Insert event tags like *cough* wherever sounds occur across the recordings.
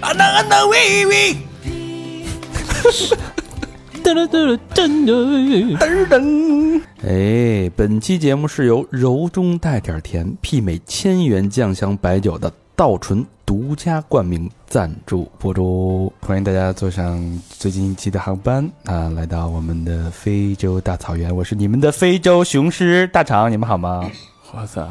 啊那啊那喂喂，噔噔噔噔噔，哎，本期节目是由柔中带点甜，媲美千元酱香白酒的稻醇独家冠名赞助播出。欢迎大家坐上最近一期的航班啊，来到我们的非洲大草原。我是你们的非洲雄狮大肠，你们好吗？我操！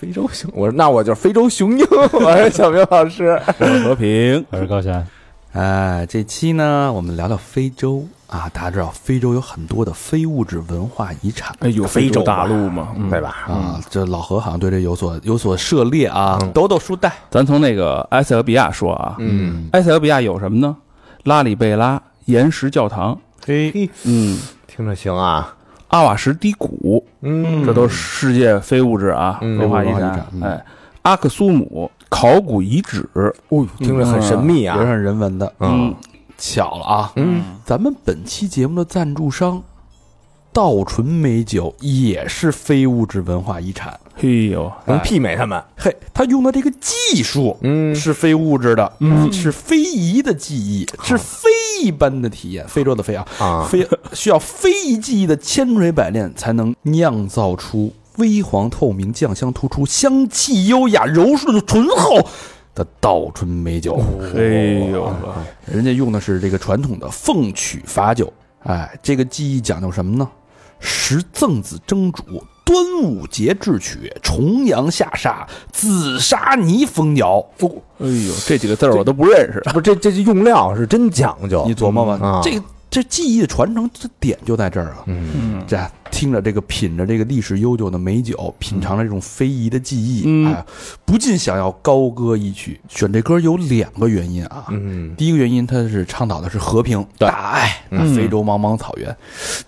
非洲熊，我说那我就是非洲雄鹰，我说小明老师，和平，我是高翔，哎，这期呢，我们聊聊非洲啊。大家知道，非洲有很多的非物质文化遗产哎呦，非洲大陆 *laughs* 嘛，对吧？啊。这老何好像对这有所有所涉猎啊。嗯抖抖书袋，咱从那个埃塞俄比亚说啊，嗯，埃塞俄比亚有什么呢？拉里贝拉岩石教堂，嘿，嗯，听着行啊，阿瓦什低谷，嗯，这都是世界非物质啊嗯文化遗文化遗产产。嗯哎，阿克苏姆考古遗址，嗯哦，听着很神秘有啊，点人文的，嗯，巧了啊。嗯，咱们本期节目的赞助商稻醇美酒也是非物质文化遗产。嘿呦，能媲美他们，嘿，他用的这个技术，嗯是非物质的，是非遗的记忆，是非一般的体验。非洲的非啊，啊，非需要非遗技艺的千锤百炼，才能酿造出微黄透明、酱香突出、香气优雅、柔顺醇厚的稻醇美酒。哦嘿哎呦，嗯人家用的是这个传统的凤曲法酒，哎，这个技艺讲究什么呢？识赠子蒸煮，端午节制曲，重阳下煞，紫砂泥风窑。哎呦，这几个字儿我都不认识。不，这这用料是真讲究你琢磨吧，啊这这技艺的传承这点就在这儿啊。嗯，这听着这个品着这个历史悠久的美酒，品尝着这种非遗的技艺，嗯哎，不禁想要高歌一曲。选这歌有两个原因啊，嗯第一个原因它是倡导的是和平、大爱，那非洲茫茫草原。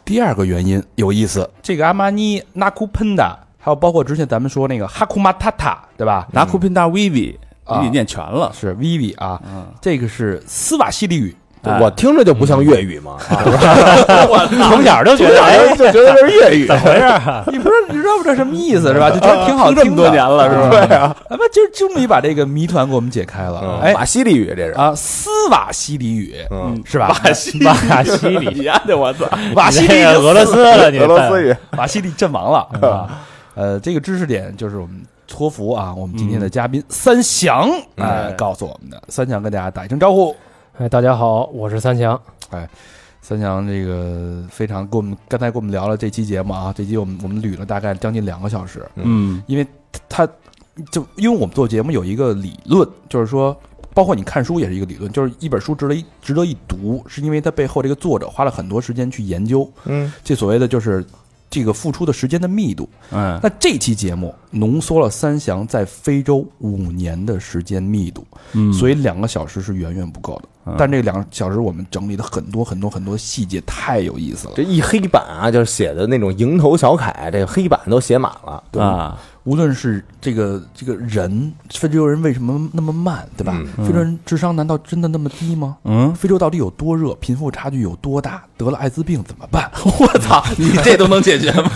第二个原因有意思，这个阿玛尼、纳库喷达，还有包括之前咱们说那个哈库马塔塔，对吧？拿库宾大 Vivi，啊你给念全了，是 Vivi 啊，嗯这个是斯瓦西里语。哎我听着就不像粤语嘛，啊从小就觉得哎，就觉得这是粤语，怎么回事啊？你不知道你知道不知道什么意思 *laughs* 是吧？就觉得挺好听的。这么多年了是吧？ *laughs* 对啊，咱们今儿终于把这个谜团给我们解开了。 *laughs* 哎马西里语这是，啊，斯瓦西里语嗯是吧？巴西里，呀，的我操！瓦西你里这 *laughs* 就俄罗斯了，你俄罗斯语，瓦西里阵亡 *laughs* 了啊。呃，这个知识点就是我们托福啊，我们今天的嘉宾三祥哎告诉我们的。三祥跟大家打一声招呼。哎，大家好，我是三强，三祥这个非常跟我们刚才跟我们聊了这期节目啊，这期我们我们捋了大概将近两个小时，嗯，因为他就因为我们做节目有一个理论，就是说，包括你看书也是一个理论，就是一本书值得一值得一读，是因为它背后这个作者花了很多时间去研究，嗯，这所谓的就是这个付出的时间的密度。哎，那这期节目浓缩了三祥在非洲五年的时间密度，嗯所以两个小时是远远不够的嗯。但这两个小时我们整理了很多很多很多细节，太有意思了这。一黑板啊，就是写的那种蝇头小楷，这个黑板都写满了，啊，无论是这个这个人，非洲人为什么那么慢，对吧？非洲人智商难道真的那么低吗？嗯，非洲到底有多热？贫富差距有多大？得了艾滋病怎么办？ *laughs* 我操， *laughs* 你这都能解决吗？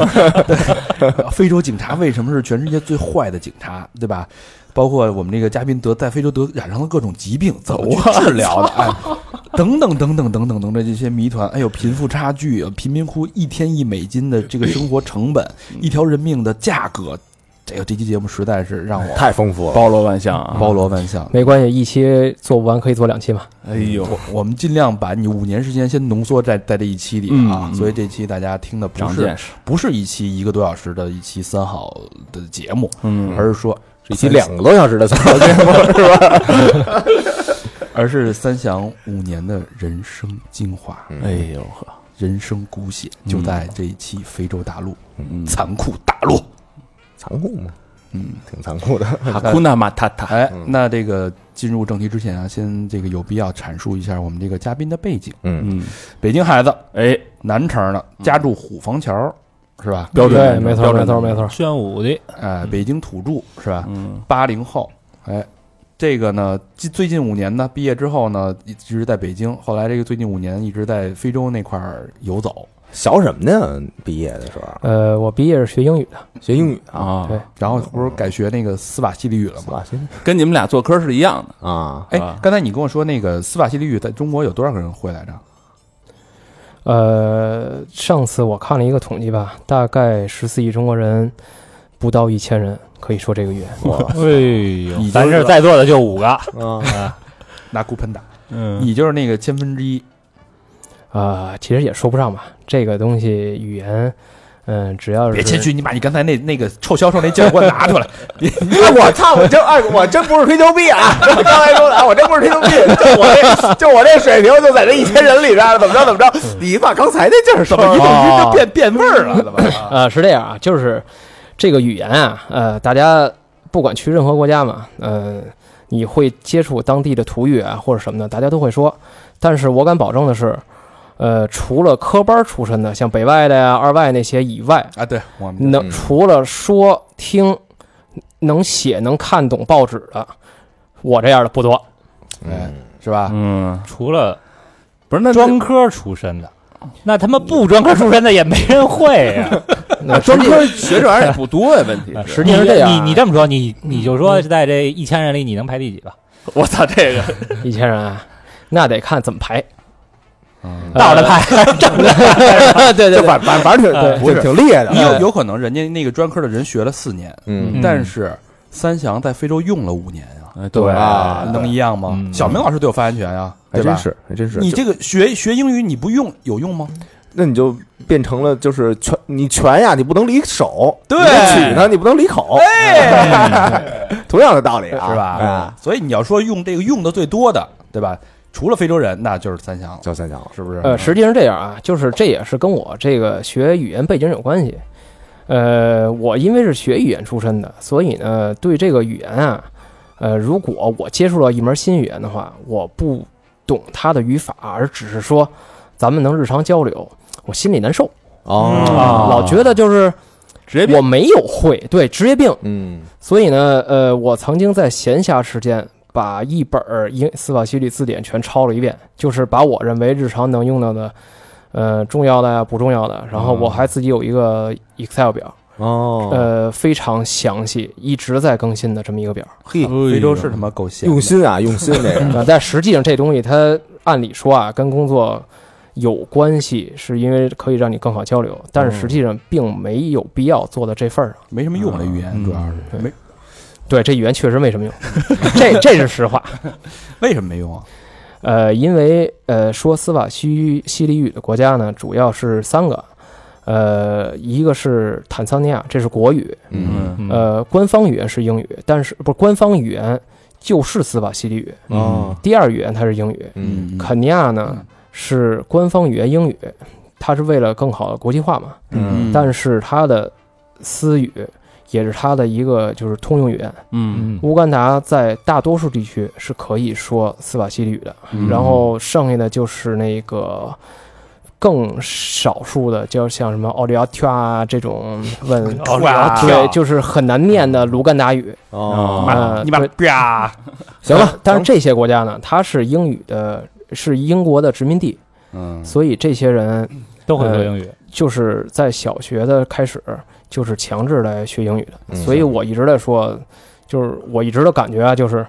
对非洲警察为什么是全世界最坏的警察？对吧？包括我们这个嘉宾得在非洲得染上了各种疾病，怎么去 *laughs* 治疗的？哎，等等等等等等等的这些谜团，哎呦，贫富差距、贫民窟一天一美金的这个生活成本，一条人命的价格，这个这期节目实在是让我太丰富了。包罗万象啊，包罗万象。没关系，一期做不完可以做两期嘛。哎呦，我我们尽量把你五年时间先浓缩在在这一期里啊，嗯嗯所以这期大家听的不长是见识，不是一期一个多小时的一期三好的节目，嗯，而是说这期两个多小时的三好节目，而是三祥五年的人生精华、哎呦呵，人生骨血，就在这一期非洲大陆、嗯，残酷大陆。残酷吗？嗯，挺残酷的。哈库纳马塔塔，哎，那这个进入正题之前啊，先这个有必要阐述一下我们这个嘉宾的背景，嗯，北京孩子，哎，南城的，家住虎嗯坊桥，是吧？标准对，没错，标准没错，没错。宣武的哎，北京土著是吧？嗯八零后，哎，这个呢，最最近五年呢，毕业之后呢，一直在北京，后来这个最近五年一直在非洲那块儿游走，小什么呢？毕业的时候呃，我毕业是学英语的，学英语啊，啊，对然后嗯不是改学那个斯瓦西里语了斯吗？瓦西里跟你们俩做科是一样的，啊，哎，刚才你跟我说那个斯瓦西里语在中国有多少个人会来着？呃，上次我看了一个统计吧，大概十四亿中国人，不到一千人可以说这个语言。哎你呦，就咱是这儿在座的就五个，啊， *laughs* 拿古喷打， *laughs* 嗯，你就是那个千分之一。啊、其实也说不上吧，这个东西语言，嗯、只要是别谦虚，你把你刚才那那个臭销售那劲儿给我拿 *laughs* 出来。哎，我操！我真哎，我真不是吹牛逼啊！刚才说的啊，我真不是吹牛逼，就我这就我这水平，就在这一千人里边儿，怎么着怎么着？你把刚才那劲儿怎么一了？弄哦就变变味儿了， *laughs* 怎么？呃，是这样啊，就是这个语言啊，呃，大家不管去任何国家嘛，呃，你会接触当地的土语啊或者什么的，大家都会说。但是我敢保证的是，呃，除了科班出身的，像北外的呀、二外那些以外，啊，对，我们能除了说听、能写、能看懂报纸的，我这样的不多。哎，是吧？嗯，除了不是那专科出身的，那他妈不专科出身的也没人会呀。那专实际科学这玩意儿也不多呀，问题是，实际上是这样啊，你你这么说，你你就说在这一千人里你能排第几吧？我操，这个一千人啊，那得看怎么排，倒着排，对对，反反反正挺挺挺厉害的。你有有可能人家那个专科的人学了四年，嗯但是三祥在非洲用了五年啊，哎对啊，能一样吗？嗯，小明老师都有发言权啊，还对吧？哎真是还真是。你就这个学学英语你不用有用吗？那你就变成了就是拳，你拳呀，你不能离手；对你曲呢，你不能离口。 *laughs* 同样的道理啊，是吧？啊，所以你要说用这个用的最多的，对吧？除了非洲人，那就是三祥，叫三强，是不是？呃，实际上这样啊，就是这也是跟我这个学语言背景有关系。呃，我因为是学语言出身的，所以呢，对这个语言啊，呃，如果我接触到一门新语言的话，我不懂它的语法，而只是说咱们能日常交流，我心里难受，哦，老觉得就是职业病我没有会，对职业病。嗯所以呢，呃，我曾经在闲暇时间把一本儿英斯瓦西里字典全抄了一遍，就是把我认为日常能用到的，呃，重要的呀、不重要的。然后我还自己有一个 Excel 表，哦，呃，非常详细，一直在更新的这么一个表。嘿，非洲是他妈够闲的，用心啊，用心这个，呃，但实际上这东西它按理说啊，跟工作。有关系，是因为可以让你更好交流，但是实际上并没有必要做到这份儿上。没什么用，这嗯语言主要是对没对，这语言确实没什么用，这这是实话。为什么没用啊？呃，因为呃，说斯瓦西西里语的国家呢，主要是三个，呃，一个是坦桑尼亚，这是国语，哎嗯，呃，官方语言是英语，但是不是官方语言就是斯瓦西里语，哦，第二语言它是英语，嗯，肯尼亚呢是官方语言英语，它是为了更好的国际化嘛，嗯但是它的私语也是它的一个就是通用语言，嗯，乌干达在大多数地区嗯是可以说斯瓦西里语的，然后剩下的就是那个更少数的，就像什么奥利奥跳啊这种问哦奥利奥跳对，就是很难念的卢甘达语。哦呃，你把对啪，行嗯了。但是这些国家呢，它是英语的，是英国的殖民地，嗯所以这些人都会说英语，就是在小学的开始就是强制来学英语的。嗯所以我一直在说，就是我一直的感觉啊，就是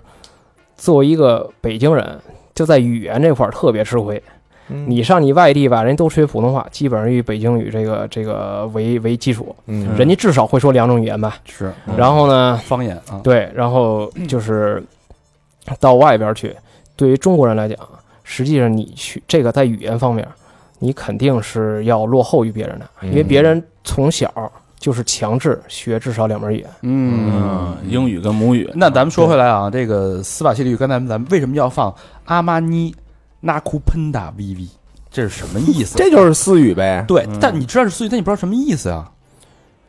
作为一个北京人，就在语言这块儿特别吃亏。嗯嗯你上你外地吧，人家都吹普通话，基本上以北京语这个这个为为基础，嗯人家至少会说两种语言吧。是然后呢，方言啊，对，然后就是到外边去，对于中国人来讲，实际上你去这个在语言方面，你肯定是要落后于别人的，哎因为别人从小就是强制学至少两门语言。嗯，英语跟母语，那咱们说 *laughs* 回来啊，这个斯瓦西里语，刚才咱们为什么要放阿玛尼纳库喷达 VV？这是什么意思？ *laughs* 这就是私语呗，对，但你知道是所以，但你不知道什么意思啊？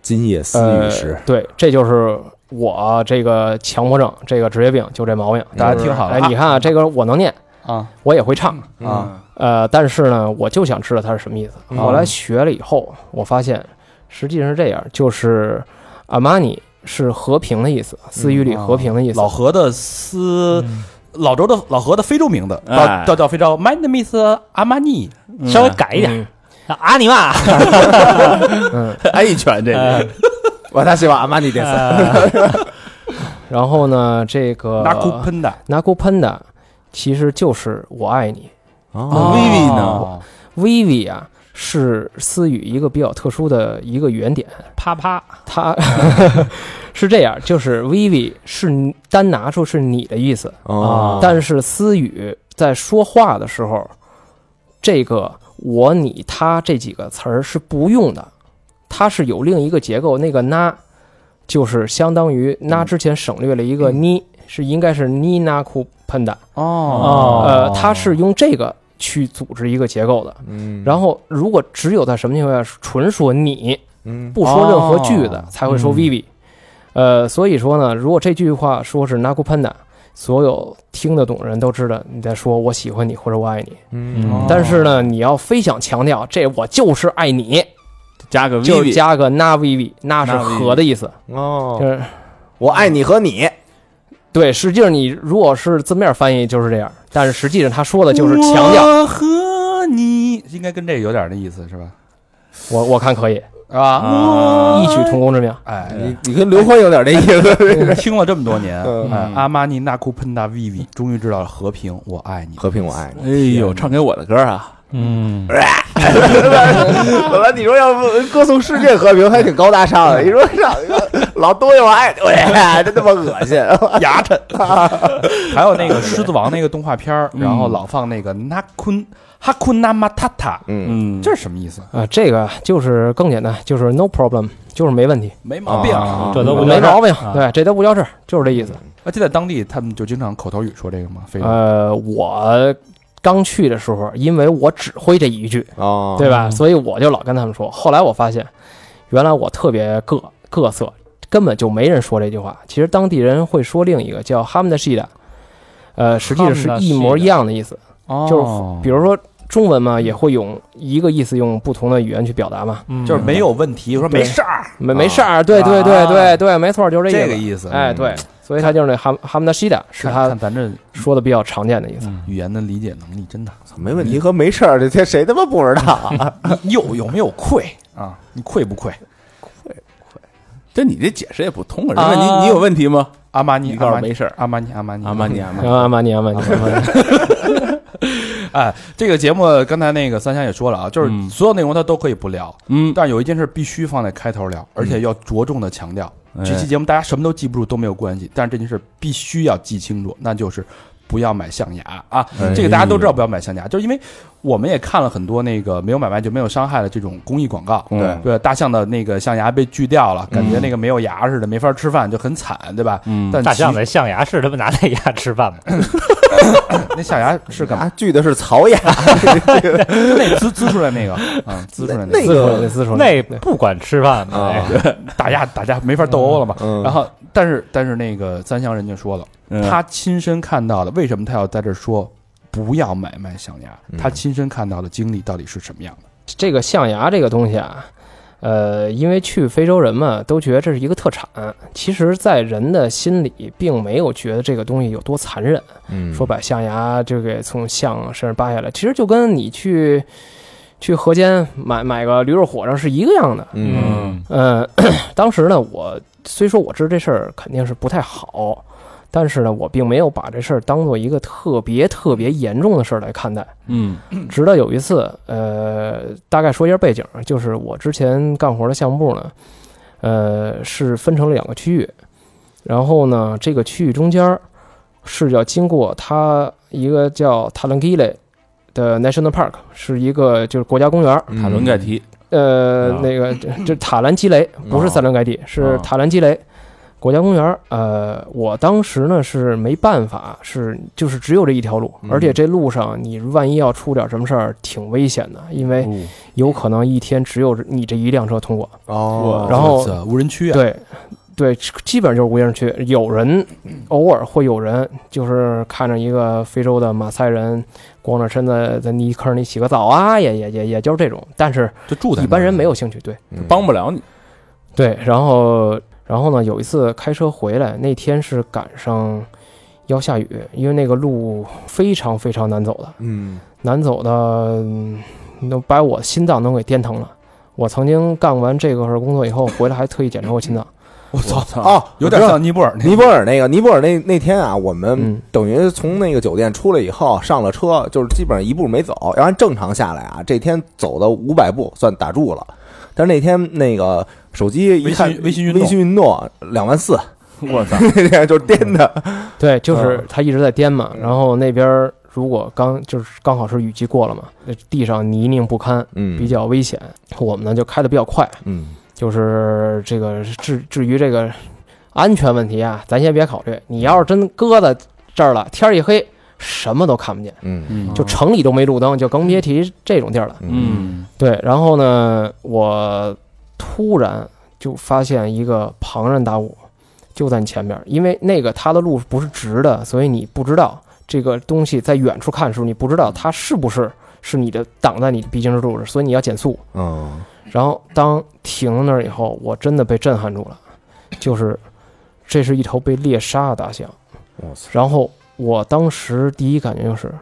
今夜私呃语时，对，这就是我这个强迫症，这个职业病，就这毛病。嗯大就家是听好了哎，你看啊，这个我能念，啊我也会唱。啊！呃，但是呢，我就想知道它是什么意思。嗯后来学了以后，我发现实际上是这样，就是阿玛尼是和平的意思，私语里和平的意思。老何的斯，老周的老何的非洲名字，到哎到叫非洲，My name is 阿玛尼。稍微改一点。嗯啊你妈！嗯，挨一拳这呃个，我他希望阿玛尼这次呃然后呢，这个纳库喷达拿库喷的其实就是我爱你。哦 Vivi 呢？ Vivi 啊，是私语一个比较特殊的一个语言点，啪啪，它 *laughs* 是这样，就是 Vivi 是你单拿出是你的意思，哦，但是私语在说话的时候，这个我、你、他这几个词儿是不用的，它是有另一个结构。那个那就是相当于那之前省略了一个你，是应该是你那库喷的，哦呃，它是用这个去组织一个结构的。嗯，然后，如果只有在什么情况下纯说你嗯不说任何句子，才会说 Vivi。呃，所以说呢，如果这句话说是 Naku Panda，所有听得懂的人都知道你在说我喜欢你或者我爱你。嗯但是呢，你要非想强调这我就是爱你，加个就 Vivi，加个 Na Vivi，那是和的意思。就哦，是我爱你和你，对，实际上你如果是字面翻译就是这样，但是实际上他说的就是强调。我和你应该跟这有点那意思是吧？我我看可以啊，异曲同工之妙。哎，你你跟刘欢有点这意思， *laughs* 听了这么多年，嗯哎阿玛尼纳库喷达 Vivi 终于知道了和平，我爱你。和平我爱你。哎呦，唱给我的歌啊，嗯，本来你说要不歌颂世界和平还挺高大上的，你说上一个老东西我爱你，哎， *laughs* 真他妈恶心，牙碜。还有那个《狮子王》那个动画片儿，然后老放那个纳昆哈昆纳马塔塔， *laughs* 嗯，嗯，这是什么意思？啊、这个就是更简单，就是 no problem，就是没问题，没毛病啊！这都无聊没事儿毛病。啊对，这都不叫事儿，就是这意思。而且在当地，他们就经常口头语说这个嘛，非常呃，我刚去的时候，因为我只会这一句，哦，对吧？所以我就老跟他们说。后来我发现，原来我特别各各色，根本就没人说这句话。其实当地人会说另一个叫 h a m d a s h i d a 呃，实际上是一模一样的意思。哦嗯就是比如说中文嘛，也会用一个意思用不同的语言去表达嘛。嗯就是没有问题，说没事儿，没没事儿，对对对对对，没错，就是这这个思。意思。哎，对，所以他就是那 ham ham d a s h i d a 是看，嗯他看咱这说的比较常见的意思。语言的理解能力真的。没问题和没事儿，这这谁他妈不知道啊？ *laughs* 你有有没有愧啊？你愧不愧？这你这解释也不通啊，人问你你有问题吗？啊阿玛你尼，阿告玛诉没尼，事儿，阿玛尼，阿玛尼，阿玛尼阿玛尼，阿玛尼阿玛尼阿玛尼， *laughs* 哎，这个节目刚才那个三香也说了啊，就是所有内容他都可以不聊，嗯，但是有一件事必须放在开头聊，而且要着重的强调。哎这期节目大家什么都记不住都没有关系，但是这件事必须要记清楚，那就是不要买象牙啊！哎这个大家都知道不要买象牙，就是因为我们也看了很多那个没有买卖就没有伤害的这种公益广告。对对，大象的那个象牙被锯掉了，感觉那个没有牙似的，没法吃饭，就很惨，对吧？嗯但大象其 *laughs* 的象牙是他们拿那牙吃饭吗？那象牙是干嘛？ *laughs* *laughs* 啊，锯的是槽牙，就那滋滋出来那个，嗯，滋出来那那自个说自说那不管吃饭哎的，啊那个打架嗯打架没法斗殴了嘛。嗯然后，但是但是那个三香人就说了，嗯嗯他亲身看到的，为什么他要在这儿说不要买卖象牙？嗯他亲身看到的经历到底是什么样的？这个象牙这个东西啊，呃，因为去非洲人嘛都觉得这是一个特产，其实，在人的心里并没有觉得这个东西有多残忍。嗯说把象牙就给从象身上扒下来，其实就跟你去去河间买买个驴肉火烧是一个样的。嗯，呃， *coughs* 当时呢，我虽说我知道这事儿肯定是不太好，但是呢，我并没有把这事儿当做一个特别特别严重的事儿来看待。嗯直到有一次，呃，大概说一下背景，就是我之前干活的项目呢，呃，是分成了两个区域，然后呢，这个区域中间儿是要经过它一个叫塔伦基雷的 National Park，是一个就是国家公园儿，嗯塔伦盖提，呃，啊那个这这塔兰基雷不是塞伦盖蒂，是塔兰基雷国家公园儿。呃，我当时呢是没办法，是就是只有这一条路，而且这路上你万一要出点什么事儿，挺危险的，嗯因为有可能一天只有你这一辆车通过。哦然后这无人区啊，对，对，基本就是无人区。有人偶尔会有人，就是看着一个非洲的马赛人光着身子在泥坑里洗个澡啊，也也也也就是这种，但是就住在一般人没有有兴趣。对。嗯帮不了你。对，然后然后呢，有一次开车回来，那天是赶上要下雨，因为那个路非常非常难走的，嗯难走的嗯能把我心脏都给颠疼了。我曾经干完这个份工作以后回来，还特意检查过心脏。我操，啊哦，有点像尼泊尔那 *laughs* 尼泊尔那个尼泊尔那那天啊，我嗯们等于从那个酒店出来以后，上了车，就是基本上一步没走，要按正常下来啊，这天走的五百步算打住了。但是那天那个手机一看微信微信运动微信运动两万四，我操，那天就是颠的，对，就是他一直在颠嘛，然后那边儿如果刚就是刚好是雨季过了嘛，那地上泥泞不堪，嗯，比较危险。我们呢就开的比较快，嗯就是这个至至于这个安全问题啊，咱先别考虑。你要是真搁在这儿了，天儿一黑，什么都看不见，嗯嗯就城里都没路灯，就更别提这种地儿了。嗯嗯对，然后呢，我突然就发现一个庞然大物就在你前面，因为那个它的路不是直的，所以你不知道这个东西在远处看的时候，你不知道它是不是是你的挡在你的必经之路，所以你要减速。嗯然后当停那儿以后，我真的被震撼住了，就是这是一头被猎杀的大象。我操，然后我当时第一感觉就是，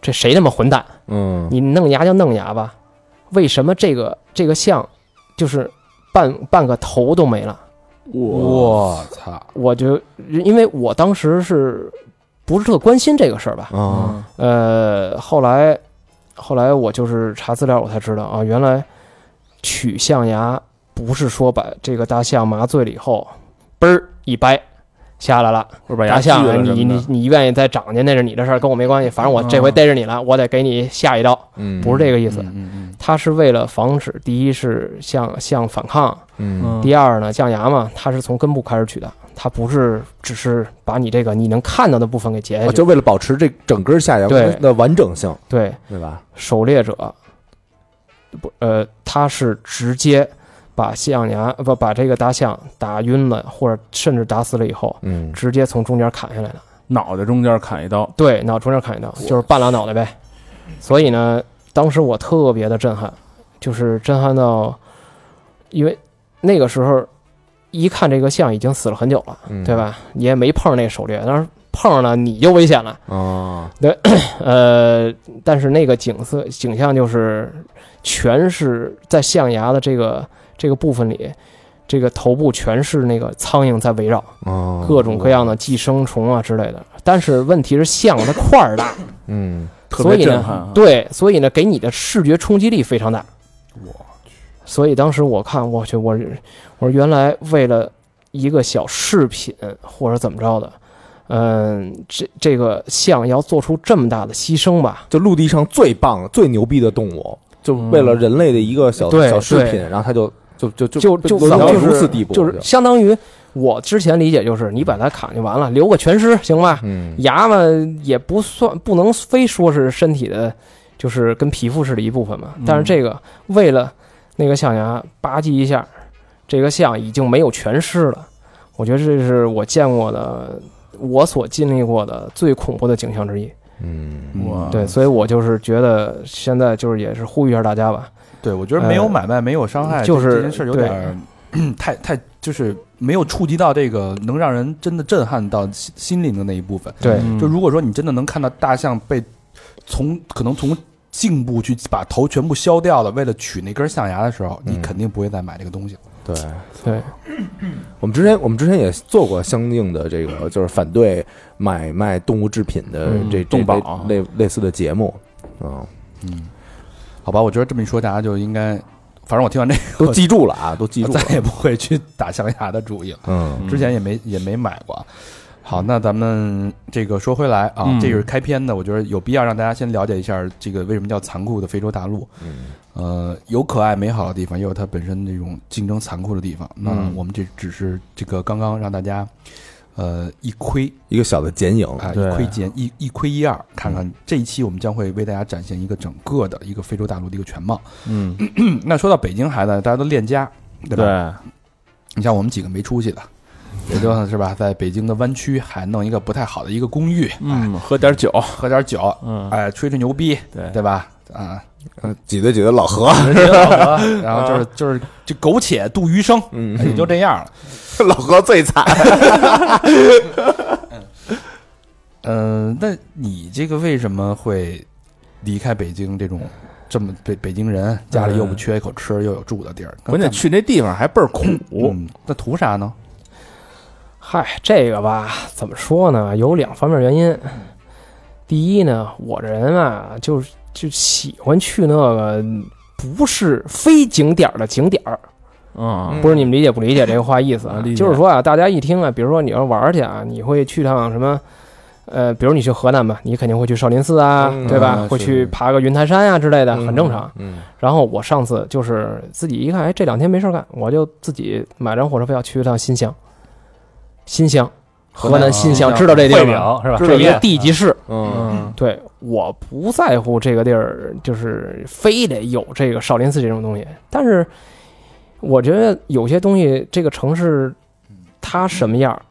这谁他妈混蛋？嗯你弄牙就弄牙吧，为什么这个这个象就是半半个头都没了？嗯嗯我操，我就因为我当时是不是特关心这个事儿吧？啊呃，后来后来我就是查资料，我才知道啊，原来取象牙不是说把这个大象麻醉了以后，嘣儿一掰下来了，不是把牙大锯象啊了什么的哦你你你愿意再长去那是你的事儿，跟我没关系，反正我这回逮着你了，我得给你下一刀，嗯，不是这个意思。嗯它是为了防止，第一是象象反抗，嗯第二呢，象牙嘛，它是从根部开始取的，它不是只是把你这个你能看到的部分给截下哦去。就为了保持这整根下牙哎对的完整性，对，对吧？狩猎者，不，呃，他是直接把象牙不把这个大象打晕了，或者甚至打死了以后，嗯直接从中间砍下来的。脑袋中间砍一刀，对，脑中间砍一刀，就是半拉脑袋呗。所以呢，当时我特别的震撼，就是震撼到，因为那个时候一看这个象已经死了很久了，嗯对吧？你也没碰上那个狩猎，当然碰上了你就危险了。啊呃，但是那个景色景象就是全是在象牙的这个这个部分里，这个头部全是那个苍蝇在围绕，啊各种各样的寄生虫啊之类的。但是问题是象它块儿大，嗯特所别以震撼啊呢，对，所以呢，给你的视觉冲击力非常大。所以当时我看，我去，我我说原来为了一个小饰品或者怎么着的，嗯，这这个象要做出这么大的牺牲吧？就陆地上最棒、最牛逼的动物，就为了人类的一个小、嗯对小饰品，对然后它就就就就就就就沦落咱到们就如是此地步，就是相当于我之前理解就是你把它砍就完了，留个全尸行吧。嗯牙嘛也不算不能非说是身体的，就是跟皮肤似的一部分嘛。但是这个为了那个象牙吧唧一下，这个象已经没有全尸了。我觉得这是我见过的，我所经历过的最恐怖的景象之一。嗯，哇，啊对，所以我就是觉得现在就是也是呼吁一下大家吧，对，我觉得没有买卖，没有伤害，呃就是这这件事儿有点儿 *clears throat* 太太，就是没有触及到这个能让人真的震撼到心心灵的那一部分。对，嗯就如果说你真的能看到大象被从可能从颈部去把头全部削掉了，为了取那根象牙的时候，嗯你肯定不会再买这个东西了。对。对，我们之前我们之前也做过相应的这个，就是反对买卖动物制品的嗯这、这动保啊类类类似的节目， *laughs* 嗯，好吧，我觉得这么一说，大家就应该，反正我听完这个，都记住了啊，都记我住了再，也不会去打象牙的主意了。嗯，之前也没也没买过啊。好，那咱们这个说回来啊，嗯这个是开篇的，我觉得有必要让大家先了解一下这个为什么叫残酷的非洲大陆。嗯，呃，有可爱美好的地方，也有它本身这种竞争残酷的地方。那嗯我们这只是这个刚刚让大家呃一窥一个小的剪影，哎啊、对嗯一窥见一一窥一二，看看这一期我们将会为大家展现一个整个的一个非洲大陆的一个全貌。嗯，嗯 *coughs* 那说到北京孩子，大家都恋家，对吧？对，你像我们几个没出息的，也就是吧，在北京的湾区还弄一个不太好的一个公寓，哎，嗯，喝点酒，喝点酒，嗯，哎，吹吹牛逼，对对吧？啊，嗯挤兑挤兑老何， *laughs* *laughs* 然后就是就是就苟且度余生，嗯哎也就这样了。老何最惨，嗯，那你这个为什么会离开北京这种这么北北京人，家里又不缺一口吃，又有住的地儿？关键去那地方还倍儿苦，嗯，那图啥呢？嗨，这个吧，怎么说呢？有两方面原因。第一呢，我这人啊，就是就喜欢去那个不是非景点儿的景点儿，嗯，不是你们理解不理解这个话意思啊啊理？解就是说啊，大家一听啊，比如说你要玩儿去啊，你会去趟什么？呃，比如你去河南吧，你肯定会去少林寺啊，嗯对吧啊？会是去爬个云台山啊之类的，很正常。嗯，然后我上次就是自己一看，哎，这两天没事儿干，我就自己买张火车票去一趟新乡。新乡，河南新乡，知道这地会儿吗？表是吧？知道一个个地级市。嗯嗯，对，我不在乎这个地儿，就是非得有这个少林寺这种东西。但是我觉得有些东西，这个城市它什么样儿，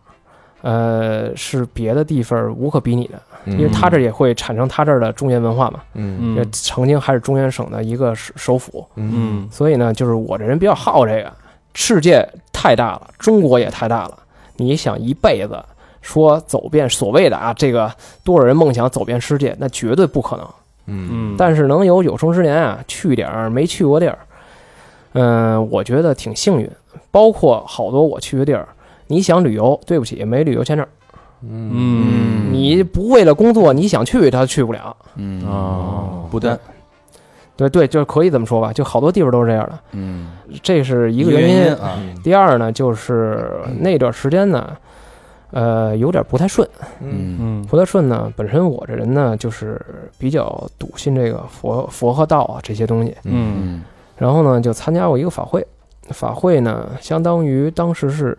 呃，是别的地方无可比拟的，嗯，因为它这儿也会产生它这儿的中原文化嘛。嗯，这嗯曾经还是中原省的一个首首府，嗯嗯，所以呢，就是我这人比较好这个，世界太大了，中国也太大了，你想一辈子说走遍所谓的啊，这个多少人梦想走遍世界，那绝对不可能。嗯嗯，但是能有有生之年啊，去点儿没去过地儿，嗯、我觉得挺幸运。包括好多我去的地儿，你想旅游，对不起，没旅游签证。嗯嗯，你不为了工作，你想去他去不了。嗯哦，不丹，对对，就是可以这么说吧，就好多地方都是这样的，嗯，这是一一个原因。啊，第二呢，就是那段时间呢，呃，有点不太顺。嗯嗯嗯，不太顺呢，本身我这人呢，就是比较笃信这个佛佛和道啊这些东西。嗯，嗯然后呢，就参加过一个法会，法会呢，相当于当时是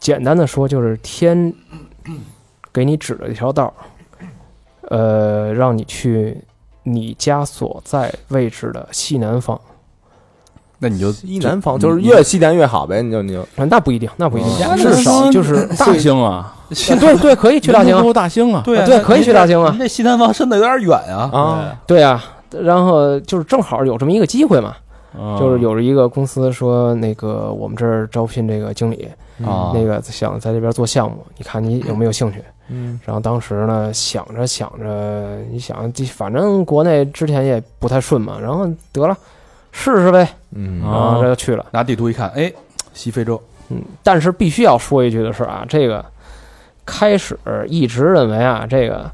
简单的说，就是天给你指了一条道儿，呃，让你去你家所在位置的西南方。那你就 *laughs* 西南方就是越西南越好呗，你就你就啊那不一定，那不一定，哦至少就是大兴啊，啊对对，可以去大兴啊，州大兴啊，对 *laughs* 啊对可以去大兴啊您这西南方伸的有点远啊，啊，对啊，然后就是正好有这么一个机会嘛，就是有着一个公司说，那个我们这儿招聘这个经理，啊那个想在这边做项目，你看你有没有兴趣？嗯然后当时呢，想着想着，你想，这反正国内之前也不太顺嘛，然后得了，试试呗，嗯啊然哦后这就去了。拿地图一看，哎，西非洲，嗯，但是必须要说一句的是啊，这个开始一直认为啊，这个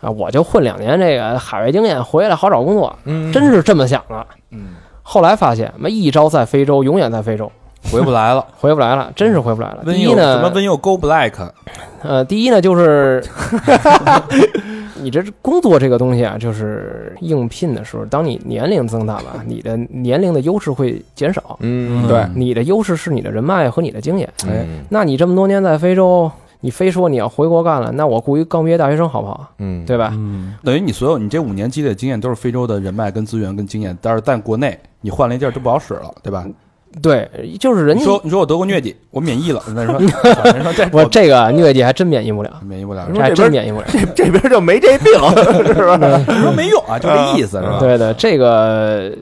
啊，我就混两年这个海外经验，回来好找工作，嗯真是这么想的。嗯，后来发现，妈一朝在非洲，永远在非洲，回不来 *laughs* 了。回不来了，真是回不来了。温第佑一什么呢，温佑 Go Black，呃，第一呢就是 *laughs* 你这工作这个东西啊，就是应聘的时候，当你年龄增大吧，你的年龄的优势会减少，嗯对，你的优势是你的人脉和你的经验。哎那你这么多年在非洲，你非说你要回国干了，那我雇一刚毕业大学生好不好？嗯对吧？嗯，等于你所有你这五年积累的经验都是非洲的人脉跟资源跟经验，但是但国内你换了一地儿都不好使了，对吧？对，就是人你家说你说我得过疟疾，我免疫了，那 *laughs* 人说人说这我这个疟疾还真免疫不了，免疫不了，这还真免疫不了。这这边就没这病，是吧？人说没用啊，就这意思是吧？ *laughs* 对的，这个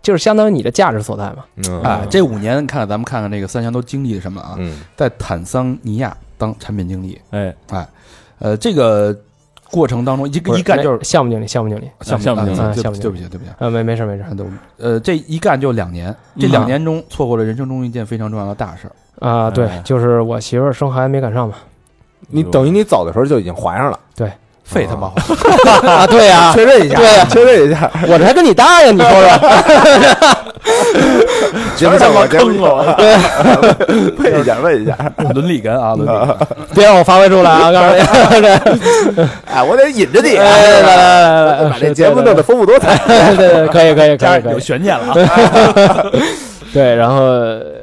就是相当于你的价值所在嘛。嗯啊，这五年看看咱们看看这个三峡都经历了什么啊？嗯在坦桑尼亚当产品经理，哎，嗯呃，这个过程当中一不一干就是那哎项目经理，项目经理，项目经理啊啊项目经理对不起对不起啊，没没事没事对不起，对不起呃，这一干就两年，这嗯两年中错过了人生中一件非常重要的大事儿。啊，对，就是我媳妇儿生孩子没赶上嘛。你等于你走的时候就已经怀上了，废他妈话！啊，对呀，确认一下，对，确认一下，我这还跟你搭呀，你说 *laughs* 说。节目效果，节目效果问一下，问一下，伦理 *laughs* 感啊，伦理感。别让我发挥出来啊！告诉你， *laughs* 哎，我得引着你，来来来来来，把这节目弄得丰富多彩。 *laughs* 对对对，可以可以可以可以有。悬念了啊！对，然后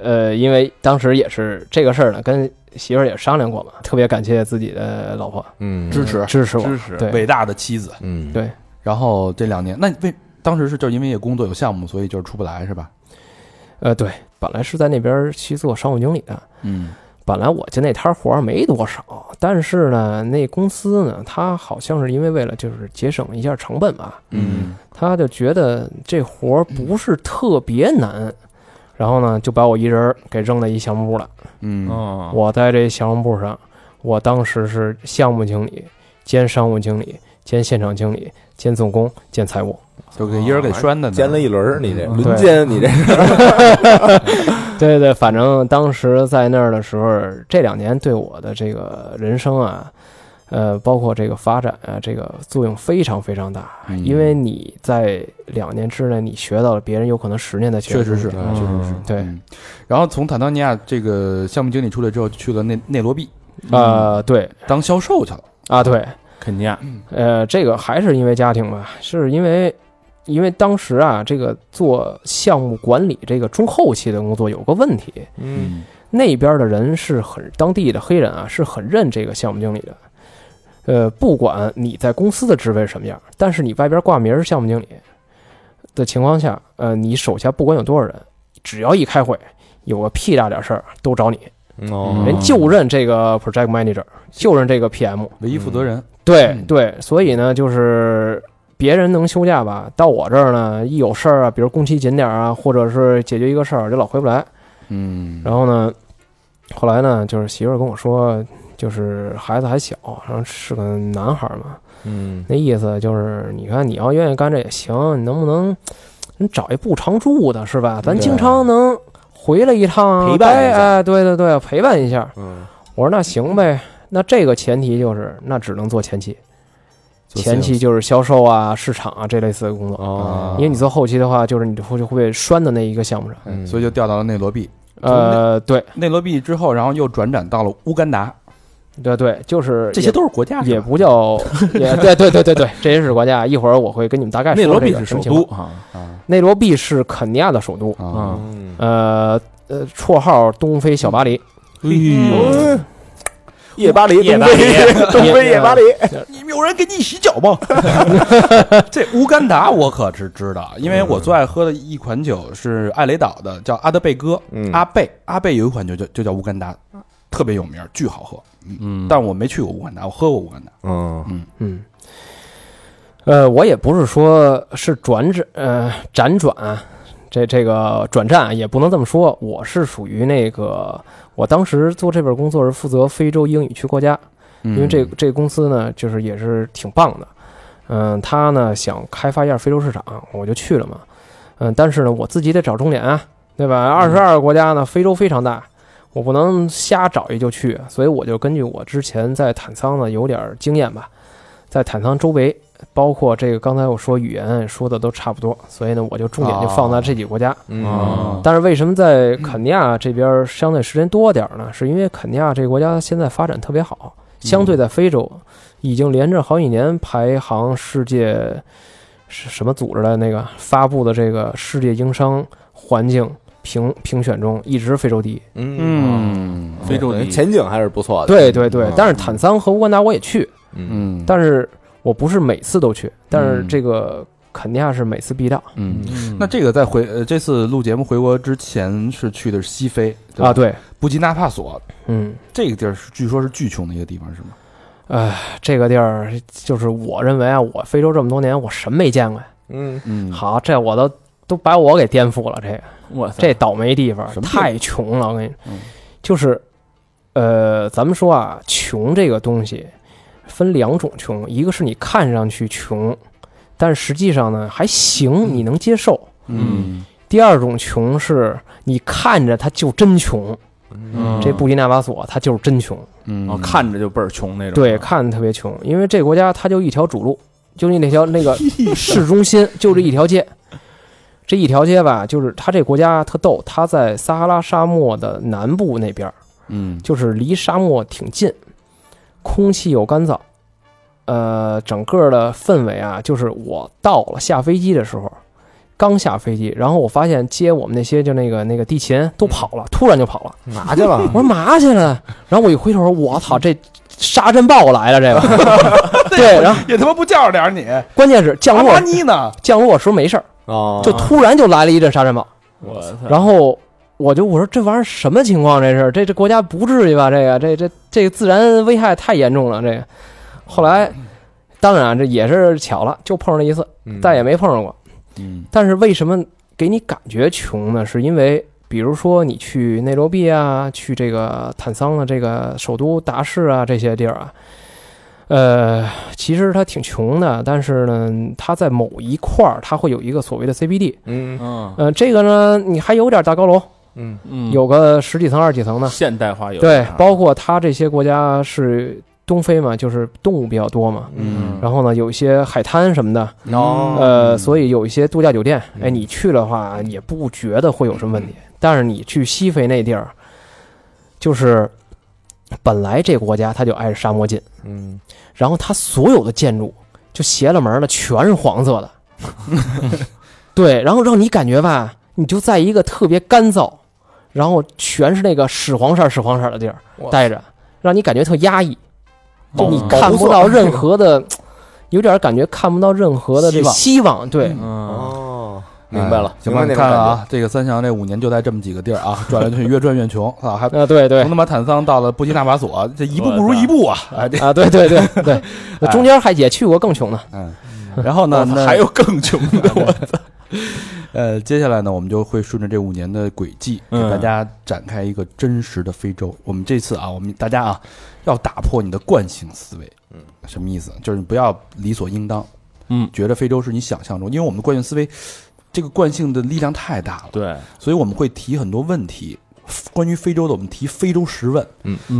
呃，因为当时也是这个事儿呢，跟媳妇儿也商量过嘛，特别感谢自己的老婆嗯支持支持我，支持对伟大的妻子。嗯对然后这两年，那你为当时是就是因为也工作有项目，所以就是出不来是吧？呃对，本来是在那边去做商务经理的，嗯，本来我接那摊儿活儿没多少，但是呢，那公司呢，他好像是因为为了就是节省一下成本吧，嗯，他就觉得这活儿不是特别难，然后呢，就把我一人儿给扔在一项目部了。嗯，哦，我在这项目部上，我当时是项目经理兼商务经理兼现场经理兼总工兼财务。就给一人给拴的呢，哦煎了一轮儿，你这嗯轮奸，你这对对，反正当时在那儿的时候，这两年对我的这个人生啊，呃，包括这个发展啊，这个作用非常非常大。嗯因为你在两年之内，你学到了别人有可能十年的学确的实东西，是，嗯确实是。对嗯然后从坦桑尼亚这个项目经理出来之后，去了内内罗毕啊、对当销售去了。啊，对，肯尼亚，呃，这个还是因为家庭吧，是因为因为当时啊，这个做项目管理这个中后期的工作有个问题，嗯，那边的人是很当地的黑人啊，是很认这个项目经理的。呃，不管你在公司的职位是什么样，但是你外边挂名儿是项目经理的情况下，呃，你手下不管有多少人，只要一开会有个屁大点事儿都找你，哦，人就认这个 project manager，就认这个 PM。唯一负责人，对嗯对，所以呢，就是别人能休假吧，到我这儿呢，一有事儿啊，比如工期紧点儿啊，或者是解决一个事儿，就老回不来。嗯，然后呢，后来呢，就是媳妇儿跟我说，就是孩子还小，然后是个男孩儿嘛，嗯那意思就是，你看你要愿意干这也行，你能不能你找一不常住的，是吧？咱经常能回来一趟啊，陪伴一下待哎，对对对，陪伴一下。嗯，我说那行呗，那这个前提就是，那只能做前期，做前期就是销售啊、市场啊这类似的工作。嗯哦因为你做后期的话，就是你会就会被拴到那一个项目上。哎所以就调到了内罗毕。呃，对内罗毕之后，然后又转展到了乌干达，对对，就是这也些都是国家，也是吧不叫，也对对对对对，这些是国啊家。一会儿我会跟你们大概哎说内罗这毕个是什首么情都况。啊，内罗毕是肯尼亚的首都，啊。嗯呃呃，绰号东非小巴黎。哎哎嗯，夜巴黎，夜东巴非，东非夜巴黎，你们有人给你洗脚 *laughs* 吗？ *laughs* 这乌干达我可是知道，因为我最爱喝的一款酒是艾雷岛的，叫阿德贝哥。嗯阿贝阿贝有一款酒就就叫乌干达，特别有名，巨好喝。嗯，但我没去过乌干达，我喝过乌干达。嗯嗯，呃，我也不是说是转转呃辗转啊，这这个转战啊也不能这么说，我是属于那个，我当时做这份工作是负责非洲英语区国家，嗯因为这这个公司呢，就是也是挺棒的，嗯，他呢想开发一下非洲市场，我就去了嘛，嗯，但是呢，我自己得找重点啊，对吧？二十二个国家呢，非洲非常大，我不能瞎找一就去，所以我就根据我之前在坦桑呢有点儿经验吧，在坦桑周围，包括这个刚才我说语言说的都差不多，所以呢，我就重点就放在这几个国家。嗯但是为什么在肯尼亚这边儿相对时间多点儿呢？是因为肯尼亚这个国家现在发展特别好，嗯相对在非洲已经连着好几年排行世界是什么组织的那个发布的这个世界营商环境评评选中一直非洲第一。嗯非洲第一前景还是不错的，对对对嗯，但是坦桑和乌干达我也去，嗯嗯，但是我不是每次都去，但是这个肯定是每次必到嗯，那这个在回呃这次录节目回国之前是去的是西非啊。，吧对，布吉纳帕索嗯，这个地儿是据说是巨穷的一个地方是吗？哎，这个地儿就是我认为啊，我非洲这么多年我什么没见过呀。嗯，嗯，好，这我都都把我给颠覆了，这个哇塞，这倒霉地方什么地方太穷了，我跟你嗯，就是，呃，咱们说啊，穷这个东西分两种穷，一个是你看上去穷，但实际上呢还行，你能接受；嗯，第二种穷是你看着他就真穷，嗯这布基纳法索他就是真穷，嗯哦，看着就倍儿穷那种，对，看着特别穷，因为这国家它就一条主路，就那条那个市中心就这一条街，这一条街吧，就是它这国家特逗，它在撒哈拉沙漠的南部那边儿，嗯就是离沙漠挺近，空气又干燥，呃，整个的氛围啊，就是我到了下飞机的时候。刚下飞机，然后我发现接我们那些就那个那个地勤都跑了，突然就跑了。嗯嘛去了？ *laughs* 我说嘛去了？然后我一回头，我操，这沙尘暴来了，这 *laughs* 个。对，然后也他妈不叫着点儿你，关键是降阿落拉尼呢？降落时候没事儿，哦，就突然就来了一阵沙尘暴，我操，然后。我就我说这玩意儿什么情况？这是这这国家不至于吧？这个这这这个自然危害太严重了。这个后来，当然啊这也是巧了，就碰上了一次，嗯再也没碰上过。嗯但是为什么给你感觉穷呢？是因为比如说你去内罗毕啊，去这个坦桑啊的这个首都达市啊这些地儿啊，呃，其实它挺穷的，但是呢，它在某一块儿它会有一个所谓的 CBD，嗯嗯呃，这个呢你还有点大高楼，嗯嗯，有个十几层二十几层的，现代化有啊对，包括它这些国家是东非嘛，就是动物比较多嘛，嗯，然后呢有一些海滩什么的，嗯哦呃，所以有一些度假酒店，哎，嗯你去的话也不觉得会有什么问题。嗯但是你去西非那地儿，就是本来这国家它就挨着沙漠近，嗯然后它所有的建筑就邪了门儿的全是黄色的， *laughs* 对，然后让你感觉吧，你就在一个特别干燥，然后全是那个屎黄色儿、屎黄色儿的地儿哇待着，让你感觉特压抑，就你嗯看保护不色到任何的，有点儿感觉看不到任何的这希望希望，对。嗯，哦，明白了哎，行吧，明白那你种看感觉啊，这个三祥这五年就在这么几个地儿 *laughs* 啊，转来转去，越转越穷啊，还啊，对对从他妈坦桑到了布基纳法索，这一步不如一步啊！哎，这啊，对对对对，那中间还也去过更穷的，嗯，然后呢，那还有更穷的，我 *laughs* 呃，接下来呢，我们就会顺着这五年的轨迹，给嗯大家展开一个真实的非洲。我们这次啊，我们大家啊，要打破你的惯性思维。嗯，什么意思？就是你不要理所应当，嗯觉得非洲是你想象中，因为我们的惯性思维，这个惯性的力量太大了，对，所以我们会提很多问题。关于非洲的，我们提非洲十问，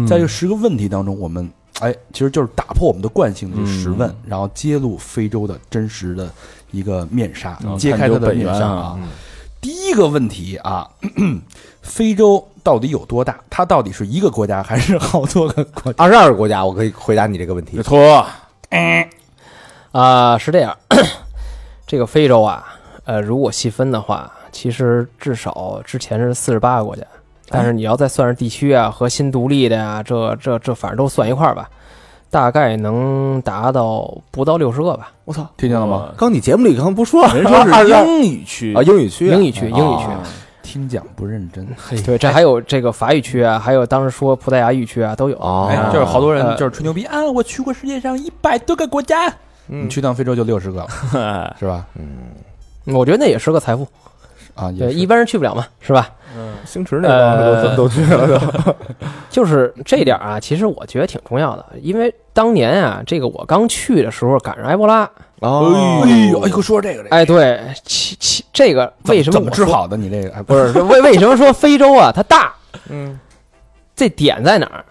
在这嗯十个问题当中，我们哎，其实就是打破我们的惯性的这十问，嗯然后揭露非洲的真实的一个面纱然，后揭开它探究的本面源纱啊啊。第一个问题啊， *clears throat* 咳咳非洲到底有多大？它到底是一个国家还是好多个国家？二十二个国家，我可以回答你这个问题这。托啊、是这样，这个非洲啊，呃，如果细分的话，其实至少之前是四十八个国家，但是你要再算是地区啊和新独立的呀、这这这反正都算一块儿吧，大概能达到不到六十个吧。 *laughs* 我操，听见了吗？？刚你节目里刚不说哦人说二 *laughs* 是十二英语区啊，英语区啊，英语区，英语区，啊听讲不认真。对，这还有这个法语区啊，还有当时说葡萄牙语区啊，都有。哦哎，就是好多人呃就是吹牛逼啊！我去过世界上一百多个国家，嗯你去趟非洲就六十个了，哎是 *laughs* 吧？嗯我觉得那也是个财富，啊，也对，是一般人去不了嘛，是吧？星驰那帮呃都都去了都。就是这点儿啊，其实我觉得挺重要的，因为当年啊，这个我刚去的时候赶上埃博拉，哦，哎呦，哎呦，说这个这个哎，对，其其这个怎为什么怎么我治说？好的？你这个哎不不是为为什么说非洲啊它大？嗯，这点在哪儿？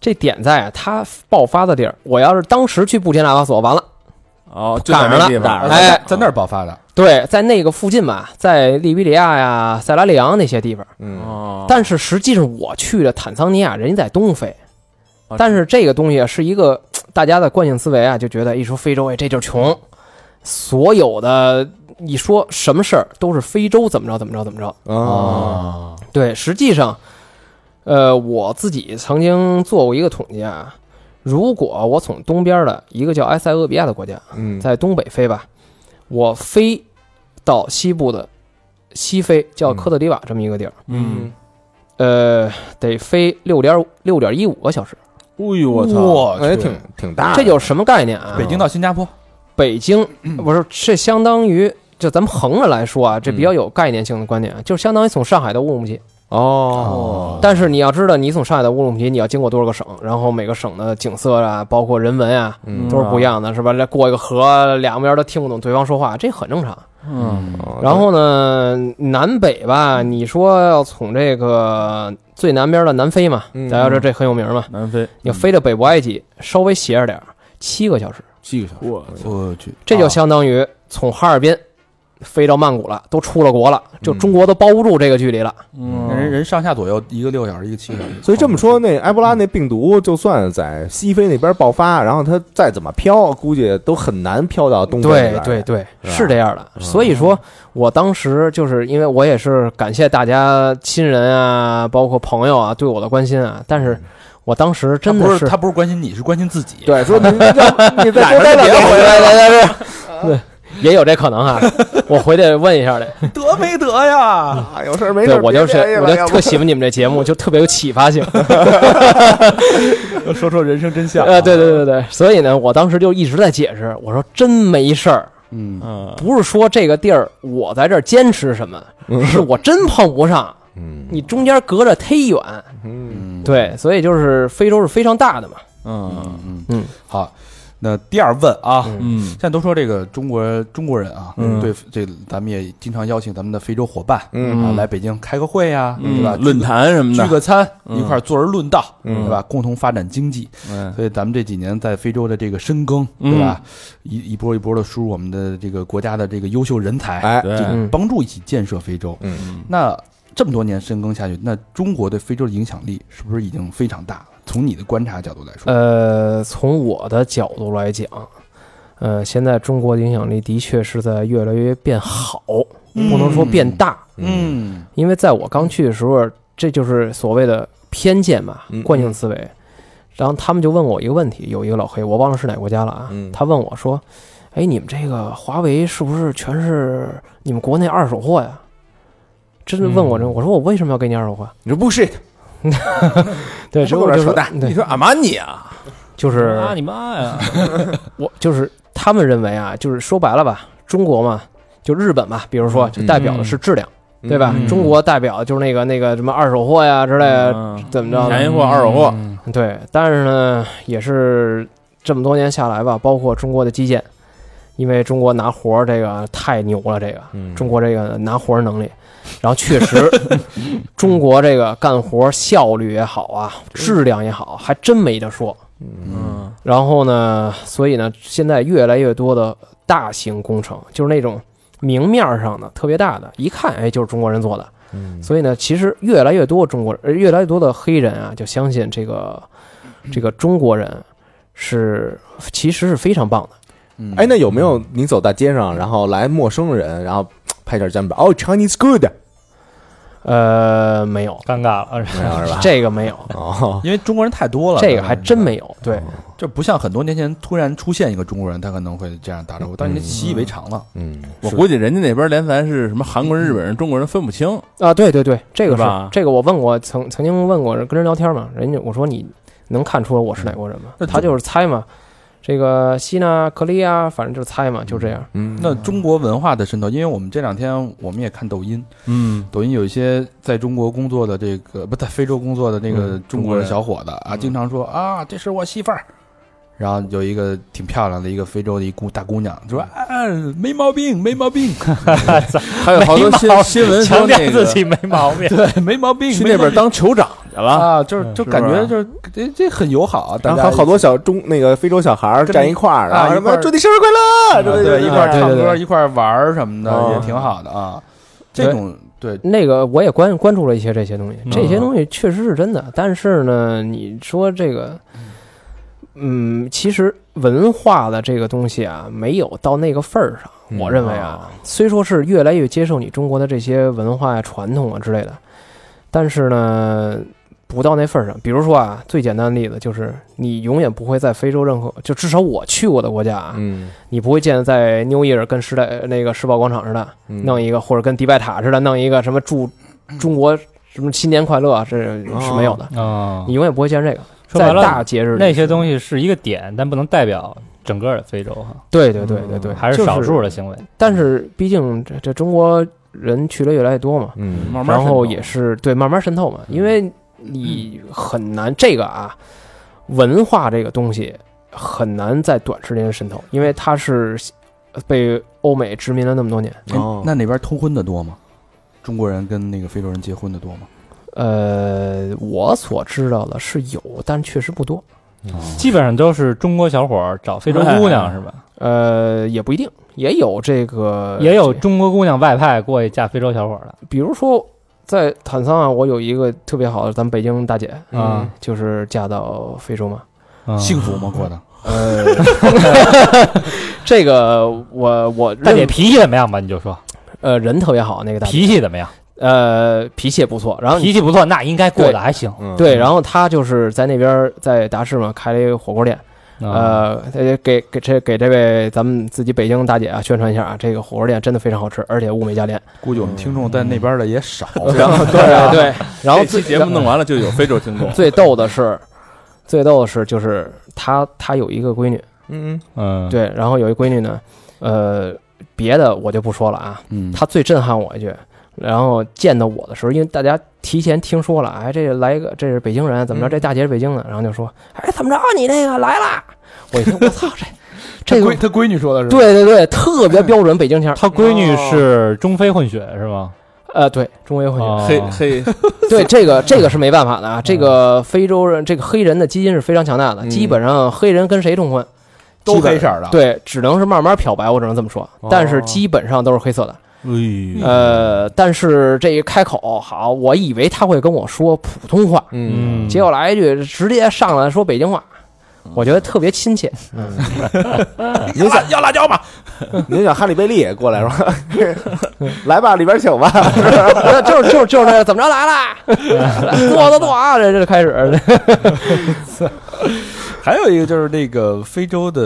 这点在啊，它爆发的地儿。我要是当时去布基纳法索，完了， *laughs* 哦，就在那地赶方上了哎哎，在那儿爆发的，对，在那个附近吧，在利比里亚呀、塞拉利昂那些地方。嗯，哦，但是实际上我去了坦桑尼亚，人家在东非。哦啊但是这个东西是一个大家的惯性思维啊，就觉得一说非洲，哎，这就是穷。所有的一说什么事儿都是非洲怎么着怎么着怎么着。哦，对，实际上，呃，我自己曾经做过一个统计啊，如果我从东边的一个叫埃塞俄比亚的国家，嗯，在东北非吧，我飞到西部的西非叫科特迪瓦这么一个地儿，嗯，呃，得飞六点六点一五个小时，嗯哎呦我操！那也嗯挺挺大的，这就是什么概念啊？北京到新加坡，北京嗯不是这相当于就咱们横着来说啊，这比嗯较有概念性的观点，啊，就是相当于从上海到乌鲁木齐。哦，但是你要知道，你从上海到乌鲁木齐，你要经过多少个省，然后每个省的景色啊，包括人文啊，嗯都是不一样的，是吧？来过一个河，两边都听不懂对方说话，这很正常。嗯，哦然后呢，南北吧，嗯你说要从这个最南边的南非嘛，嗯大家知道这很有名嘛，南非你飞到北部埃及，稍微斜着点儿，七个小时，七个小时，我我去，这啊就相当于从哈尔滨飞到曼谷了，都出了国了，嗯就中国都包不住这个距离了。嗯人人上下左右一个六小时，一个七小时，所以这么说，那埃博拉那病毒就算在西非那边爆发，然后它再怎么飘，估计都很难飘到东非对来对，对，是吧嗯是这样的。所以说我当时就是因为我也是感谢大家亲人啊，包括朋友啊对我的关心啊，但嗯是我当时真他不的是他不是关心你，是关心自己。对，说 *laughs* 您要你再多待两天回来了， *laughs* 也有这可能啊， *laughs* 我回去问一下去。得没得呀？啊有事儿没事对儿我别哎就是联系了我就要不特喜欢你们这节目，就特别有启发性。说说人生真相呃，对对对对，所以呢，我当时就一直在解释，我说真没事儿，嗯嗯，不是说这个地儿我在这儿坚持什么，是我真碰不上。嗯你中间隔着忒远，嗯对，所以就是非洲是非常大的嘛。嗯嗯好，那第二问啊，嗯嗯现在都说这个中国中国人啊，嗯对这咱们也经常邀请咱们的非洲伙伴嗯啊来北京开个会呀，对嗯，吧？论坛什么聚的，个餐，嗯一块儿坐而论道，嗯对吧？共同发展经济。嗯所以咱们这几年在非洲的这个深耕，对吧？一一波一波的输入我们的这个国家的这个优秀人才，哎，对，嗯帮助一起建设非洲。嗯那这么多年深耕下去，那中国对非洲的影响力是不是已经非常大了？从你的观察角度来说，呃，从我的角度来讲，呃，现在中国的影响力的确是在越来越变好，不能说变大，嗯因为在我刚去的时候，这就是所谓的偏见嘛嗯，惯性思维。然后他们就问我一个问题，有一个老黑，我忘了是哪国家了啊，嗯他问我说：“哎，你们这个华为是不是全是你们国内二手货呀？”真的问我这，嗯我说我为什么要给你二手货？你说不是对，这结不果是就扯是淡你对，说阿玛尼啊，就是 *laughs* 啊你妈呀！我就是他们认为啊，就是说白了吧，中国嘛，就日本嘛，比如嗯说就代表的是质量，对吧？嗯中国代表就是那个那个什么二手货呀之类嗯的，怎么着嗯便宜的？货、二手货，对，但是呢，也是这么多年下来吧，包括中国的基建，因为中国拿活儿这个太牛了，这个嗯中国这个拿活儿能力。然后确实，中国这个干活儿效率也好啊，质量也好，还真没得说。嗯然后呢，所以呢，现在越来越多的大型工程，就是那种明面儿上的特别大的，一看哎就是中国人做的。嗯所以呢，其实越来越多中国人，呃越来越多的黑人啊，就相信这个这个中国人是其实是非常棒的。嗯，哎，那有没有你走在街上，然后来陌生人，然后拍下肩膀，哦，Chinese good，呃，没有，尴尬了，没有是吧？这个没有， *laughs* 哦，因为中国人太多了，啊这个还真没有。对，这不像很多年前突然出现一个中国人，他可能会这样打招呼，但是你习以为常了。嗯，我估计人家那边连咱是什么韩国人、日本人、中国人分不清，啊，对对对，这个是吧是这个我问过，曾曾经问过人跟人聊天嘛，人家我说你能看出来我是哪国人吗？他就是猜嘛，这个希腊、克利亚，反正就是猜嘛，就这样。嗯那中国文化的渗透，因为我们这两天我们也看抖音，嗯，抖音有一些在中国工作的这个不在非洲工作的那个中国的小伙子啊，经常说啊，这是我媳妇儿。然后有一个挺漂亮的一个非洲的一姑大姑娘就说啊，没毛病，没毛病，还有好多没新毛新闻强说调那自个己没毛病。对，没毛病，去没那毛边病当酋长去了，啊，就是就是感不觉是就是这这很友好，大然家后好多小中那个非洲小孩儿站一块啊儿，然后什一块么儿祝你生日快乐，啊对对，一块儿对唱对歌，对一块儿玩儿什么的，哦也挺好的啊。这种对，那个我也关关注了一些这些东西，这些东西确实是真的。但是呢，你说这个，嗯，其实文化的这个东西啊，没有到那个份儿上。嗯我认为啊，虽说是越来越接受你中国的这些文化呀、传统啊之类的，但是呢，不到那份儿上。比如说啊，最简单的例子就是，你永远不会在非洲任何，就至少我去过的国家啊，嗯，你不会见在 New Year 跟时代呃那个世贸广场似的嗯弄一个，或者跟迪拜塔似的弄一个什么祝中国什么新年快乐，啊这是没有的。啊你，永远不会见这个，说在白大了，节日里那些东西是一个点，但不能代表整个的非洲哈，对对对对对，还是就少数的行为。但是毕竟这这中国人去的越来越多嘛，嗯慢慢然渗透后也是对慢慢渗透嘛，因为你很难这个啊，文化这个东西很难在短时间渗透，因为它是被欧美殖民了那么多年。哎哦那那边通婚的多吗？中国人跟那个非洲人结婚的多吗？呃，我所知道的是有，但确实不多。基本上都是中国小伙儿找非洲姑娘是吧？呃，也不一定，也有这个，也有中国姑娘外派过去嫁非洲小伙儿的比如说在坦桑啊，我有一个特别好的咱们北京大姐，啊就是嫁到非洲嘛。嗯幸福吗？过的？呃，这个我我大姐认脾气怎么样吧？你就说呃人特别好，那个大姐脾气怎么样？呃脾气也不错，然后脾你气不错，那应该过对得还行。嗯对，然后她就是在那边儿在达市嘛开了一个火锅店，嗯，呃，呃给给这给这位咱们自己北京大姐啊宣传一下啊，这个火锅店真的非常好吃，而且物美价廉。估计我们听众在那边的也少。对啊对， *laughs* 然后这最期节目弄完了就有非洲听众， *laughs* 最逗的是，最逗的是就是她她有一个闺女，嗯嗯，对，然后有一闺女呢，呃，别的我就不说了啊，嗯，她最震撼我一句。然后见到我的时候，因为大家提前听说了，哎，这来一个，这是北京人，怎么着？这大姐是北京的，然后就说，哎，怎么着？你那个来啦！我一听，我操，这这他个闺他闺女说的是吧 *laughs* 对对对，特别标准北京腔儿。她闺女是中非混血是吗？呃，对，中国也混血。哦黑黑对，这个这个是没办法的啊。这个非洲人，这个黑人的基因是非常强大的，基本上黑人跟谁通婚，都基本黑色儿啊的。对，只能是慢慢漂白，我只能这么说。但是基本上都是黑色的。呃，但是这一开口，好，我以为他会跟我说普通话，嗯结果来一句直接上来说北京话，我觉得特别亲切。 *laughs* 您想要辣椒 *laughs* 吗？您想哈利贝利也过来说， *laughs* 来吧，里边请吧。就是就是就是那个怎么着来啦，坐坐坐啊，这这开始。哦还有一个就是那个非洲的，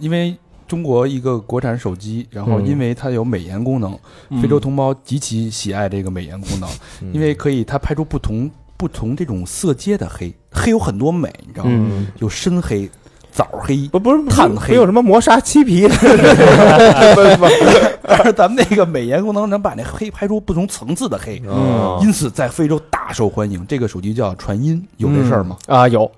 因为中国一个国产手机，然后嗯因为它有美颜功能，非洲同胞极其喜爱这个美颜功能，嗯因为可以它拍出不同不同这种色阶的黑，黑有很多美，你知道吗？嗯，有深黑、枣黑。 *laughs* *laughs* 不不是炭黑没有什么磨砂漆皮， *laughs* 但是咱们那个美颜功能能把那黑拍出不同层次的黑，嗯，哦因此在非洲大受欢迎。这个手机叫传音，有这事儿吗？啊，有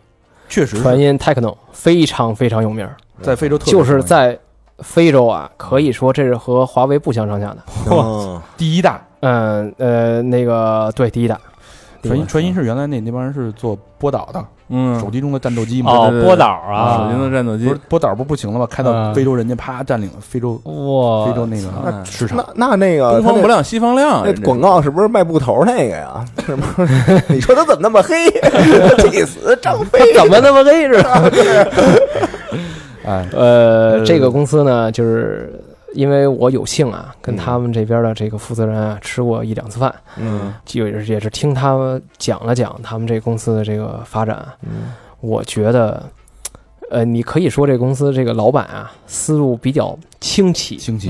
确实是传音 techno 非常非常有名儿，在非洲特别就是受欢迎在非洲啊，可以说这是和华为不相上下的。嗯第一大。嗯呃，那个对，第一大传音传音是原来那那帮人是做波导的， *laughs* 嗯手机中的战斗机嘛。哦对对，对波导手啊机，能战斗机不是波导不是不行了吗？开到嗯哦非洲，人家啪占领了非洲哇，非洲那个那市场。那那那个东呃他方那不亮西方亮啊，那人家广告是不是卖布头那个呀？ *laughs* 是吗？你说他怎么那么黑？ *laughs* 气死张飞！怎么那么黑是吧？哎，呃，这个公司呢，就是因为我有幸啊，跟他们这边的这个负责人啊吃过一两次饭，嗯就也是也是听他们讲了讲他们这公司的这个发展啊，我觉得。呃，你可以说这公司这个老板啊，思路比较清奇，兴起，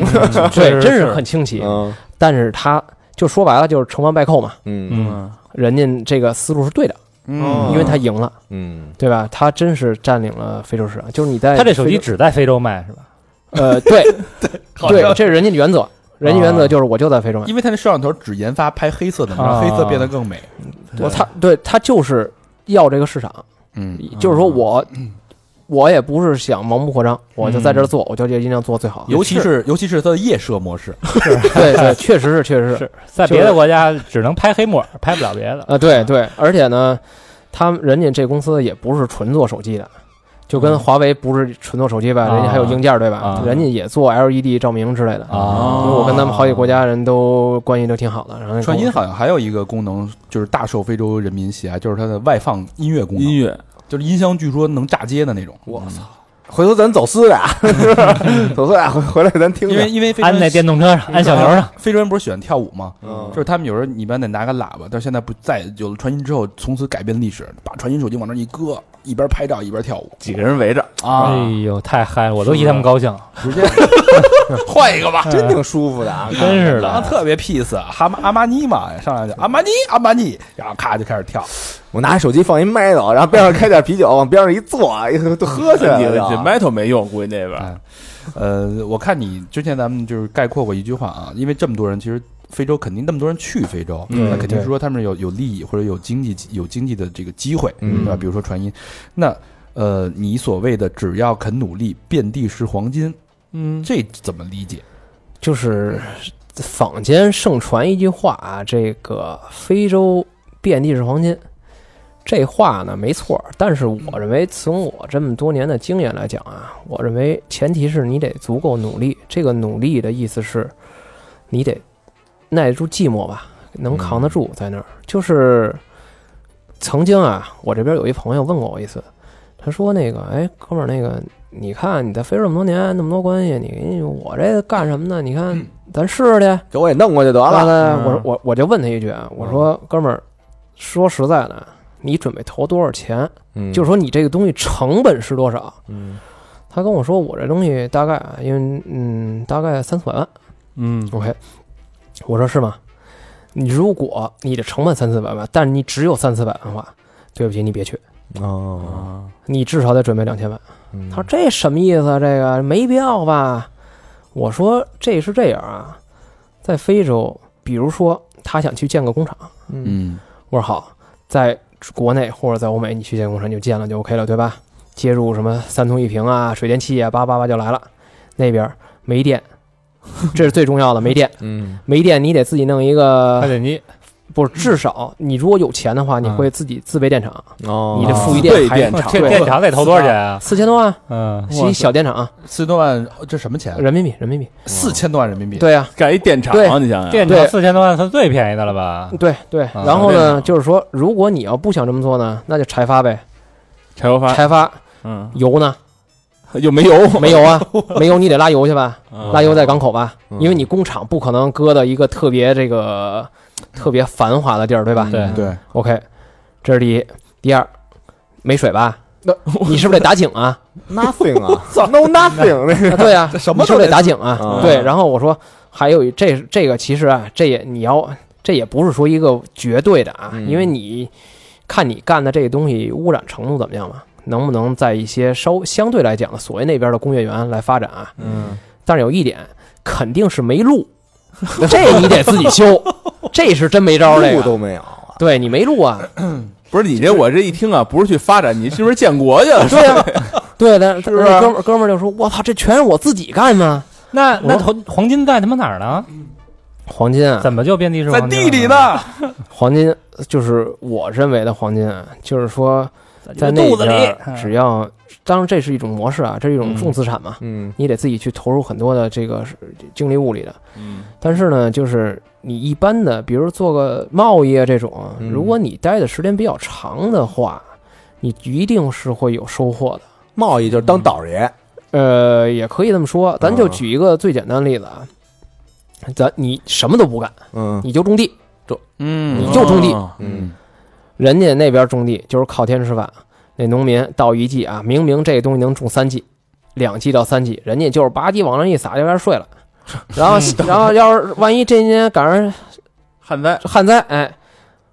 对，是真是是很清奇。嗯但是他就说白了就是成王败寇嘛，嗯嗯，人家这个思路是对的，嗯哦因为他赢了，嗯对吧？他真是占领了非洲市场，就是你在他这手非机洲只在非洲卖是吧？呃， *laughs* 对好哦对，像这是人家的原则，人家原则就是我就在非洲买，因为他那摄像头只研发拍黑色的，让啊黑色变得更美。我他对他就是要这个市场，嗯，就是说我我也不是想盲目扩张，我就在这儿做，我就尽量做最好。嗯尤其是尤其是它的夜射模式， *laughs* *laughs* 对对，确实是确实是是在别的国家只能拍黑木耳，拍不了别的。啊，对对，而且呢，他们人家这公司也不是纯做手机的。嗯就跟华为不是纯做手机吧，啊人家还哦有硬件对吧啊？人家也做 LED 照明之类的啊因为我跟他们好几个国家人都关系都挺好的，然后传音好像还有一个功能，就是大受非洲人民喜爱，就是它的外放音乐功能，音乐就是音箱，据说能炸街的那种。我操！回头咱走私俩， *laughs* 走私俩回回来咱听因听为。因为飞哦安船在电动车上，安小牛上，飞船不是喜欢跳舞吗？嗯就是他们有时候你一般得拿个喇叭，但现在不在有了传音之后，从此改变历史，把传音手机往那儿一搁，一边拍照一边跳舞，啊几个人围着，啊哎呦，太嗨了，我都替他啊们高兴了，直接换一个吧。真挺舒服的啊，真是然后的。特别 peace，阿玛阿玛尼嘛，上嗯来就阿玛尼阿玛尼，然后咔就开始跳，我拿手机放一麦走，然后边上开点啤酒，往边上一坐，哎呦都喝起来嗯你了这就。 metal 没用，估计那边哎呃，我看你之前咱们就是概括过一句话啊，因为这么多人，其实非洲肯定那么多人去非洲，嗯那肯定对是说他们有有利益或者有经济有经济的这个机会，嗯对吧？比如说传音，那呃，你所谓的只要肯努力，遍地是黄金，嗯，这怎么理解？就是坊间盛传一句话啊，这个非洲遍地是黄金。这话呢没错儿，但是我认为从我这么多年的经验来讲啊，我认为前提是你得足够努力。这个努力的意思是，你得耐得住寂寞吧，能扛得住在那儿。就是曾经啊，我这边有一朋友问过我一次，他说那个，哎，哥们儿，那个你看你在非洲这么多年，那么多关系，你我这干什么呢？你看咱试试去。给我也弄过去得完了。嗯了，嗯我我我就问他一句啊，我说哥们儿，说实在的，你准备投多少钱？嗯就是说你这个东西成本是多少？嗯他跟我说我这东西大概啊因为嗯大概三四百万嗯， ，OK，我说是吗？你如果你的成本三四百万，但是你只有三四百万的话，对不起，你别去，哦，啊你至少得准备两千万。嗯他说这什么意思啊？这个没必要吧？我说这是这样啊，在非洲，比如说他想去建个工厂，嗯嗯我说好，在国内或者在欧美，你去建工厂你就建了就 OK 了，对吧？接入什么三通一平啊、水电气啊，叭叭叭就来了。那边没电， *laughs* 这是最重要的，没电，嗯没电你得自己弄一个快，点机，不是至少你如果有钱的话，你会自己自备电厂，哦，你的富富裕对电还电哇厂这电厂得投多少钱啊？四千多万，嗯，一小电厂，四千多万，这什么钱？人民币，人民币，四千多万人民币。对呀、盖一电厂对，你想想，电厂对四千多万算最便宜的了吧？对对。啊然后这呢，样就是说，如果你要不想这么做呢，那就拆发呗，柴油发，拆发嗯，油呢？又没油，没油啊，没油你得拉油去吧。嗯拉油在港口吧，啊嗯因为你工厂不可能搁到一个特别这个特别繁华的地儿，嗯对吧？对对， OK，这是第一。第二，没水吧？ *laughs* 你是不是得打井 *laughs* 啊？ nothing 啊，no nothing 那啊对啊，什么你是都不是得得打井啊啊？对。然后我说，还有一这这个其实啊，这也你要这也不是说一个绝对的啊，嗯因为你看你干的这个东西污染程度怎么样嘛，能不能在一些稍相对来讲的所谓那边的工业园来发展啊？嗯，但是有一点，肯定是没路，这你得自己修，这是真没招儿。这路个，都没有啊。对你没路啊，不是你这我这一听啊，不是去发展，你是不是建国去了？对啊，对的。不是那哥们儿哥们儿就说：“我操，这全是我自己干的。那那我嗯投黄金在他妈哪儿呢？”黄金啊，怎么就遍地是在黄金？地里呢，，黄金就是我认为的黄金啊，就是说在那肚子里嗯边儿，只要当然这是一种模式啊，这是一种重资产嘛，嗯你得自己去投入很多的这个是精力物力的。嗯，但是呢，就是你一般的，比如做个贸易啊这种，嗯如果你待的时间比较长的话，你一定是会有收获的。贸易就是当倒爷，呃，也可以这么说，咱就啊举一个最简单的例子啊，咱你什么都不干，嗯你就种地，嗯你就种地，哦嗯人家那边种地就是靠天吃饭，那农民到一季啊，明明这东西能种三季，两季到三季，人家就是吧唧往那一撒，就该睡了。*laughs* 然后，然后要是万一这一年赶上旱灾，旱灾，哎，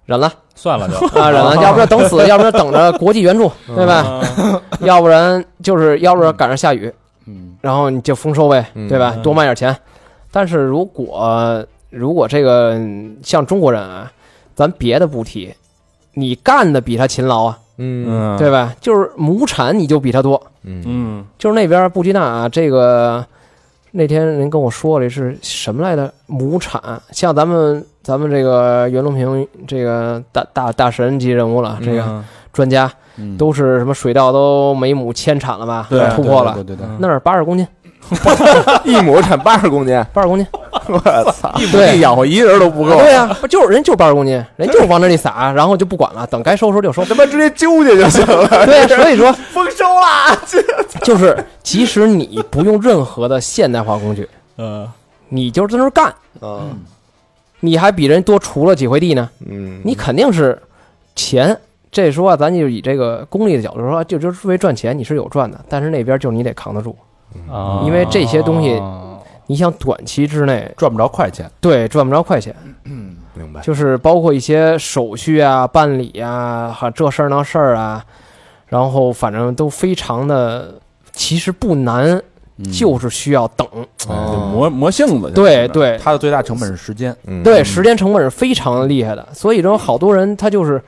忍了算了就 *laughs* *laughs* 啊，忍了，要不然等死，要不然等着国际援助，嗯对吧？要不然就是，要不然赶上下雨，嗯，然后你就丰收呗，嗯对吧？多卖点钱。但是如果如果这个嗯像中国人啊，咱别的不提，你干的比他勤劳啊，嗯嗯，对吧？就是亩产你就比他多，嗯嗯，就是那边布基纳啊，这个那天人跟我说了是什么来着？亩产，像咱们咱们这个袁隆平这个大大大神级人物了，这个嗯专家嗯都是什么水稻都每亩千产了吧？对突破了，嗯对对对对，那是八十公斤，一亩产八十公斤，八十公斤，我操！一亩地养活一个人都不够。对呀、不就是人就是八十公斤，人就是往那里撒，然后就不管了，等该收时候 *laughs* 就收。他妈直接揪去就行了。对、所以说丰收啦！就是，即使你不用任何的现代化工具，嗯，你就在那儿干，嗯你还比人多除了几回地呢，嗯，你肯定是钱。这说啊，咱就以这个功利的角度说，就就是为赚钱，你是有赚的，但是那边就是你得扛得住。啊哦因为这些东西你想短期之内，赚不着快钱，对赚不着快钱，明白。就是包括一些手续啊、办理啊、哈这事儿那事儿啊，然后反正都非常的，其实不难，嗯就是需要等。哎就磨磨性子。对，对它的最大成本是时间。嗯对，时间成本是非常厉害的，所以说好多人他就是。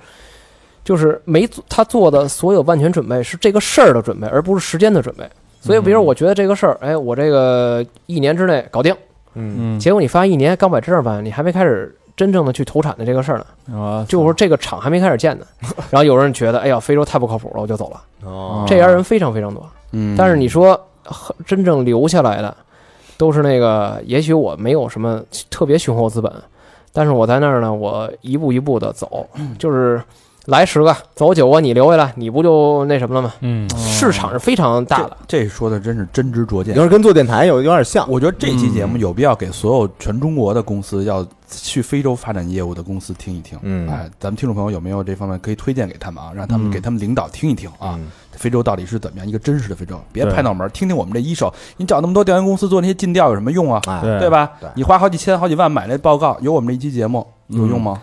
就是没做他做的所有万全准备是这个事儿的准备，而不是时间的准备。所以，比如我觉得这个事儿，哎，我这个一年之内搞定，嗯嗯，结果你发现一年刚把证儿办，你还没开始真正的去投产的这个事儿呢，啊，就是说这个厂还没开始建呢。然后有人觉得，哎呀，非洲太不靠谱了，我就走了。哦这样人非常非常多，嗯但是你说呵真正留下来的，都是那个，也许我没有什么特别雄厚资本，但是我在那儿呢，我一步一步的走，就是来十个走九个，你留下来，你不就那什么了吗？嗯，市场是非常大的，这说的真是真知灼见有。点跟做电台有有点像。我觉得这期嗯节目有必要给所有全中国的公司要去非洲发展业务的公司听一听。嗯哎，咱们听众朋友有没有这方面可以推荐给他们啊？让他们嗯给他们领导听一听啊，嗯非洲到底是怎么样一个真实的非洲？别对拍脑门儿，听听我们这一手。你找那么多调研公司做那些尽调有什么用啊？哎，对对吧对？你花好几千、好几万买那报告，有我们这一期节目有用吗？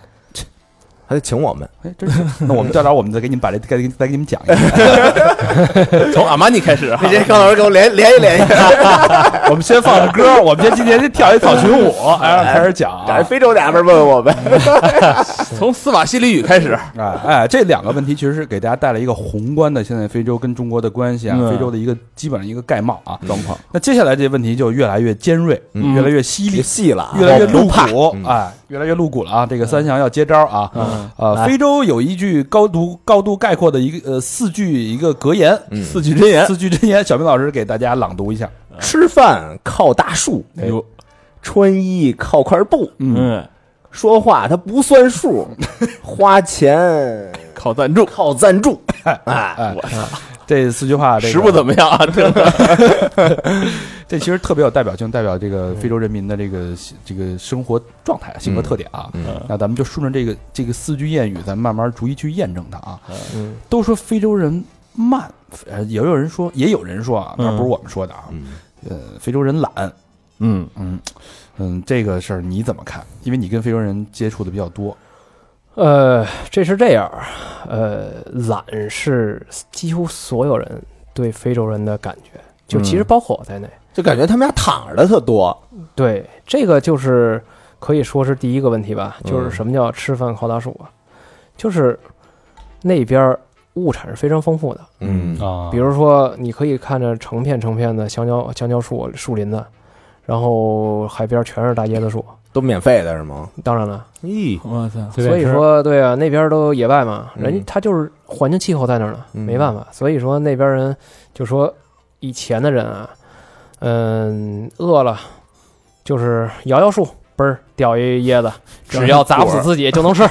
还得请我们。哎，真是。那我们到时候我们再给你们把这再给再给你们讲一下。从阿玛尼开始啊，你这高老师给我联联系联啊系， *laughs* 我们先放个歌，我们先今天先跳一草 *laughs* 裙舞，哎，开始讲啊。赶非洲娘们儿问问我们。从斯瓦西里语开始。哎哎，这两个问题其实是给大家带来一个宏观的现在非洲跟中国的关系啊，嗯非洲的一个基本上一个概貌啊状况。那接下来这问题就越来越尖锐，嗯越来越犀利 *laughs* 别。细了啊，越来越露我骨们，不怕哎，越来越露骨了啊！这个三项要接招啊！呃，来非洲有一句高度高度概括的一个呃四句一个格言，嗯四句真言，四句真言，小明老师给大家朗读一下。吃饭靠大树，哎呦，穿衣靠块布，嗯，说话它不算数，花钱靠赞助，靠赞助。哎，这四句话，这个食不怎么 *laughs* 样啊，嗯真的。这其实特别有代表性，代表这个非洲人民的这个这个生活状态、性格特点啊。嗯那咱们就顺着这个这个四句谚语，咱们慢慢逐一去验证它啊。嗯，都说非洲人慢，呃，也有人说，也有人说啊，那不是我们说的啊，嗯呃，非洲人懒，嗯，嗯嗯，这个事儿你怎么看？因为你跟非洲人接触的比较多，呃，这是这样儿，呃，懒是几乎所有人对非洲人的感觉，就其实包括我在内。就感觉他们家躺着的特多。对，这个就是可以说是第一个问题吧，就是嗯什么叫吃饭靠大树啊？就是那边儿物产是非常丰富的，嗯啊，比如说你可以看着成片成片的香蕉香蕉树树林子，然后海边全是大椰子树。都免费的是吗？当然了，咦，我操，随所便以吃说对啊，那边都野外嘛，人家嗯他就是环境气候在那儿呢，嗯没办法。所以说那边人就说以前的人啊，嗯，饿了就是摇摇树，嘣儿掉一椰子，只要砸不死自己就能吃， *laughs*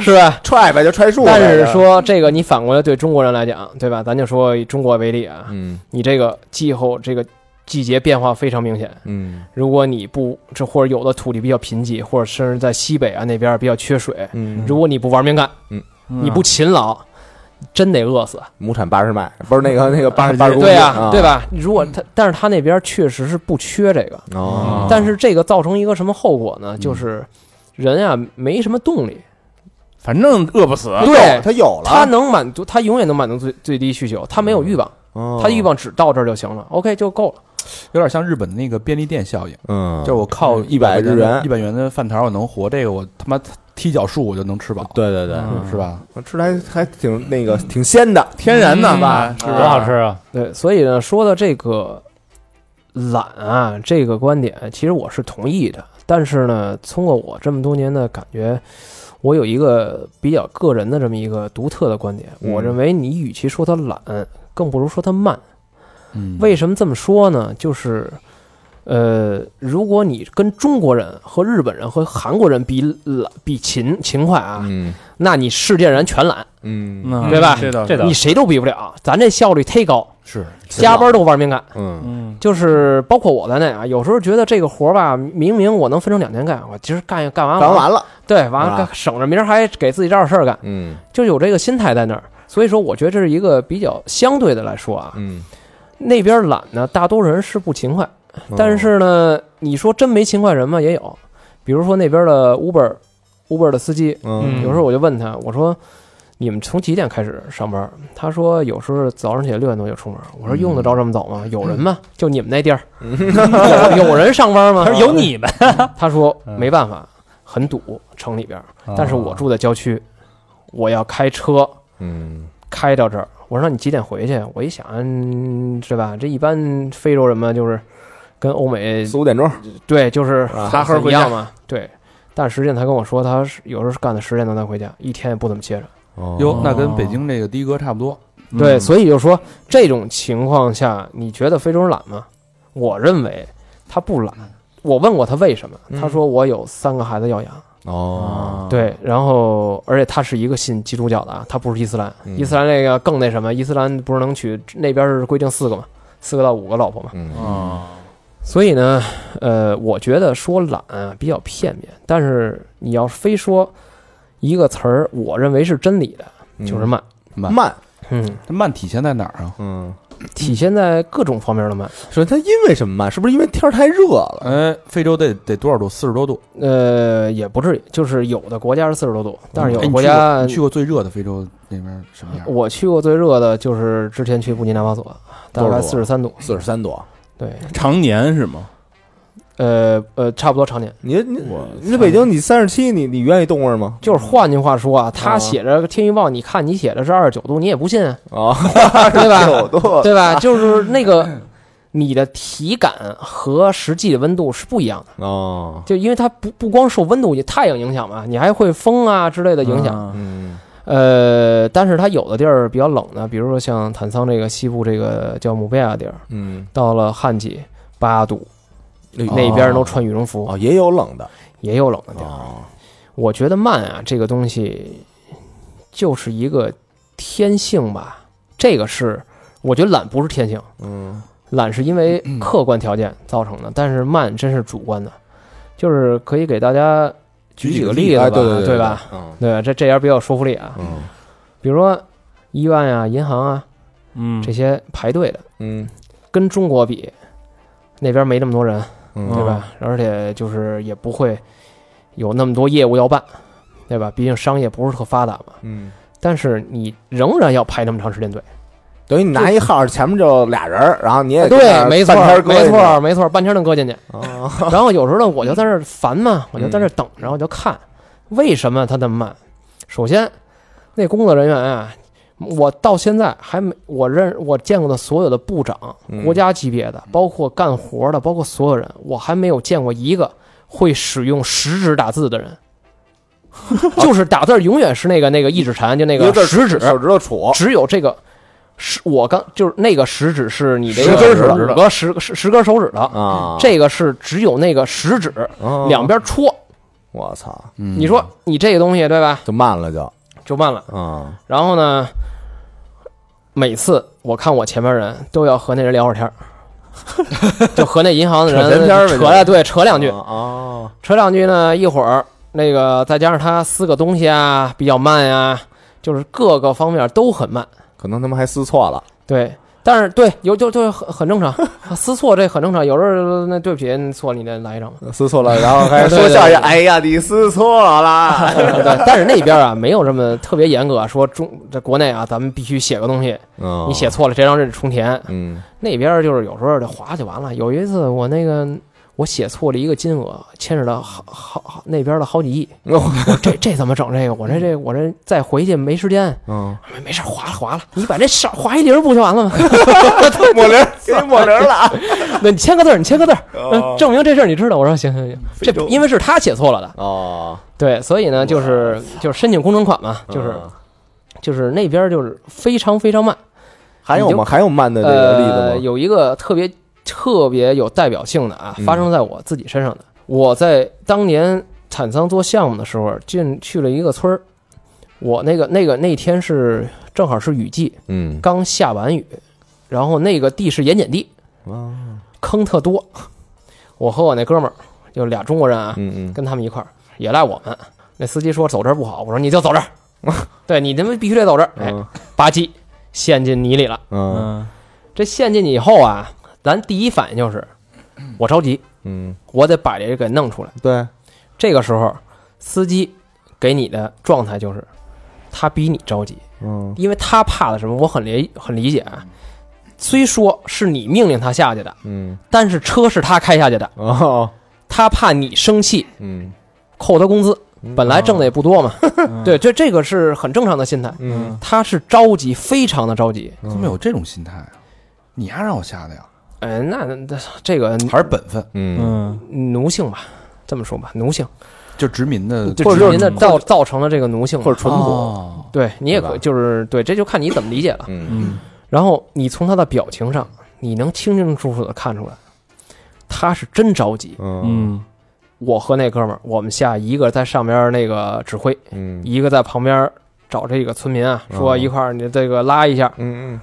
是啊吧？踹呗就踹树呗。但是说这个你反过来对中国人来讲，对吧？咱就说以中国为例啊，嗯你这个气候这个季节变化非常明显。嗯如果你不这或者有的土地比较贫瘠，或者甚至在西北啊那边比较缺水，嗯，如果你不玩命干，你不勤劳，真得饿死。亩产八十迈，不是那个那个八十八十公斤，啊对呀，对吧？吧？如果他，但是他那边确实是不缺这个，嗯哦，但是这个造成一个什么后果呢？就是人啊没什么动力，反正饿不死。对他有了，他能满足，他永远能满足最最低需求，他没有欲望，他他欲，望只到这儿就行了，OK 就够了。有点像日本的那个便利店效应，嗯，就是我靠100日元一百元的饭堂我能活，这个我他妈踢脚树我就能吃饱，对对对，是吧？吃的还还挺那个挺鲜的，天然的吧，是多吧？好吃啊！对，所以呢，说到这个懒啊这个观点，其实我是同意的，但是呢，通过我这么多年的感觉，我有一个比较个人的这么一个独特的观点，嗯我认为你与其说它懒，更不如说它慢。嗯，为什么这么说呢？就是呃，如果你跟中国人和日本人和韩国人比懒比勤勤快啊，嗯那你世界人全懒，嗯嗯对吧这倒是这倒你谁都比不了。咱这效率忒高，是加班都玩命干。嗯嗯就是包括我在内啊，有时候觉得这个活儿吧，明明我能分成两天干，我今儿干干完干了，完了对，完了啊干省着明儿还给自己找点事儿干，嗯就有这个心态在那儿。所以说，我觉得这是一个比较相对的来说啊，嗯，那边懒呢，大多数人是不勤快，嗯但是呢，你说真没勤快人吗？也有，比如说那边的 Uber Uber 的司机，嗯有时候我就问他，我说你们从几点开始上班？他说有时候早上起来六点多就出门。我说用得着这么早吗？有人吗？就你们 *laughs* 那地儿，有有人上班吗？他说有。你们，他说嗯啊没办法，很堵城里边儿，但是我住在郊区，我要开车嗯开到这儿。我说那你几点回去？啊我一想，嗯是吧？这一般非洲人嘛，就是跟欧美四五点钟对，就是啊撒欢儿很回一家样嘛。对，但实际上他跟我说，他是有时候干到十点多才回家，一天也不怎么歇着。哦哟，那跟北京这个的哥差不多。嗯对，所以就说这种情况下，你觉得非洲人懒吗？我认为他不懒。我问过他为什么，他说我有三个孩子要养。哦对，然后而且他是一个信基督教的啊，他不是伊斯兰。嗯伊斯兰那个更那什么，伊斯兰不是能娶那边是规定四个嘛，四个到五个老婆嘛。嗯啊，所以呢，呃，我觉得说懒啊比较片面，但是你要非说一个词儿，我认为是真理的，嗯就是慢。慢嗯，这慢体现在哪儿啊？嗯，体现在各种方面的慢。首先它因为什么慢？是不是因为天儿太热了？哎，非洲得得多少度？四十多度。呃，也不至于，就是有的国家是四十多度，但是有哎的你国去过家你去过最热的非洲那边什么样？我去过最热的就是之前去布吉纳法索，大啊概四十三度。四十三度，对，常年是吗？呃呃，差不多常年。你你你这北京你三十七，你你愿意动会儿吗？嗯就是换句话说啊，啊他写着天气预报，你看你写的是二十九度，你也不信，啊，啊， *laughs* 对吧？九度，对啊吧？就是那个你的体感和实际的温度是不一样的，哦，就因为它不不光受温度、太阳影响嘛，你还会风啊之类的影响。啊嗯嗯呃，但是它有的地儿比较冷呢，比如说像坦桑这个西部这个叫姆贝亚地儿，嗯，到了旱季八度，那边都穿羽绒服，哎哦，也有冷的也有冷的地儿。哦，我觉得慢啊，这个东西就是一个天性吧，这个是我觉得懒不是天性，嗯懒是因为客观条件造成的，但是慢真是主观的，就是可以给大家举几个例子吧，哎对对对吧？？嗯对，这这样比较有说服力啊。嗯比如说医院啊、银行啊嗯这些排队的，嗯跟中国比，那边没那么多人，嗯，对吧？而且就是也不会有那么多业务要办，对吧？毕竟商业不是特发达嘛。嗯，但是你仍然要排那么长时间队，等于你拿一号，前面就俩人儿，然后你也对，没错，没啊，错，没错，半天能搁进去。哦嗯然后有时候呢，我就在那儿烦嘛，我就在那儿等，然后我就看为什么他那么慢。首先，那工作人员啊，我到现在还没我认我见过的所有的部长嗯，国家级别的，包括干活的，包括所有人，我还没有见过一个会使用食指打字 *laughs* 的人。就是打字儿永远是那个那个一指禅，就那一个个字儿食指，手指头杵，只有这个是我刚就是那个食指是你这十个根手指五个十十十根手指头，啊，这个是只有那个食指哦两，边戳。我操，你说你这个东西对吧？就慢了就，就慢了。嗯然后呢，每次我看我前面人都要和那人聊会儿天 *laughs* 儿，就和那银行的扯闲人篇儿呗扯就是呀，对，扯两句，哦，扯两句呢，一会儿那个再加上他撕个东西啊，比较慢啊，就是各个方面都很慢。可能他们还撕错了，对，但是对有就就很很正常， *laughs* 撕错这很正常。有时候那对不起，错你再来一张吧。 *laughs* 撕错了，然后还对说对笑对话，哎呀，你撕错了， *laughs* 嗯对，但是那边啊没有这么特别严格，啊说中在国内啊，咱们必须写个东西，嗯你写，错了这张得重填。嗯那边就是有时候就划就完了。有一次我那个我写错了一个金额，牵扯到好好好那边的好几亿，我这这怎么整？这个我这这我这再回去没时间，嗯，没没事划了划了，你把这少划一零不就完了吗？ *laughs* 抹零儿，给你抹零儿了啊，那你签个字儿，你签个字儿，嗯证 *laughs* 明这事儿你知道。我说行行行，这哦非洲因为是他写错了的，哦，对，所以呢，就是就是申请工程款嘛，就是嗯就是那边就是非常非常慢。还有你吗？就还有慢的这个例呃，子吗？有一个特别特别有代表性的啊，嗯发生在我自己身上的。我在当年坦桑做项目的时候，进去了一个村儿，我那个那个那天是正好是雨季，嗯刚下完雨，然后那个地是盐碱地，哦坑特多。我和我那哥们儿就俩中国人啊，嗯跟他们一块儿也赖我们。那司机说走这儿不好，我说你就走这儿， *laughs* 对你他妈必须得走这儿。哎，吧唧陷进泥里了。嗯嗯，这陷进去以后啊，咱第一反应就是我着急，嗯，我得把这个给弄出来。对，这个时候，司机给你的状态就是他比你着急，嗯因为他怕的什么，我很理很理解啊。虽说是你命令他下去的，嗯但是车是他开下去的，哦，他怕你生气嗯扣他工资，本来挣的也不多嘛。 *laughs* 对，这这个是很正常的心态。嗯他是着急，非常的着急。怎么有这种心态啊？你还让我下的呀？哎，那那这个还是本分，嗯嗯，奴性吧，这么说吧，奴性。就殖民的或者您的造造成了这个奴性嘛，或者淳朴，哦，对你也可对吧就是对，这就看你怎么理解了。嗯嗯然后你从他的表情上，你能清清楚楚的看出来，他是真着急。嗯嗯我和那哥们儿，我们下一个在上边那个指挥，嗯一个在旁边找这个村民啊，说哦一块儿你这个拉一下。嗯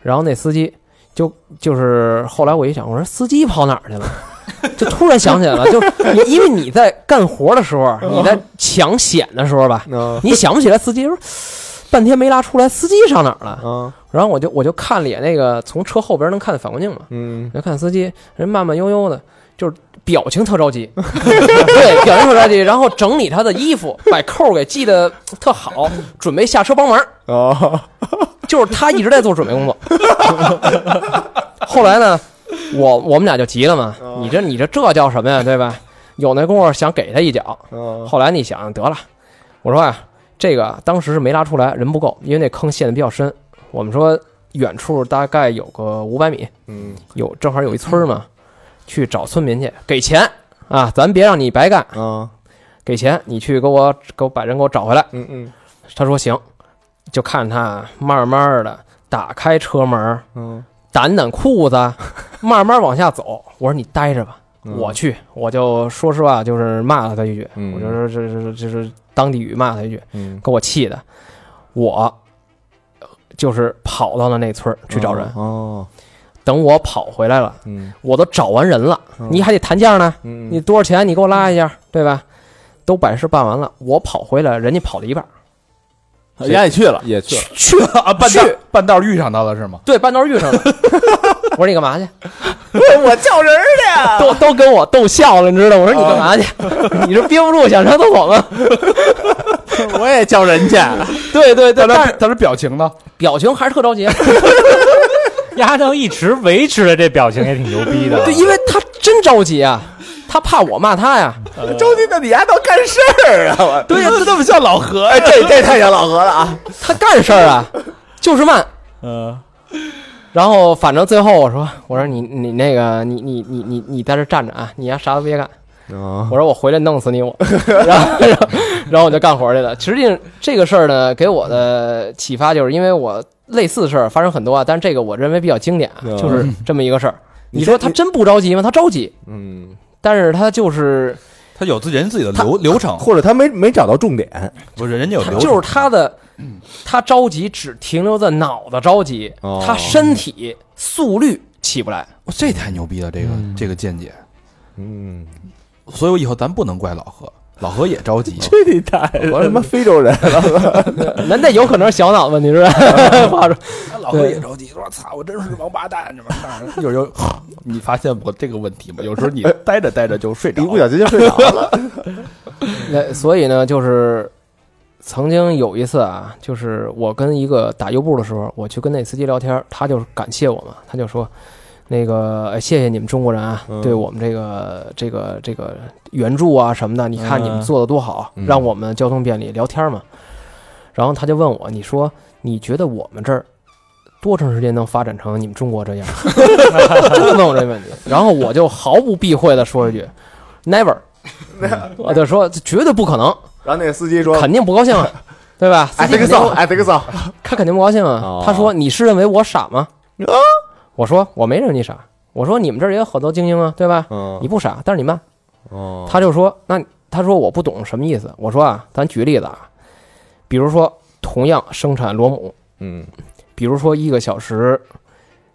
然后那司机就就是后来我一想，我说司机跑哪儿去了？ *laughs* 就突然想起来了，就是你因为你在干活的时候，你在抢险的时候吧，嗯你想不起来司机说，半天没拉出来，司机上哪儿了？啊然后我就我就看了一眼那个从车后边能看反光镜嘛，嗯我就看司机人慢慢悠悠的，就是表情特着急， *laughs* 对，表情特着急，然后整理他的衣服，把扣给系得特好，准备下车帮忙，哦就是他一直在做准备工作。 *laughs* 后来呢，我我们俩就急了嘛，你这你这这叫什么呀，对吧？有那功夫想给他一脚，哦后来你想得了，我说啊，这个当时是没拉出来，人不够，因为那坑陷的比较深。我们说远处大概有个五百米，嗯有正好有一村儿嘛，去找村民去给钱啊，咱别让你白干，啊给钱你去给我给我把人给我找回来。嗯嗯他说行，就看他慢慢的打开车门，嗯掸掸裤子， *laughs* 慢慢往下走。我说你待着吧，嗯我去，我就说实话，就是骂了他一句，嗯我就说这这这就是当地语骂他一句，嗯给我气的，我呃就是跑到了那村儿去找人。哦等我跑回来了，嗯我都找完人了，你还得谈价呢，嗯你多少钱？你给我拉一下，对吧？都百事办完了，我跑回来，人家跑了一半儿，人啊家也去了，也去去 *laughs* 啊，半道半道遇上他了是吗？ *laughs* 对，半道儿遇上了。我说你干嘛去？我叫人儿去。都都跟我逗笑了，你知道吗？我说你干嘛去？ *laughs* 你是憋不住想上厕所吗？我也叫人家，对对对，但他是他这表情呢？表情还是特着急，丫头一直维持着这表情也挺牛逼的。对，因为他真着急啊，他怕我骂他呀。呃着急的你丫都干事儿啊！我对呀、 *laughs* 那么像老何哎，这这太像老何了啊！他干事儿啊，就是慢。嗯然后反正最后我说，我说你你那个你你你你你在这站着啊，你呀啥都别干。啊我说我回来弄死你我， *laughs* 然后然后然后我就干活去了。实际上这个事儿呢，给我的启发就是因为我类似的事儿发生很多啊，但是这个我认为比较经典啊，嗯 *laughs* 就是这么一个事儿。你你说这他真不着急吗？他着急，嗯但是他就是他有自己人自己的流流程，或者他没没找到重点不是人家有他流程，就是他的，他着急只停留在脑子着急，哦他身体速率起不来。哇这太牛逼了，这个这个见解。嗯所以我以后咱不能怪老何，老何也着急。你太我他妈非洲人那那有可能是小脑子，你知道吧？不好说。 *laughs* 老何也着急，说：“操，我真是王八蛋！”什么？ *laughs* 有时候你发现我这个问题吗？有时候你待着待着就睡着一不了。小心就睡着了那所以呢，就是曾经有一次啊，就是我跟一个打优步的时候，我去跟那司机聊天，他就是感谢我嘛，他就说。那个，哎谢谢你们中国人啊，嗯对我们这个这个这个援助啊什么的，你看你们嗯做的多好，嗯让我们交通便利，聊天嘛。然后他就问我，你说你觉得我们这儿多长时间能发展成你们中国这样？真的问我这问题，然后我就毫不避讳的说一句，never，我就说这绝对不可能，然后那个司机说哎肯定不高 *laughs* 兴啊，对吧？ I 司机 think 肯 so 定 I think so 他肯定不高兴啊哦。啊他说：“你是认为我傻吗？”我说：“我没认为你傻，我说你们这儿也有好多精英啊，对吧？嗯你不傻，但是你慢。哦，他就说，那他说我不懂什么意思。我说啊，咱举例子啊，比如说同样生产螺母，嗯比如说一个小时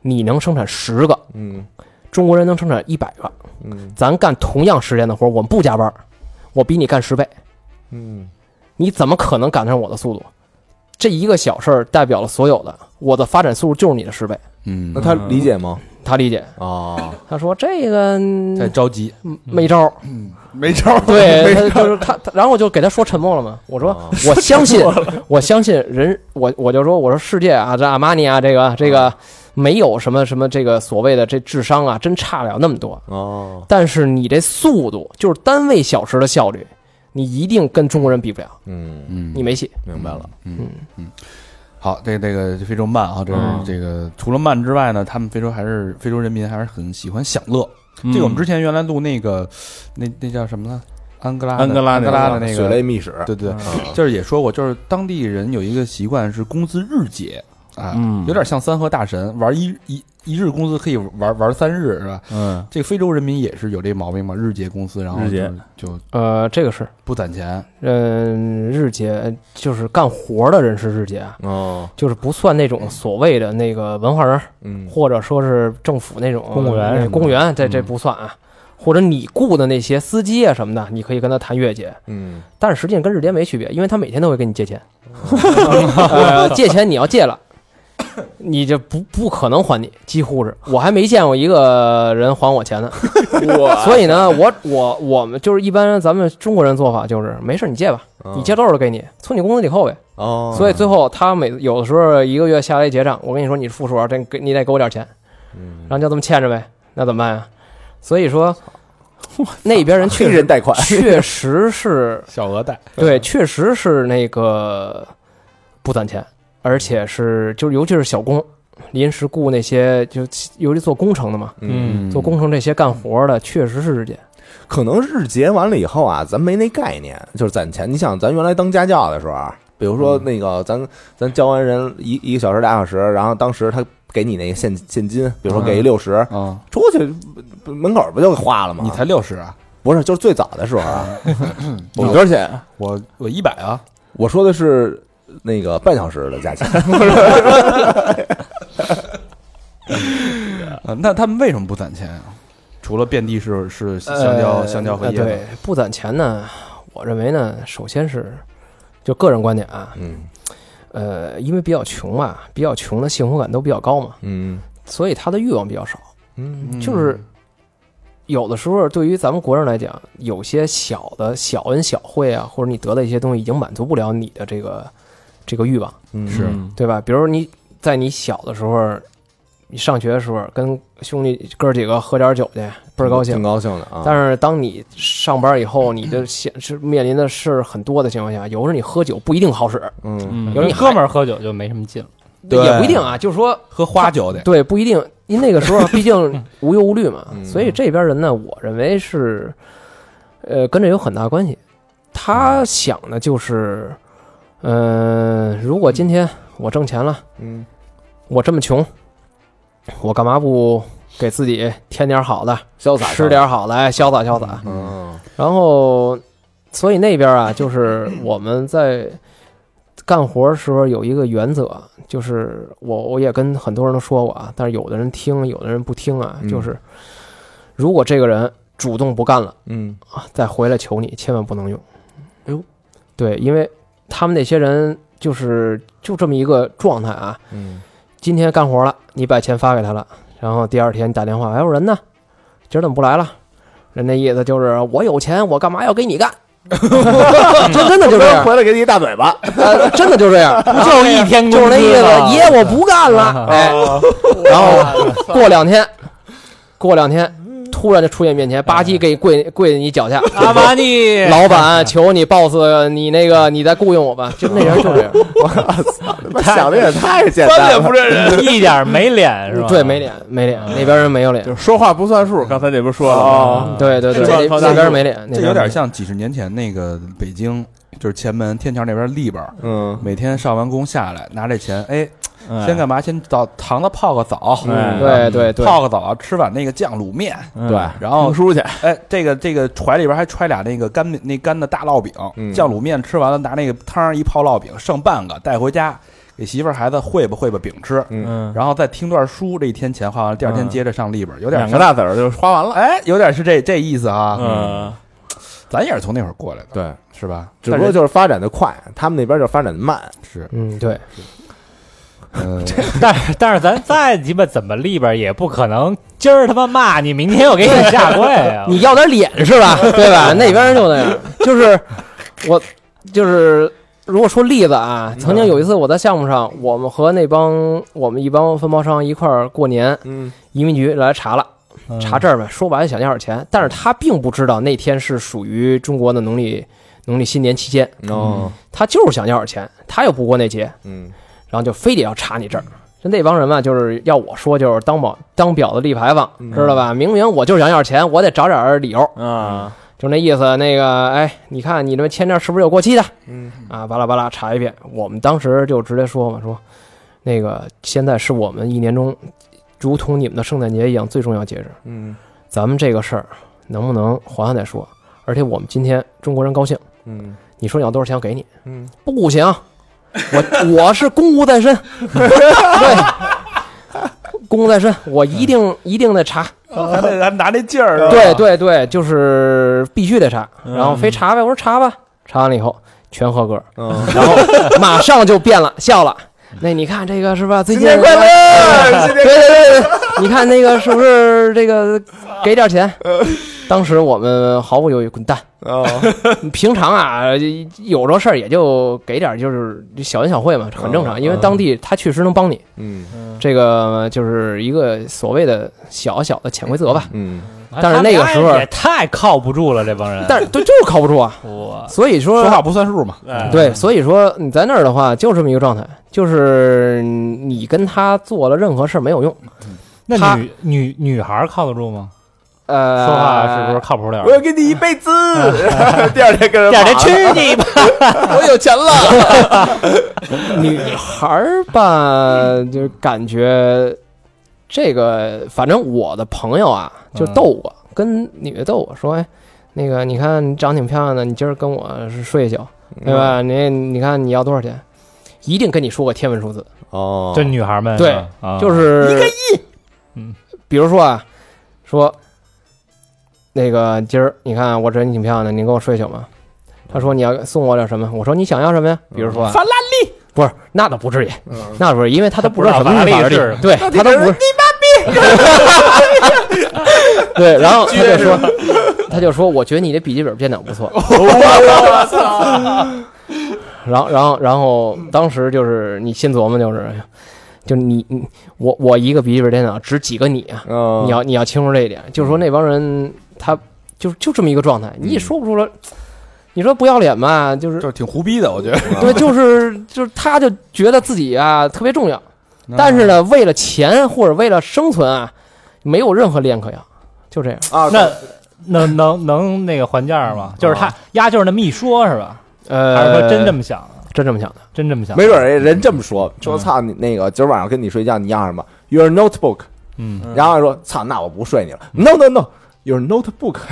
你能生产十个，嗯中国人能生产一百个，嗯咱干同样时间的活，我们不加班，我比你干十倍，嗯你怎么可能赶得上我的速度？这一个小事儿代表了所有的，我的发展速度就是你的十倍。嗯那，他理解吗？他理解，哦，他说这个嗯太着急，没招儿，没招儿，对，他就是他，他然后我就给他说沉默了嘛。我说哦我相信， *laughs* 我相信人，我我就说我说世界啊，这阿玛尼啊，这个这个没有什么什么这个所谓的这智商啊，真差不了那么多。哦，但是你这速度就是单位小时的效率，你一定跟中国人比不了，嗯，嗯，你没戏。明白了，嗯嗯，好，这这个非洲慢啊，这是嗯这个除了慢之外呢，他们非洲还是非洲人民还是很喜欢享乐。这个嗯我们之前原来录那个那那叫什么呢？安哥拉的安哥拉嗯安那哥个拉的那血泪个，密史，对对，就是也说过，就是当地人有一个习惯是工资日结啊，嗯有点像三和大神玩一一一日工资可以玩玩三日是吧？嗯这个非洲人民也是有这毛病嘛，日结工资，然后日结就就呃，这个是，不攒钱，嗯，日结就是干活的人是日结啊，哦，就是不算那种所谓的那个文化人。嗯或者说是政府那种公务员呃什么的嗯公务员这这不算啊。或者你雇的那些司机啊什么的，你可以跟他谈月结，嗯但是实际上跟日结没区别，因为他每天都会跟你借 *laughs* 钱，呃借钱你要借了，你就不不可能还你，几乎是。我还没见过一个人还我钱呢，所以呢，我我我们就是一般咱们中国人做法就是没事你借吧，你借多少都给你，从你工资里扣呗。嗯哦，所以最后他每有的时候一个月下来结账，我跟你说你是负数啊，这给你得给我点钱，然后就这么欠着呗，那怎么办呀？所以说，那边人黑确人实贷款确实是小额贷，对，确实是那个不攒钱，而且是就是尤其是小工，临时雇那些就尤其做工程的嘛，嗯，做工程这些干活的确实是日结，可能日结完了以后啊，咱没那概念，就是攒钱。你想，咱原来当家教的时候啊，比如说那个咱咱教完人一一个小时俩小时，然后当时他给你那个现现金，比如说给一六十，嗯，出去不门口不就花了吗？你才六十啊，不是，就是最早的时候啊，嗯你多少钱？我我一百啊，我说的是那个半小时的价钱。呃那他们为什么不攒钱啊？除了遍地是是香蕉、呃香蕉和呃椰对子，不攒钱呢，我认为呢，首先是就个人观点啊，嗯呃，因为比较穷嘛，比较穷的幸福感都比较高嘛，嗯所以他的欲望比较少。嗯就是有的时候，对于咱们国人来讲，有些小的小恩小惠啊，或者你得到一些东西，已经满足不了你的这个这个欲望，嗯是对吧？比如你在你小的时候，你上学的时候，跟兄弟哥几个喝点酒去，倍儿高兴挺。高兴的啊。但是当你上班以后，你 *clears throat* 的现是面临的事儿很多的情况下，有时候你喝酒不一定好使，嗯嗯，有跟你哥们儿喝酒就没什么劲了。对也不一定啊。就是说，喝花酒得，对，不一定，因为那个 *laughs* 时候毕竟无忧无虑嘛，嗯所以这边人呢，我认为是，呃，跟这有很大关系。他想的就是，嗯，如果今天我挣钱了，嗯我这么穷，我干嘛不给自己添点好的，潇洒吃点好的，哎潇洒潇洒。嗯然后，所以那边啊，就是我们在干活的时候有一个原则，就是我我也跟很多人都说过啊，但是有的人听，有的人不听啊，嗯就是如果这个人主动不干了嗯啊，再回来求你，千万不能用。哎呦，对，因为他们那些人就是就这么一个状态啊，嗯今天干活了，你把钱发给他了，然后第二天你打电话，哎，我人呢？今儿怎么不来了？人那意思就是我有钱，我干嘛要给你干？ *laughs* 真真的就这 *laughs* 样，回来给你一大嘴巴。呃真的就这 *laughs* 样，不就一天就是工那资意吗思，爷我不干了啊。哎，然后过两天，过两天突然就出现面前，吧唧给你跪跪在你脚下，阿玛尼，老板，求你 boss，你那个你再雇佣我吧。就那人就这样，他妈想的也太简翻单脸了不。认人，一点没脸 *laughs* 是吧？对，没脸，没脸，那边人没有脸就。是说话不算数。刚才那边说嗯了哦嘛，对对对，这那那边没脸，那这有边没点脸像几十年前那个北京，就是前门天桥那边立本儿，嗯每天上完工下来拿这钱，哎，嗯先干嘛？先澡堂子泡个澡，嗯对对对，嗯泡个澡，啊吃碗那个酱卤面，对，然后出去，哎，这个这个怀里边还揣俩那个干那干的大烙饼，嗯酱卤面吃完了，拿那个汤儿一泡烙饼，剩半个带回家给媳妇儿孩子烩吧烩吧饼吃，嗯，然后再听段书，这一天钱花完了，第二天嗯接着上立本，有点两个大子儿就花完了。哎，有点是这这意思啊。，嗯，咱也是从那会儿过来的，对，是吧？只不过就是发展的快，他们那边就发展的慢。是，嗯对，嗯，但是但是咱再鸡巴怎么立边儿也不可能，今儿他妈骂你，明天又给你下跪啊！ *laughs* 你要点脸是吧？对吧？那边就那样，就是我就是如果说例子啊，曾经有一次我在项目上，我们和那帮我们一帮分包商一块儿过年，嗯，移民局来查了。嗯查这儿呗，说白了想要点钱，但是他并不知道那天是属于中国的农历农历新年期间，哦，他就是想要点钱，他又不过那节，嗯，然后就非得要查你这儿。就那帮人嘛，就是要我说，就是当保当婊子立牌坊，知道吧？明明我就是想要点钱，我得找点儿理由，啊，就那意思。那个，哎，你看你这签证是不是有过期的？嗯，啊，巴拉巴拉查一遍。我们当时就直接说嘛，说那个现在是我们一年中，如同你们的圣诞节一样最重要节日。嗯，咱们这个事儿能不能还完再说？而且我们今天中国人高兴，嗯，你说你要多少钱我给你，嗯，不行，我我是公务在身， *laughs* 对，公务在身，我一定一定得查，还得还拿那劲儿，对对对，就是必须得查，然后非查呗，我说查吧，查完了以后全合格，嗯，然后马上就变了，笑了。那你看这个是吧？最近新年快乐，对对对对，你看那个是不是这个给点 *laughs* 钱？当时我们毫不犹豫滚蛋。哦，平常啊，有这事儿也就给点，就是小恩小惠嘛，很正常。因为当地他确实能帮你，嗯，这个就是一个所谓的小小的潜规则吧。嗯，但是那个时候哎他们也太靠不住了，这帮人。但是对，就是靠不住啊。我所以说，说话不算数 *laughs* 嘛。哎对，所以说你在那儿的话，就这么一个状态，就是你跟他做了任何事儿没有用。那他女女女孩儿靠得住吗？呃，说话是不是靠谱点儿我？要给你一辈子。第二天跟人第二骂天了去你吧！ *laughs* 我有钱了？ *laughs* 女孩儿吧，就是感觉这个，反正我的朋友啊，就逗我，跟女的逗我说，哎，那个你看你长挺漂亮的，你今儿跟我睡一宿，对吧？嗯你你看你要多少钱？一定跟你说个天文数字，哦，这女孩儿们对啊，啊就是一个亿。嗯，比如说啊，说那个今儿你看啊我觉得你挺漂亮的，你跟我睡一宿吗？他说你要送我点什么？我说你想要什么呀？比如说啊法拉利，不是，那倒不至于，嗯那不是，因为他都不知道他什不么知道法是法拉利拉利是，对他都不是。 *laughs* 对，然后他就说，他就说，我觉得你的笔记本电脑不错。 *laughs* 然后，然后，然后，当时就是你心琢磨，就是，就你你我我一个笔记本电脑值几个你啊？嗯，你要你要清楚这一点，就是说那帮人他就就这么一个状态，你也说不出来。你说不要脸吧，就是就是挺胡逼的，我觉得。对，就是就是他就觉得自己啊特别重要， *laughs* 但是呢，为了钱或者为了生存啊，没有任何脸可要，就这样。啊，那能能能那个还价吗？就是他丫就是那么一说，是吧？呃，还是说真这么想的？真这么想的？真这么想？啊没准儿人这么说，说操你那个今儿晚上跟你睡觉，你要什么？Your notebook，嗯，然后说操，那我不睡你了。No no no，Your notebook， *laughs*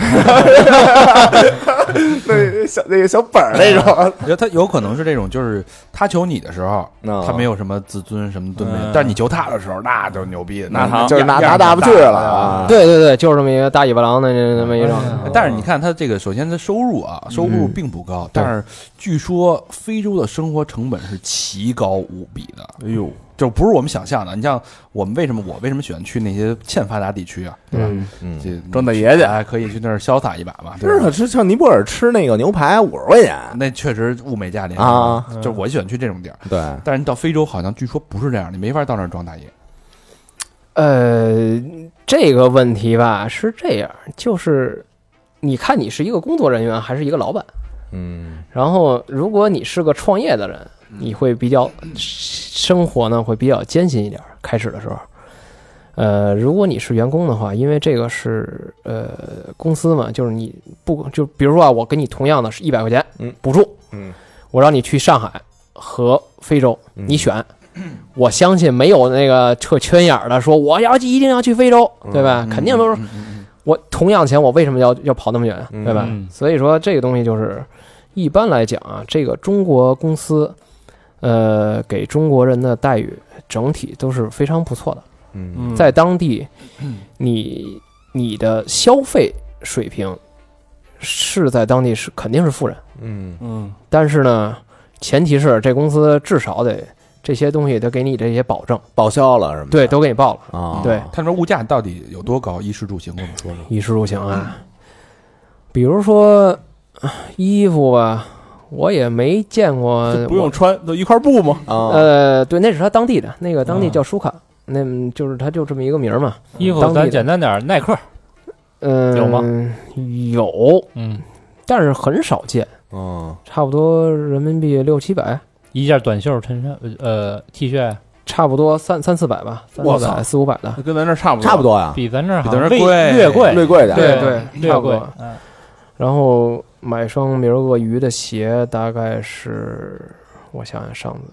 那小那个小本儿那啊种，我觉得他嗯有可能是这种，就是他求你的时候，嗯他没有什么自尊什么都没有嗯，但是你求他的时候，那就牛逼，那 *laughs* 那就是拿拿大不去了。啊。对对对，就是这么一个大尾巴狼的那那么一种。但是你看他这个，首先他收入啊，收入并不高，但是据说非洲的生活成本是奇高无比的，哎呦，就不是我们想象的。你像我们为什么我为什么喜欢去那些欠发达地区啊，对吧？嗯，嗯，这装大爷去，哎，可以去那儿潇洒一把嘛，对是吧啊，？吃像尼泊尔吃那个牛排五十块钱，啊那确实物美价廉啊，就是我喜欢去这种地儿。对，但是你到非洲好像据说不是这样，你没法到那儿装大爷。呃，这个问题吧是这样，就是你看你是一个工作人员还是一个老板，嗯然后如果你是个创业的人，你会比较生活呢会比较艰辛一点儿，开始的时候。呃，如果你是员工的话，因为这个是呃公司嘛，就是你不就比如说啊，我给你同样的是一百块钱嗯补助，嗯，我让你去上海和非洲，嗯你选，我相信没有那个扯圈眼儿的说我要一定要去非洲，嗯嗯对吧？啊肯定都是我同样钱，我为什么要要跑那么远，嗯对吧？嗯所以说这个东西就是一般来讲啊，这个中国公司呃给中国人的待遇整体都是非常不错的。嗯在当地，你你的消费水平是在当地是肯定是富人，嗯嗯但是呢，前提是这公司至少得这些东西得给你这些保证，报销了什么的？对，都给你报了，啊，对他那边物价到底有多高？衣食住行跟我们说说。衣食住行啊。比如说呃衣服吧，我也没见过，不用穿，都一块布吗？我。啊，呃，对，那是他当地的，那个当地啊叫舒卡，那嗯就是他就这么一个名儿嘛。衣服当地咱的简单点儿，耐克，嗯，有吗？有，嗯，但是很少见。嗯差不多人民币六七百，一件短袖衬衫，呃，T 恤，差不多三三四百吧，三我四操百四五百的那，跟咱这儿差不多，差不多呀，比咱这儿好比像咱这儿略贵略贵，略贵点儿。对对略差不贵多，嗯，然后买双比如鳄鱼的鞋，大概是我想想上次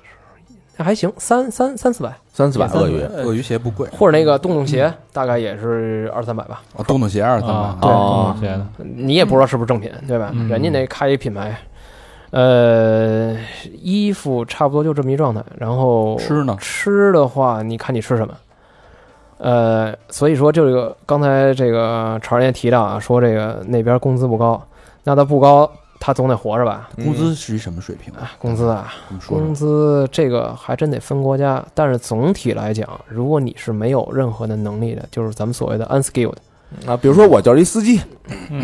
是还行，三三三四百，三四百鳄鱼，鳄鱼鞋不贵，或者那个洞洞鞋大概也是二三百吧，哦，洞洞鞋二三啊百，对哦觉得你也不知道是不是正品，对吧？嗯人家那开一品牌，呃，衣服差不多就这么一状态，然后吃呢？吃的话，你看你吃什么。呃，所以说这个刚才这个常人也提到啊，说这个那边工资不高，那他不高，他总得活着吧？工资是一什么水平？啊，工资嗯啊，我们说工说。资这个还真得分国家，但是总体来讲，如果你是没有任何的能力的，就是咱们所谓的 unskilled 啊，比如说我就是一司机，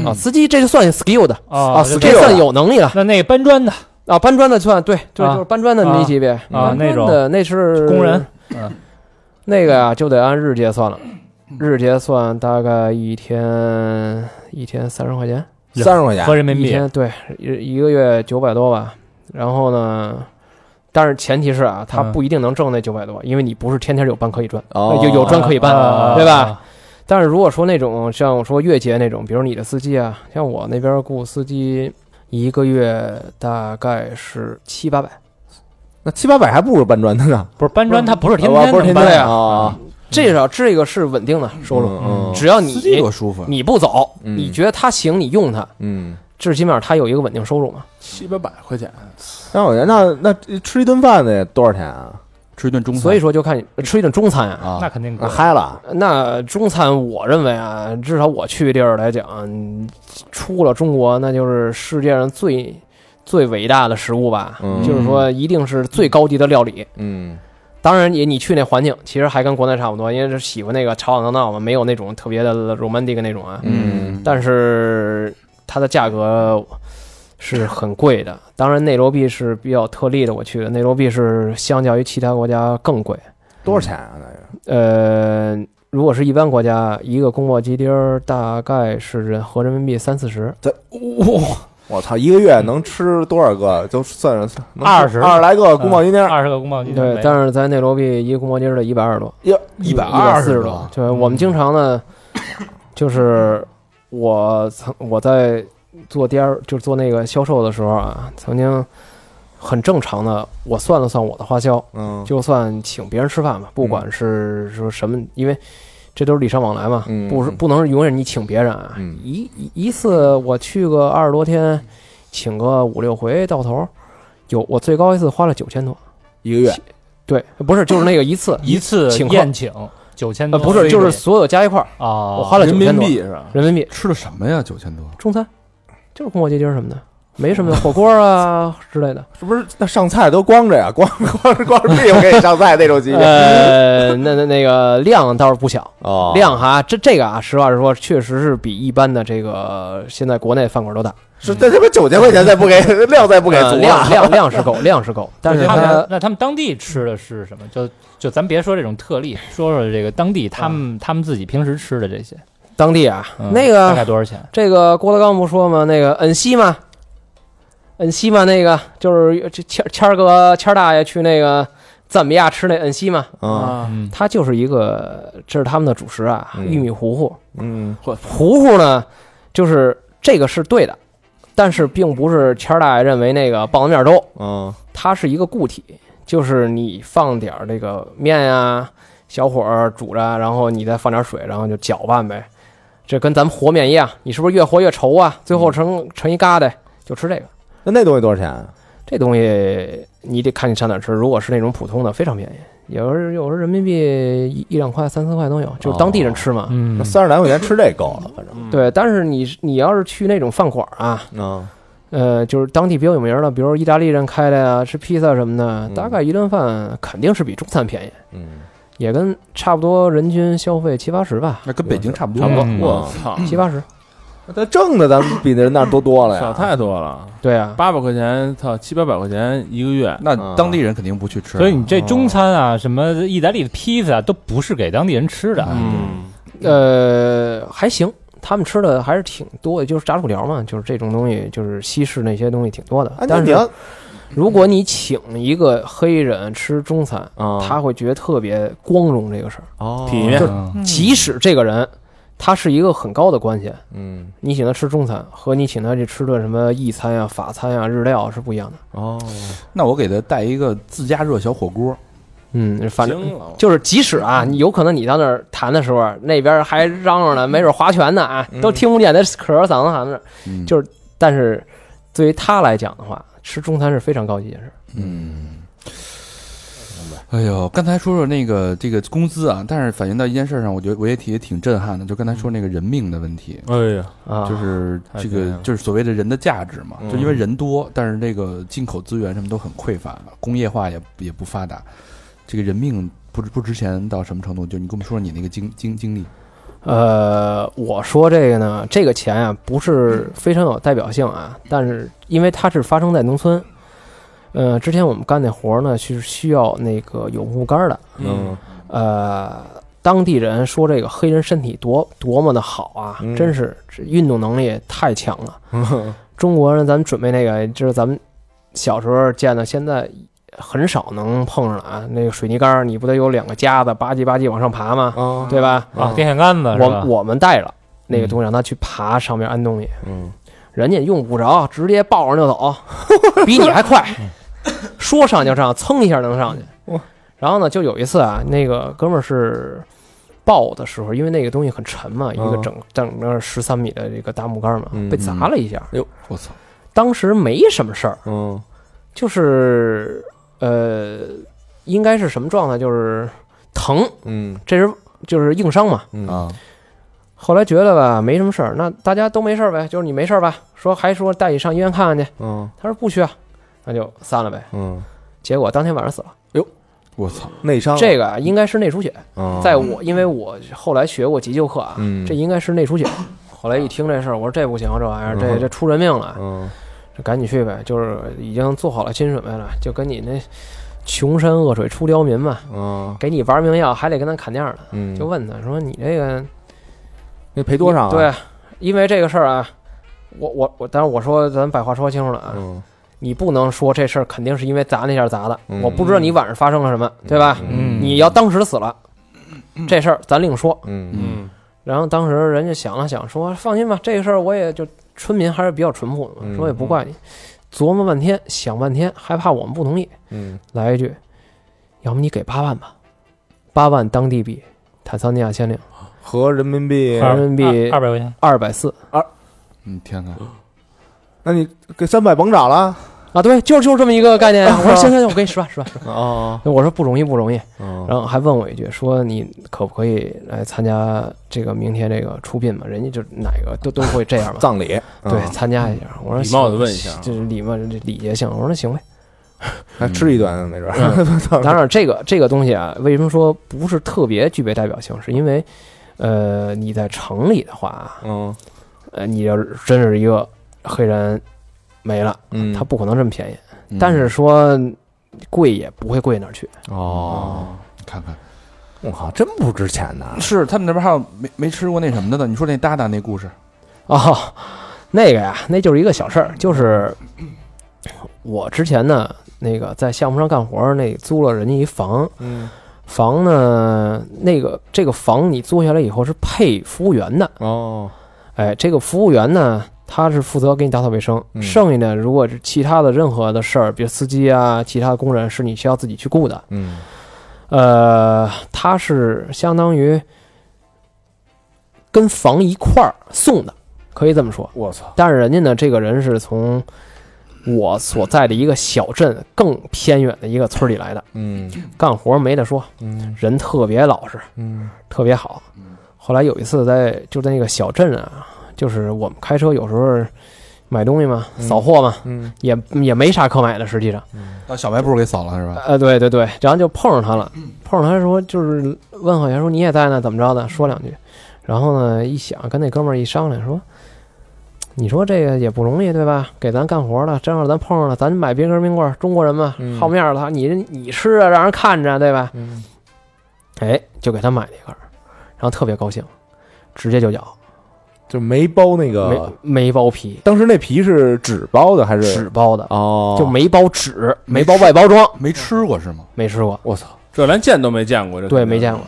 啊，司机这就算 skilled 嗯啊啊，就这算有能力了那那搬砖的啊，搬砖的算对，就是啊就是搬砖的那啊级别啊嗯搬那砖种的那是工人，啊那个呀、就得按日结算了，日结算大概一天一天三十块钱，三十块钱合人民一币，天对一一个月九百多吧。然后呢，但是前提是啊，他嗯不一定能挣那九百多，因为你不是天天有班可以赚，哦有有砖可以搬，啊对吧？？但是如果说那种像我说月结那种，比如你的司机啊，像我那边雇司机。一个月大概是七八百，嗯那七八百还不如搬砖的 *laughs* 呢，不是搬砖，他不是天啊不是能天搬天呀啊啊，这个这个是稳定的收入，嗯只要你司机多舒服啊，你不走，嗯你觉得他行，你用他，嗯，最起码他有一个稳定收入嘛。七八百块钱，三十块钱，那那吃一顿饭得多少钱啊？吃一顿中餐，所以说就看你吃一顿中餐啊。啊那肯定那。贵嗨了，那中餐，我认为啊，至少我去地儿来讲，嗯出了中国，那就是世界上最最伟大的食物吧。嗯就是说，一定是最高级的料理。嗯当然也，你去那环境，其实还跟国内差不多，因为是喜欢那个吵吵闹闹嘛，没有那种特别的 romantic 那种啊。嗯但是它的价格是很贵的。当然，内罗毕是比较特例的，我去的内罗毕是相较于其他国家更贵。多少钱啊？那个呃，如果是一般国家，一个宫保鸡丁儿大概是人合人民币三四十，我操，一个月能吃多少个？就算上能吃20二十来个宫保鸡丁儿，二十个宫保鸡丁没对了，，，但是在内罗毕一个宫保鸡丁儿得一百二十多，哟，一百二二十十多，对，我们经常呢，就是我曾我在做第二，就是做那个销售的时候啊，曾经很正常的，我算了算我的花销，嗯，就算请别人吃饭吧，不管是说什么，因为这都是礼尚往来嘛，嗯不是嗯不能是永远你请别人啊，嗯一一一次我去个二十多天，请个五六回到头，有我最高一次花了九千多，一个月对，不是就是那个一次 *laughs* 一次请客宴请九千呃多，不是就是所有加一块儿啊，我花了人9000民多嗯币是吧？人民币吃的什么呀？九千多，中餐，就是宫保鸡丁什么的，没什么火锅 *laughs* 啊之类的，是不是？那上菜都光着呀，光光光着屁股给你上菜那种级别呃， *laughs* 那那那个量倒是不小。哦，量哈，这这个啊，实话实说，确实是比一般的这个现在国内饭馆都大，是这他妈九千块钱再不给量再不给呃足量了， *laughs* 量量是够，量是 *laughs* 够，但是他它们那他们当地吃的是什么？就就咱别说这种特例，说说这个当地他们他们自己平时吃的这些，当地啊，嗯那大概个多少钱？这个郭德纲不说吗？那个恩熙嘛，恩熙嘛，那个就是这谦谦儿哥谦儿大爷去那个赞比亚吃那恩熙嘛，嗯啊，嗯，它就是一个这是他们的主食啊，嗯玉米糊糊，嗯糊糊呢，就是这个是对的，但是并不是谦儿大爷认为那个棒子面粥。嗯它是一个固体，就是你放点儿这个面啊，小火儿煮着，然后你再放点水，然后就搅拌呗。这跟咱们和面一样，你是不是越和越稠啊？最后成成一疙瘩，就吃这个。那那东西多少钱啊？这东西你得看你上哪儿吃。如果是那种普通的，非常便宜，有时候有时候人民币一一两块、三四块都有，就是当地人吃嘛。嗯那，三十来块钱吃这够了，反正。对，但是你你要是去那种饭馆儿啊，嗯，呃，就是当地比较有名儿的，比如意大利人开的呀，吃披萨什么的，嗯大概一顿饭肯定是比中餐便宜，嗯，也跟差不多人均消费七八十吧，那跟北京差不差多不。多。嗯我操，七八十。那挣的咱们比人那儿多多了啊少呀。太多了，对啊，八百块钱，操，七八百块钱一个月。那当地人肯定不去吃，所以你这中餐啊，什么意大利的披萨都不是给当地人吃的，啊嗯，呃，还行，他们吃的还是挺多的，就是炸薯条嘛，就是这种东西，就是西式那些东西挺多的啊，。那但你是要如果你请一个黑人吃中餐，啊，他会觉得特别光荣这个事儿，哦体面嗯即使这个人他是一个很高的官衔。嗯，你请他吃中餐和你请他去吃顿什么意餐呀、法餐呀、日料啊是不一样的。哦，那我给他带一个自家热小火锅，嗯，反正惊了，就是即使啊，你有可能你到那儿谈的时候，啊那边还嚷嚷呢，没准划拳呢啊，都听不见，那可着嗓子喊着。嗯就是但是对于他来讲的话，吃中餐是非常高级的事儿。嗯，哎呦，刚才说说那个这个工资啊，但是反映到一件事上，我觉得我也挺也挺震撼的，就刚才说那个人命的问题，哎呀，啊，就是太这震个撼了就是所谓的人的价值嘛，嗯就因为人多，但是这个进口资源什么都很匮乏，工业化也也不发达，这个人命不不值钱到什么程度？就你跟我们说说你那个经经经历，呃，我说这个呢，这个钱啊不是非常有代表性啊，但是因为它是发生在农村，呃，之前我们干那活儿呢是需要那个有木杆儿的，嗯呃，当地人说这个黑人身体多多么的好啊，嗯真是这运动能力太强了。 *laughs* 中国人，咱们准备那个，就是咱们小时候见的，现在很少能碰上了啊。那个水泥杆儿，你不得有两个夹子，吧唧吧唧往上爬吗？啊，对吧？啊，电线杆子是我吧？嗯我们带着那个东西，让他去爬上面安东西，嗯，人家用不着，直接抱上就走，比你 *laughs* 还快， *laughs* 说上就上，蹭一下能上去嗯哇。 *laughs* 然后呢，就有一次啊，那个哥们儿是抱的时候，因为那个东西很沉嘛，一个嗯整整个十三米的这个大木杆嘛嗯，被砸了一下。我操，当时没什么事儿，嗯，就是呃，应该是什么状态？就是疼，嗯，这是就是硬伤嘛。嗯，啊，后来觉得吧，没什么事儿，那大家都没事儿呗，就是你没事儿吧？说还说带你上医院看看去，嗯，他说不去啊，那就散了呗。嗯，结果当天晚上死了，我操，内伤，这个应该是内出血，嗯在我因为我后来学过急救课啊，嗯这应该是内出血。后来一听这事儿，我说这不行，这玩意儿这嗯这出人命了，嗯，这赶紧去呗，就是已经做好了心理准备了，就跟你那穷山恶水出刁民嘛，嗯，给你玩命药还得跟他砍价呢，嗯，就问他说你这个那赔多少？啊对，，啊因为这个事儿啊，我我我，当然我说咱把话说清楚了啊，嗯，你不能说这事儿肯定是因为砸那下砸的，嗯我不知道你晚上发生了什么，对吧？嗯你要当时死了，这事儿咱另说。嗯，嗯，然后当时人家想了想说，放心吧，这个事儿我也就村民还是比较淳朴的嘛，嗯说也不怪你，琢磨半天想半天，还怕我们不同意，嗯，来一句，要不你给八万吧，八万当地币，坦桑尼亚先令， *laughs* 合人民币，人民币二百块钱，二百四嗯，天哪，那你给三百甭找了。啊，对，就是就是这么一个 *laughs* 概念。我说行行行，我给你十万十万。哦，我说不容易不容易，嗯，然后还问我一句，说你可不可以来参加这个明天这个出殡嘛？人家就哪个都都会这样嘛，葬礼，啊对，参加一下。我说礼貌的行问一下啊这是礼貌这礼节性。我说那行呗。还吃一顿没准儿。当然，这个这个东西啊，为什么说不是特别具备代表性？是因为，呃，你在城里的话啊，嗯呃，你要是真是一个黑人没了， *laughs* 嗯，他不可能这么便宜。嗯但是说贵也不会贵哪儿去。哦，你看看。我靠，真不值钱呐。是他们那边还有没没吃过那什么的呢？你说那搭档那故事，哦，那个呀，那就是一个小事儿，就是我之前呢，那个在项目上干活儿，那租了人家一房，嗯，房呢，那个这个房你租下来以后是配服务员的，哦，哎，这个服务员呢，他是负责给你打扫卫生，嗯剩下的如果是其他的任何的事儿，比如司机啊、其他的工人，是你需要自己去雇的。嗯呃，他是相当于跟房一块儿送的，可以这么说。我操，但是人家呢，这个人是从我所在的一个小镇更偏远的一个村儿里来的，嗯干活没得说，嗯人特别老实，嗯特别好。后来有一次在就在那个小镇啊，就是我们开车有时候买东西嘛，扫货嘛，嗯也也没啥可买的，实际上。让小卖部给扫了嗯是吧？呃，对对对，然后就碰上他了，碰上他说就是问候一下，说你也在呢，怎么着的，说两句。然后呢，一想跟那哥们儿一商量，说你说这个也不容易，对吧？给咱干活了，真要是咱碰上了，咱买冰根冰棍儿，中国人嘛，嗯好面儿了，你你吃啊，让人看着，对吧？嗯哎，就给他买了一根儿，然后特别高兴，直接就咬，就没包那没个，没包皮，当时那皮是纸包的呃还是纸包的，哦，就没包纸，没包外包装，没吃过是吗？没吃过，我操，这连见都没见过，这对，没见过。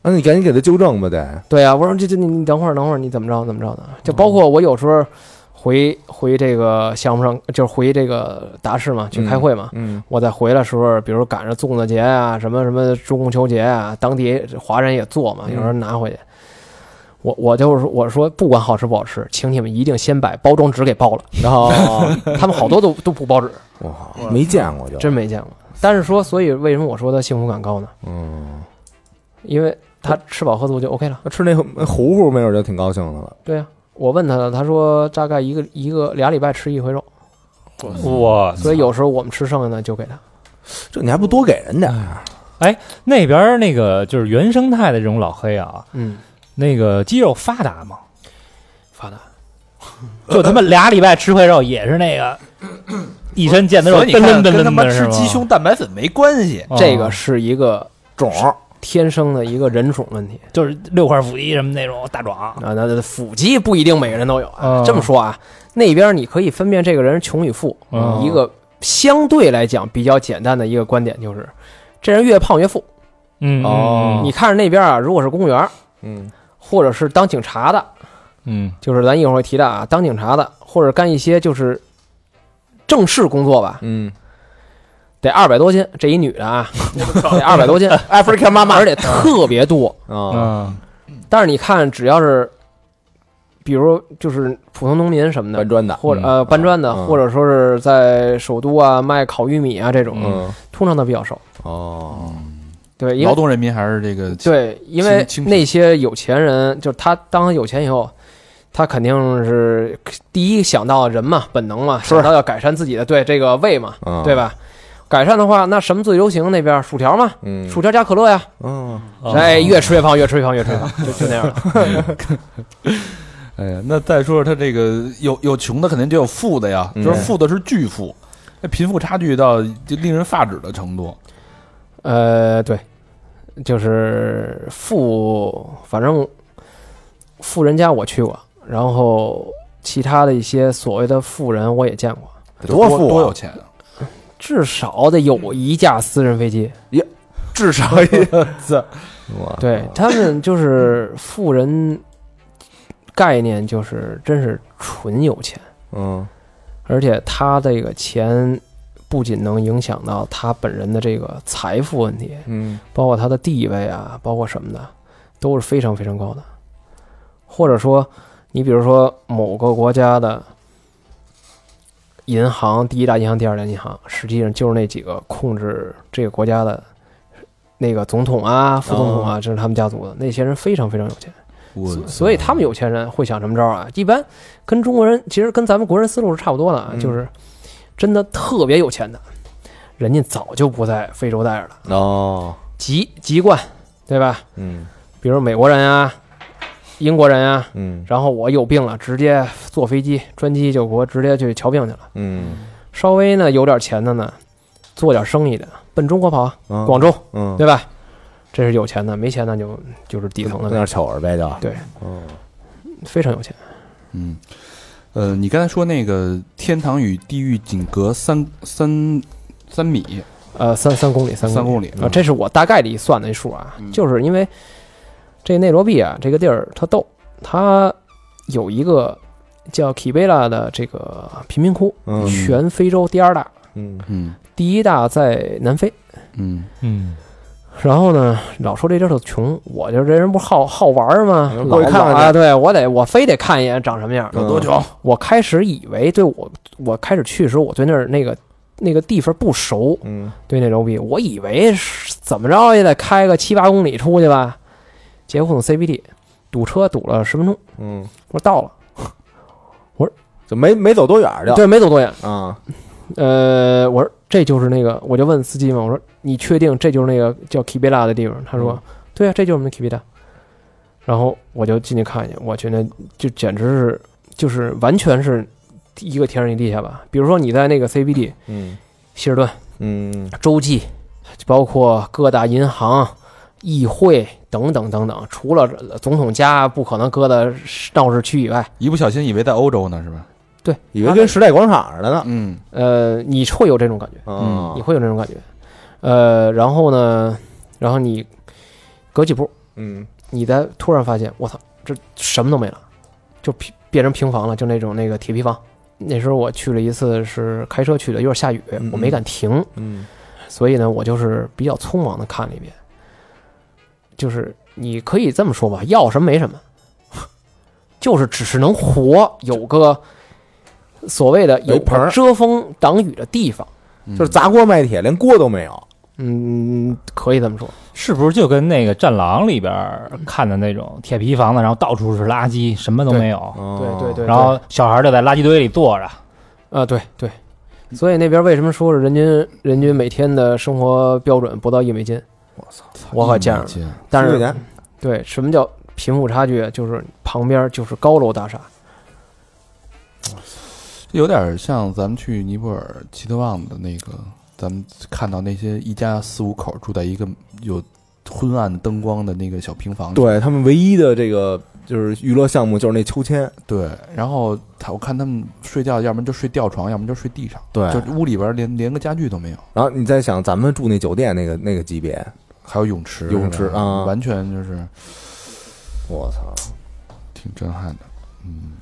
那你赶紧给他纠正吧得，对啊，我说这这你你等会儿等会儿你怎么着怎么着的，就包括我有时候回回这个项目上，就是回这个达市嘛，去开会嘛。嗯我在回来的时候，比如赶上粽子节啊，什么什么中秋节啊，当地华人也做嘛，有人拿回去。我我就是我说，不管好吃不好吃，请你们一定先把包装纸给包了。然后 *laughs* 他们好多都都不包纸，哇，没见过就真没见过。但是说，所以为什么我说他幸福感高呢？嗯，因为他吃饱喝足就 OK 了。那吃那糊糊没准就挺高兴的了，对呀、我问他了，他说大概一个一个俩礼拜吃一回肉，哇，所以有时候我们吃剩下的就给他。这你还不多给人点儿？那边儿那个就是原生态的这种老黑啊，嗯，那个肌肉发达吗？发达。就他妈俩礼拜吃回肉也是那个一身腱子肉，所以你噔噔看，噔跟他噔妈的是吃吗鸡胸蛋白粉没关系。哦这个是一个种天生的一个人种问题就是六块腹肌什么那种大壮，啊。那那腹肌不一定每个人都有啊。嗯这么说啊，那边你可以分辨这个人穷与富。嗯一个相对来讲比较简单的一个观点就是，这人越胖越富。嗯哦你看着那边啊，如果是公务员嗯或者是当警察的，嗯就是咱一会儿会提到啊，当警察的或者干一些就是正式工作吧，嗯，得二百多斤，这一女的啊，得二百多 *laughs* 斤， ，African 妈妈而且特别多。啊，嗯但是你看，只要是，比如就是普通农民什么搬的，砖的，或者呃搬砖的，嗯或者说是在首都啊卖烤玉米啊这种，嗯通常都比较瘦。哦，对，因劳为动人民还是这个对，因为清贫那些有钱人，就是他当他有钱以后。他肯定是第一想到人嘛，本能嘛，想到要改善自己的对这个胃嘛，啊嗯对？吧？改善的话，那什么最流行那边薯条嘛，嗯，薯条加可乐呀，嗯，哦哦哎，越吃越胖，越吃越胖，越吃越 *laughs* 胖，就就那样了。哎呀，那再说说他这个有有穷的，肯定就有富的呀，嗯就是富的是巨富，那贫富差距到就令人发指的程度。呃，对，就是富，反正富人家我去过，然后其他的一些所谓的富人我也见过，多富啊多有钱啊！至少得有一架私人飞机。至 *laughs* 少也哇，嗯对他们就是富人概念，就是真是纯有钱。嗯而且他这个钱不仅能影响到他本人的这个财富问题，嗯包括他的地位啊，包括什么的，都是非常非常高的。或者说，你比如说某个国家的银行，第一大银行、第二大银行，实际上就是那几个控制这个国家的那个总统啊、副总统啊，这是他们家族的那些人，非常非常有钱。我所所以他们有钱人会想什么招儿啊？一般跟中国人其实跟咱们国人思路是差不多的，啊，就是真的特别有钱的，人家早就不在非洲待着了，哦，籍籍贯对吧？嗯比如美国人啊、英国人啊，嗯然后我有病了，直接坐飞机专机就给我直接去瞧病去了。嗯，稍微呢有点钱的呢，做点生意的奔中国跑啊，广州嗯对吧？这是有钱的，没钱那就就是底层那的，点巧儿呗就，对嗯非常有钱。嗯，呃，你刚才说那个天堂与地狱仅隔三三三米呃，三三公里，三三公公里啊，这是我大概的一算的一数啊，就是因为这内罗毕啊这个地儿它逗，它有一个叫 Kibera 的这个贫民窟，嗯全非洲第二大，嗯嗯第一大在南非。嗯嗯，然后呢，老说这地儿特穷，我就这人不好好玩儿吗？嗯老过去看看去啊，对我得我非得看一眼长什么样。嗯多穷，我开始以为对我，我开始去的时候，我对那儿那个那个地方不熟，嗯对那牛逼，我以为是怎么着也得开个七八公里出去吧，结果从 CBD 堵车堵了十分钟，嗯，我说到了，就没没走多远儿就对，没走多远，啊，呃，我说这就是那个，我就问司机嘛，我说你确定这就是那个叫 Kibela 的地方？他说，对啊，这就是我们的 Kibela。然后我就进去看一眼，我去那就简直是就是完全是一个天上一地下吧。比如说你在那个 CBD 嗯希尔顿。嗯洲际，包括各大银行、议会等等等等，除了总统家不可能搁在闹市区以外，一不小心以为在欧洲呢，是吧？对，以为跟时代广场似的啊呢，嗯呃，你会有这种感觉，啊你会有这种感觉，呃，然后呢，然后你隔几步，嗯你再突然发现，我操，这什么都没了，就平变成平房了，就那种那个铁皮房。那时候我去了一次，是开车去的，有点下雨，我没敢停。嗯所以呢，我就是比较匆忙的看了一遍。就是你可以这么说吧，要什么没什么， *laughs* 就是只是能活，有个所谓的有有棚个儿遮风挡雨的地方。嗯就是砸锅卖铁，连锅都没有，嗯，可以这么说。是不是就跟那个《战狼》里边儿看的那种铁皮房子，然后到处是垃圾，什么都没有，对对对嗯然后小孩儿就在垃圾堆里坐着，啊，对对，所以那边为什么说是人均人均每天的生活标准不到一美金？我操，我可见着了。嗯但十块是钱对，什么叫贫富差距？啊就是旁边就是高楼大厦，有点像咱们去尼泊尔奇特旺的那个，咱们看到那些一家四五口住在一个有昏暗灯光的那个小平房里。对他们唯一的这个就是娱乐项目就是那秋千，对，然后他我看他们睡觉，要么就睡吊床，要么就睡地上，哎对就屋里边连连个家具都没有，然后你再想咱们住那酒店那个那个级别，还有泳池，泳池是吧啊完全就是我操，挺震撼的。嗯，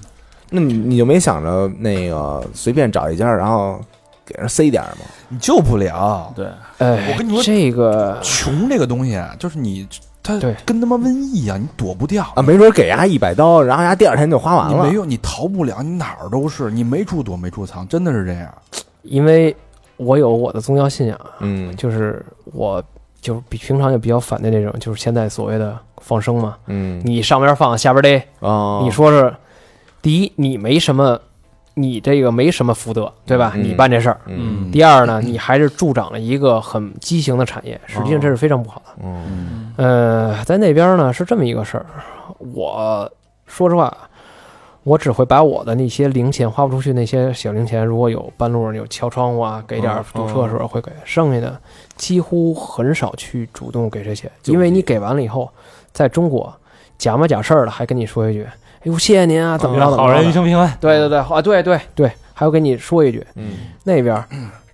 那你你就没想着那个随便找一家，然后给人塞点儿吗？你救不了，哎，我跟你说这个穷这个东西啊，就是你它对跟他妈瘟疫一样，你躲不掉啊，没准给伢一百刀，然后伢第二天就花完你了。没有，你逃不了，你哪儿都是，你没处躲，没处藏，真的是这样。因为我有我的宗教信仰，嗯就是我就是比平常就比较反对那种，就是现在所谓的放生嘛，嗯你上边放，下边逮，啊，你说是第一，你没什么，你这个没什么福德，对吧？嗯你办这事儿。嗯第二呢，你还是助长了一个很畸形的产业，嗯实际上这是非常不好的。嗯嗯呃，在那边呢是这么一个事儿，我说实话，我只会把我的那些零钱花不出去那些小零钱，如果有半路上有敲窗户啊，给点儿堵车的时候会给，剩下的几乎很少去主动给这些，因为你给完了以后，在中国假模假式儿的还跟你说一句，哎呦谢谢您啊，怎么着怎好么着人一的，生平安。对对对，啊对对对，还要跟你说一句，嗯那边儿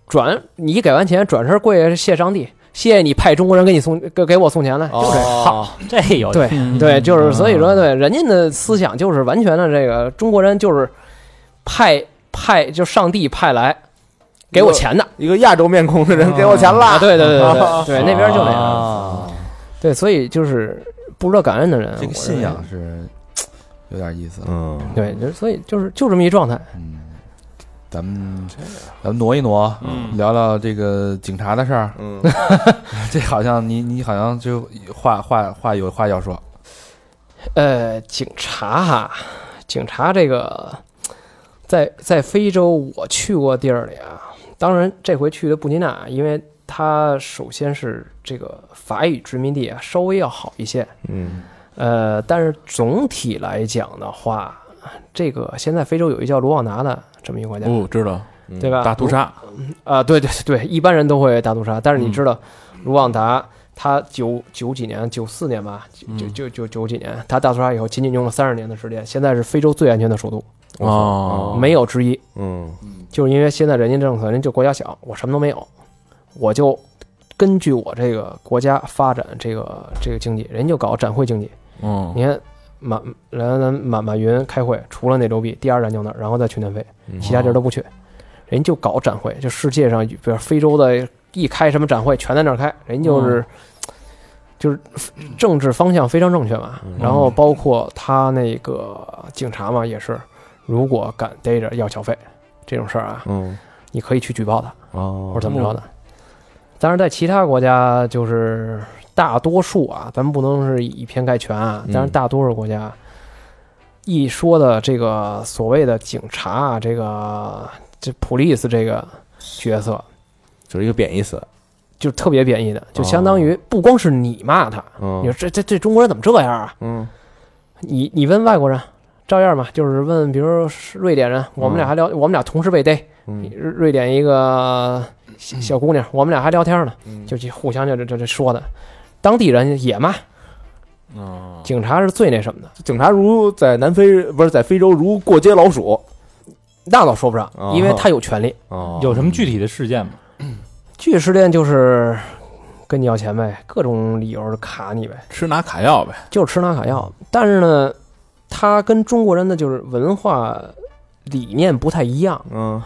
转你给完钱，转身跪下谢上帝，谢谢你派中国人给你送给给我送钱来，就这样哦，这有对对，就是所以说，对人家的思想就是完全的这个中国人就是派派就上帝派来给我钱的一个亚洲面孔的人给我钱啊，了，对对对对对对，那边就那样，啊，对，所以就是不知道感恩的人，这个我认信为仰，是有点意思了。嗯，对，就是所以就是就这么一状态，嗯，咱们咱们挪一挪，嗯聊聊这个警察的事儿。嗯， *laughs* 这好像你你好像就话话话有话要说。呃，警察哈，警察这个在在非洲我去过地儿里啊，当然这回去的布基纳，啊因为它首先是这个法语殖民地啊，稍微要好一些。嗯呃，但是总体来讲的话，这个现在非洲有一叫卢旺达的这么一个国家，哦，知道对吧？大屠杀，啊、对对对，一般人都会大屠杀，但是你嗯知道，卢旺达他九九几年，九四年吧，九嗯九九九几年，他大屠杀以后，仅仅用了三十年的时间，现在是非洲最安全的首都，我操哦没有之一。嗯就是因为现在人家政策，人家就国家小，我什么都没有，我就根哦据我这个国家发展这个这个经济，人就搞展会经济。嗯你看马，然后咱马马云开会，除了那周币，第二站就那儿，然后再去南非，其他地儿都不去，人就搞展会，就世界上，比如非洲的，一开什么展会全在那儿开，人就是。就是政治方向非常正确嘛，然后包括他那个警察嘛，也是，如果敢逮着要小费这种事儿啊，嗯你可以去举报他，哦或者怎么着的。但是在其他国家，就是大多数啊，咱们不能是以偏概全啊，但是大多数国家，一说的这个所谓的警察啊，这个这 police 这个角色，就是一个贬义词，就是特别贬义的，就相当于不光是你骂他，你嗯说这这这中国人怎么这样啊？嗯你你问外国人。照样嘛，就是问，比如说瑞典人，我们俩还聊，我们俩同时被逮，嗯瑞瑞典一个小小姑娘，我们俩还聊天呢，嗯就去互相就这这这说的，当地人也骂，哦警察是最那什么的，警察如在南非不是在非洲如过街老鼠那倒说不上哦，因为他有权利。哦有什么具体的事件吗？具体事件就是跟你要钱呗，各种理由卡你呗，吃拿卡要呗，就是吃拿卡要。嗯但是呢，他跟中国人的就是文化理念不太一样，嗯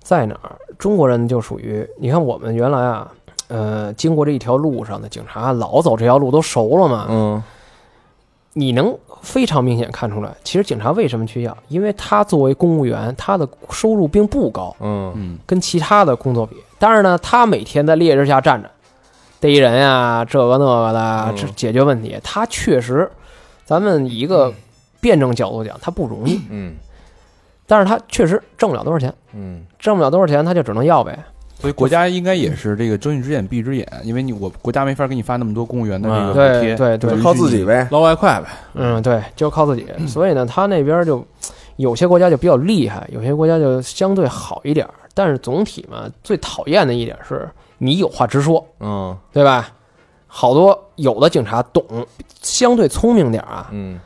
在哪儿？中国人就属于，你看我们原来啊，呃，经过这一条路上的警察老走这条路都熟了嘛，嗯你能非常明显看出来，其实警察为什么去要？因为他作为公务员，他的收入并不高，嗯嗯，跟其他的工作比。但是呢，他每天在烈日下站着，逮人啊，这个那个的，这解决问题，他确实，咱们以一个辩证角度讲，他不容易，嗯但是他确实挣不了多少钱，嗯挣不了多少钱，他就只能要呗。所以国家应该也是这个睁一只眼闭一只眼，因为你我国家没法给你发那么多公务员的这个补贴，嗯对对对，靠自己呗，捞外快呗，嗯，对，就靠自己。所以呢，他那边就有些国家就比较厉害，有些国家就相对好一点儿。但是总体嘛，最讨厌的一点是你有话直说，嗯对吧？好多有的警察懂，相对聪明点儿啊，嗯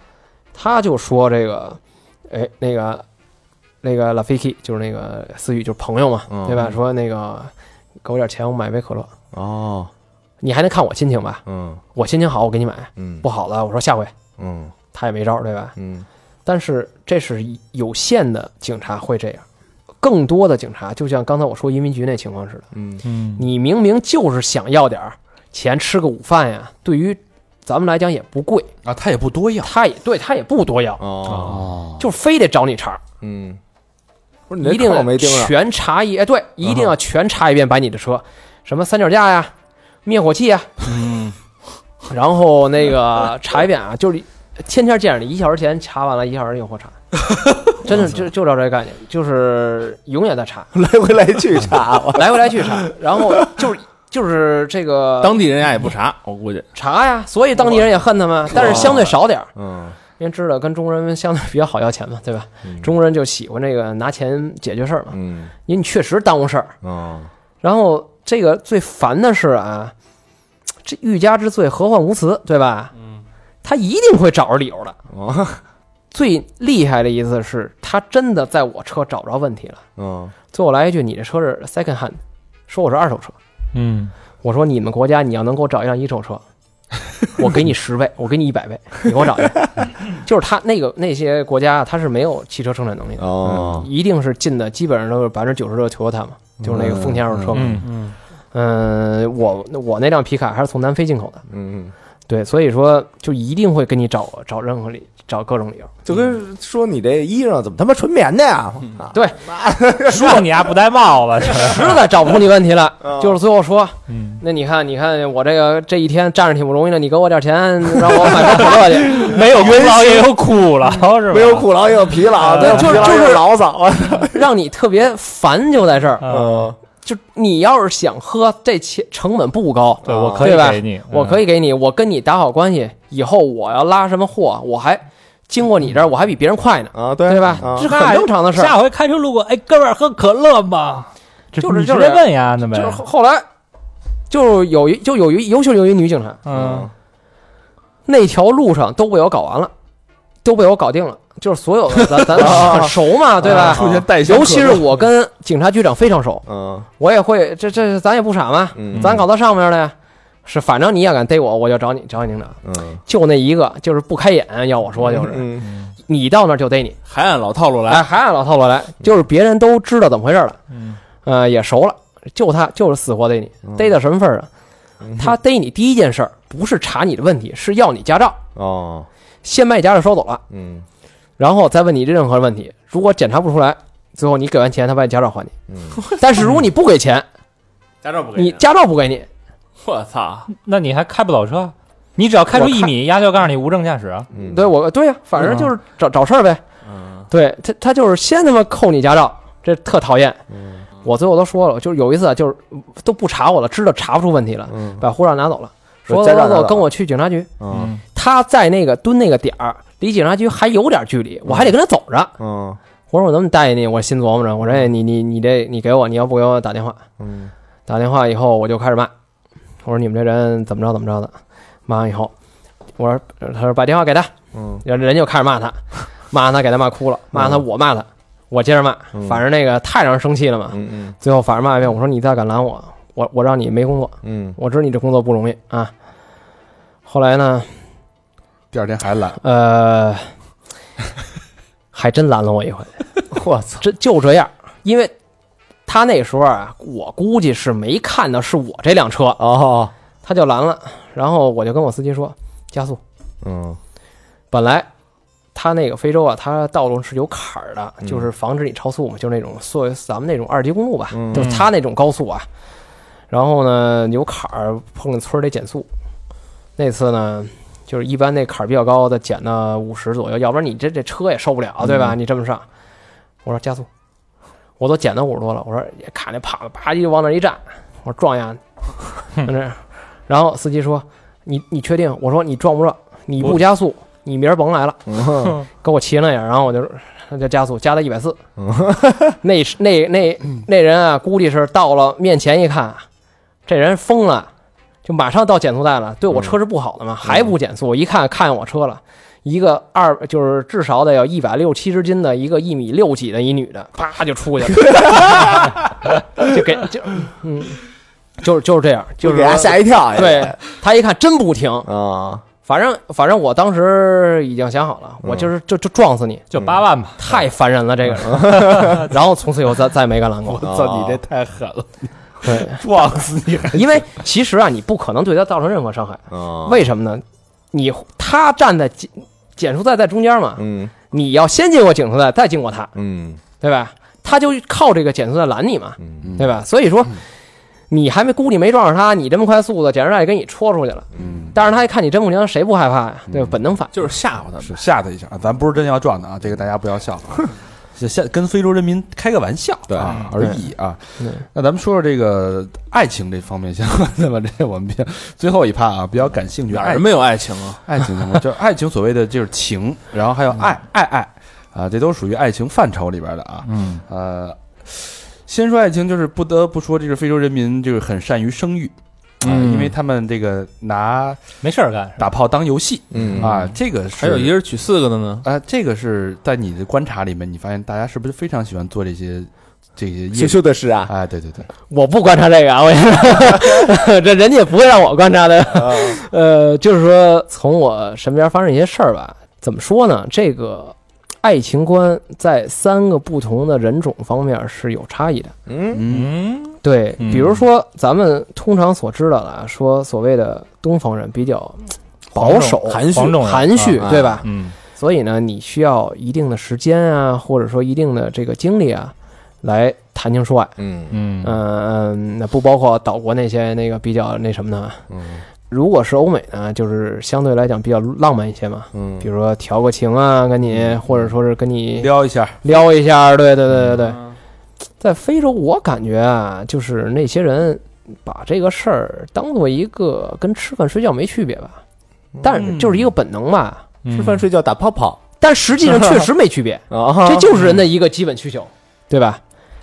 他就说这个，哎，那个那个拉菲基就是那个思雨，就是朋友嘛，嗯对吧？说那个给我点钱，我买杯可乐。哦你还能看我心情吧？嗯我心情好，我给你买；嗯不好了，我说下回。嗯他也没招儿，对吧？嗯但是这是有限的警察会这样，更多的警察就像刚才我说移民局那情况似的，嗯嗯，你明明就是想要点儿钱吃个午饭呀，对于咱们来讲也不贵，啊，他也不多要他也对他也不多要，哦哦就非得找你茬儿，嗯，不是你一定我没要盯上，全查一，哎，对，一定要全查一遍，把你的车，什么三脚架呀、灭火器呀，嗯， *laughs* 然后那个 *laughs* 查一遍啊，就是天天见着你，一小时前查完了，一小时以后查。真的就就照这概念，就是永远在查，来回来去 *laughs* 查，来回来去查，然后 *laughs* 就是就是这个当地人家也不查，我估计查呀，所以当地人也恨他们，但是相对少点儿，嗯因为知道跟中国人相对比较好要钱嘛，对吧？中国人就喜欢这个拿钱解决事儿嘛，嗯因为你确实耽误事儿。哦然后这个最烦的是啊，这欲加之罪，何患无辞，对吧？嗯，他一定会找着理由的。哦 *laughs* 最厉害的一次是他真的在我车找着问题了，嗯最后来一句：“你这车是 second hand，说我是二手车。”嗯，我说你们国家你要能给我找一辆一手车，我给你十倍，我给你一百倍，你给我找一个。就是他那个那些国家，他是没有汽车生产能力的，哦一定是进的，基本上都是百分之九十都是 Toyota 嘛，就是那个丰田二手车嘛。嗯嗯、我我那辆皮卡还是从南非进口的，嗯，对，所以说就一定会跟你找找任何理，找各种理由。就跟说你这衣裳怎么他妈纯棉的呀？啊对，嗯说你丫不戴帽 *laughs* 子，实在找不出你问题了，就是最后说，嗯，那你看，你看我这个这一天站着挺不容易的，你给我点钱，让我买瓶可乐 *laughs* 去。没有功劳也有苦劳是吧？没有，苦劳也有疲劳，呃没有疲劳就是也有牢骚啊。让你特别烦就在这儿。嗯，就你要是想喝，这钱成本不高，对我可以嗯对吧给你，嗯我可以，以给你，我跟你打好关系，以后我要拉什么货，我还经过你这儿，我还比别人快呢，啊，对对吧？啊这很正常的事儿。下回开车路过，哎，哥们儿喝可乐吗？这就是你直就是接问呀，那呗就，是后后来，就有一就有一，尤其是有一女警察，嗯，那条路上都被我搞完了，都被我搞定了，就是所有的 *laughs* 咱咱很熟嘛，对吧？啊出现代销客户，尤其是我跟警察局长非常熟，嗯我也会，这这咱也不傻嘛，嗯咱搞到上面了呀。是反正你要敢逮我，我就找你找你领长。嗯，就那一个，就是不开眼，要我说就是，嗯你到那儿就逮你，还按老套路哎，来，还按老套路来，就是别人都知道怎么回事了，呃，也熟了，就他就是死活逮你，嗯逮到什么份儿啊？他逮你第一件事儿不是查你的问题，是要你驾照，哦，先把你驾照收走了，嗯然后再问你任何问题。如果检查不出来，最后你给完钱，他把你驾照还你。嗯，但是如果你不给钱，驾照不给你驾照不给你，我操，嗯那你还开不了车？你只要开出一米，丫就告诉你无证驾驶啊！嗯对，我对呀、反正就是找找事儿呗。嗯，对他，他就是先他妈扣你驾照，这特讨厌。嗯我最后都说了，就是有一次啊就是都不查我了，知道查不出问题了，嗯把护照拿走了，对说驾走照走拿走，走跟我去警察局。嗯他在那个蹲那个点儿，离警察局还有点距离，我还得跟他走着。嗯我说我能不能带你？我心琢磨着，我说哎，你你你这你给我，你要不给我打电话，嗯打电话以后我就开始骂，我说你们这人怎么着怎么着的，骂完以后，我说呃他说把电话给他，嗯然后人就开始骂他，骂他给他骂哭了，骂他我骂他，我接着骂，嗯反正那个太让人生气了嘛，嗯最后反正骂一遍，我说你再敢拦我，我我让你没工作，嗯我知道你这工作不容易啊。后来呢，第二天还 *laughs* 懒，呃，还真拦了我一回， *laughs* 我操，这就这样，因为他那时候啊，我估计是没看到是我这辆车，哦，他就拦了，然后我就跟我司机说加速，嗯本来。他那个非洲啊，它道路是有坎儿的，嗯就是防止你超速嘛，就那种作为咱们那种二级公路吧，嗯就是他那种高速啊。然后呢，有坎儿碰见村儿得减速。那次呢，就是一般那坎儿比较高的减到五十左右，要不然你这这车也受不嗯了，对吧？你这么上，我说加速，我都减到五十多了，我说也看那胖子啪就往那一站，我说撞呀，就这样。然后司机说：“你你确定？”我说：“你撞不撞？你不加速，你明儿甭来了。”嗯 *laughs* 给我骑那样，然后我就他就加速，加到一百四。嗯 *laughs* 那那那那人啊，估计是到了面前一看，这人疯了，就马上到减速带了，对嗯我车是不好的嘛，还不减速，一看看见我车了。一个二就是至少得有一百六七十斤的一个一米六几的一女的，啪就出 *laughs* 去了，就给就嗯，就是就是这样，就是给他吓一跳，也对他一看真不停，啊，反正反正我当时已经想好了，嗯我就是就就撞死你，就八万吧，太烦人了这个人。 *laughs* 然后从此以后再再没敢拦我过。操，你这太狠了，对，撞死你！因为其实啊，你不可能对他造成任何伤害。啊，为什么呢？你他站在减减速带在中间嘛，嗯你要先经过减速带，再经过他，嗯对吧？他就靠这个减速带拦你嘛，嗯对吧？所以说。你还没估计没撞上他，你这么快速度，减速带也跟你戳出去了。嗯，但是他一看你真不行，谁不害怕呀？嗯对吧，本能反应。就是吓唬他们，是吓他一下，咱不是真要撞他啊，这个大家不要笑话，就吓跟非洲人民开个玩笑对啊而已啊对。那咱们说说这个爱情这方面相关的吧，这我们比较最后一趴啊，比较感兴趣哪爱儿没有爱情啊？爱情就是爱情所谓的就是 *laughs* 情，然后还有嗯爱爱爱啊，这都属于爱情范畴里边的啊。嗯，呃，先说爱情，就是不得不说，这个非洲人民就是很善于生育，啊，嗯因为他们这个拿没事儿干。是吧打炮当游戏嗯啊，这个是还有一人娶四个的呢，啊，这个是在你的观察里面，你发现大家是不是非常喜欢做这些这些业羞羞的是啊，啊？对对对，我不观察这个啊，我也是，这人家也不 *laughs* 会让我观察的。呃，就是说从我身边发生一些事儿吧，怎么说呢？这个爱情观在三个不同的人种方面是有差异的。嗯嗯嗯，对，嗯比如说咱们通常所知道的啊，说所谓的东方人比较保守、含蓄黄种人含蓄，啊对吧？嗯，所以呢，你需要一定的时间啊，或者说一定的这个精力啊，来谈情说爱。嗯嗯嗯，嗯，那不包括岛国那些那个比较那什么的。嗯如果是欧美呢，就是相对来讲比较浪漫一些嘛，嗯比如说调个情啊，跟你，或者说是跟嗯你撩一下，撩一下，对对对对对。在非洲，我感觉啊，就是那些人把这个事儿当做一个跟吃饭睡觉没区别吧，但是就是一个本能吧，吃饭睡觉打泡泡但实际上确实没区别，啊，这就是人的一个基本需求，对吧？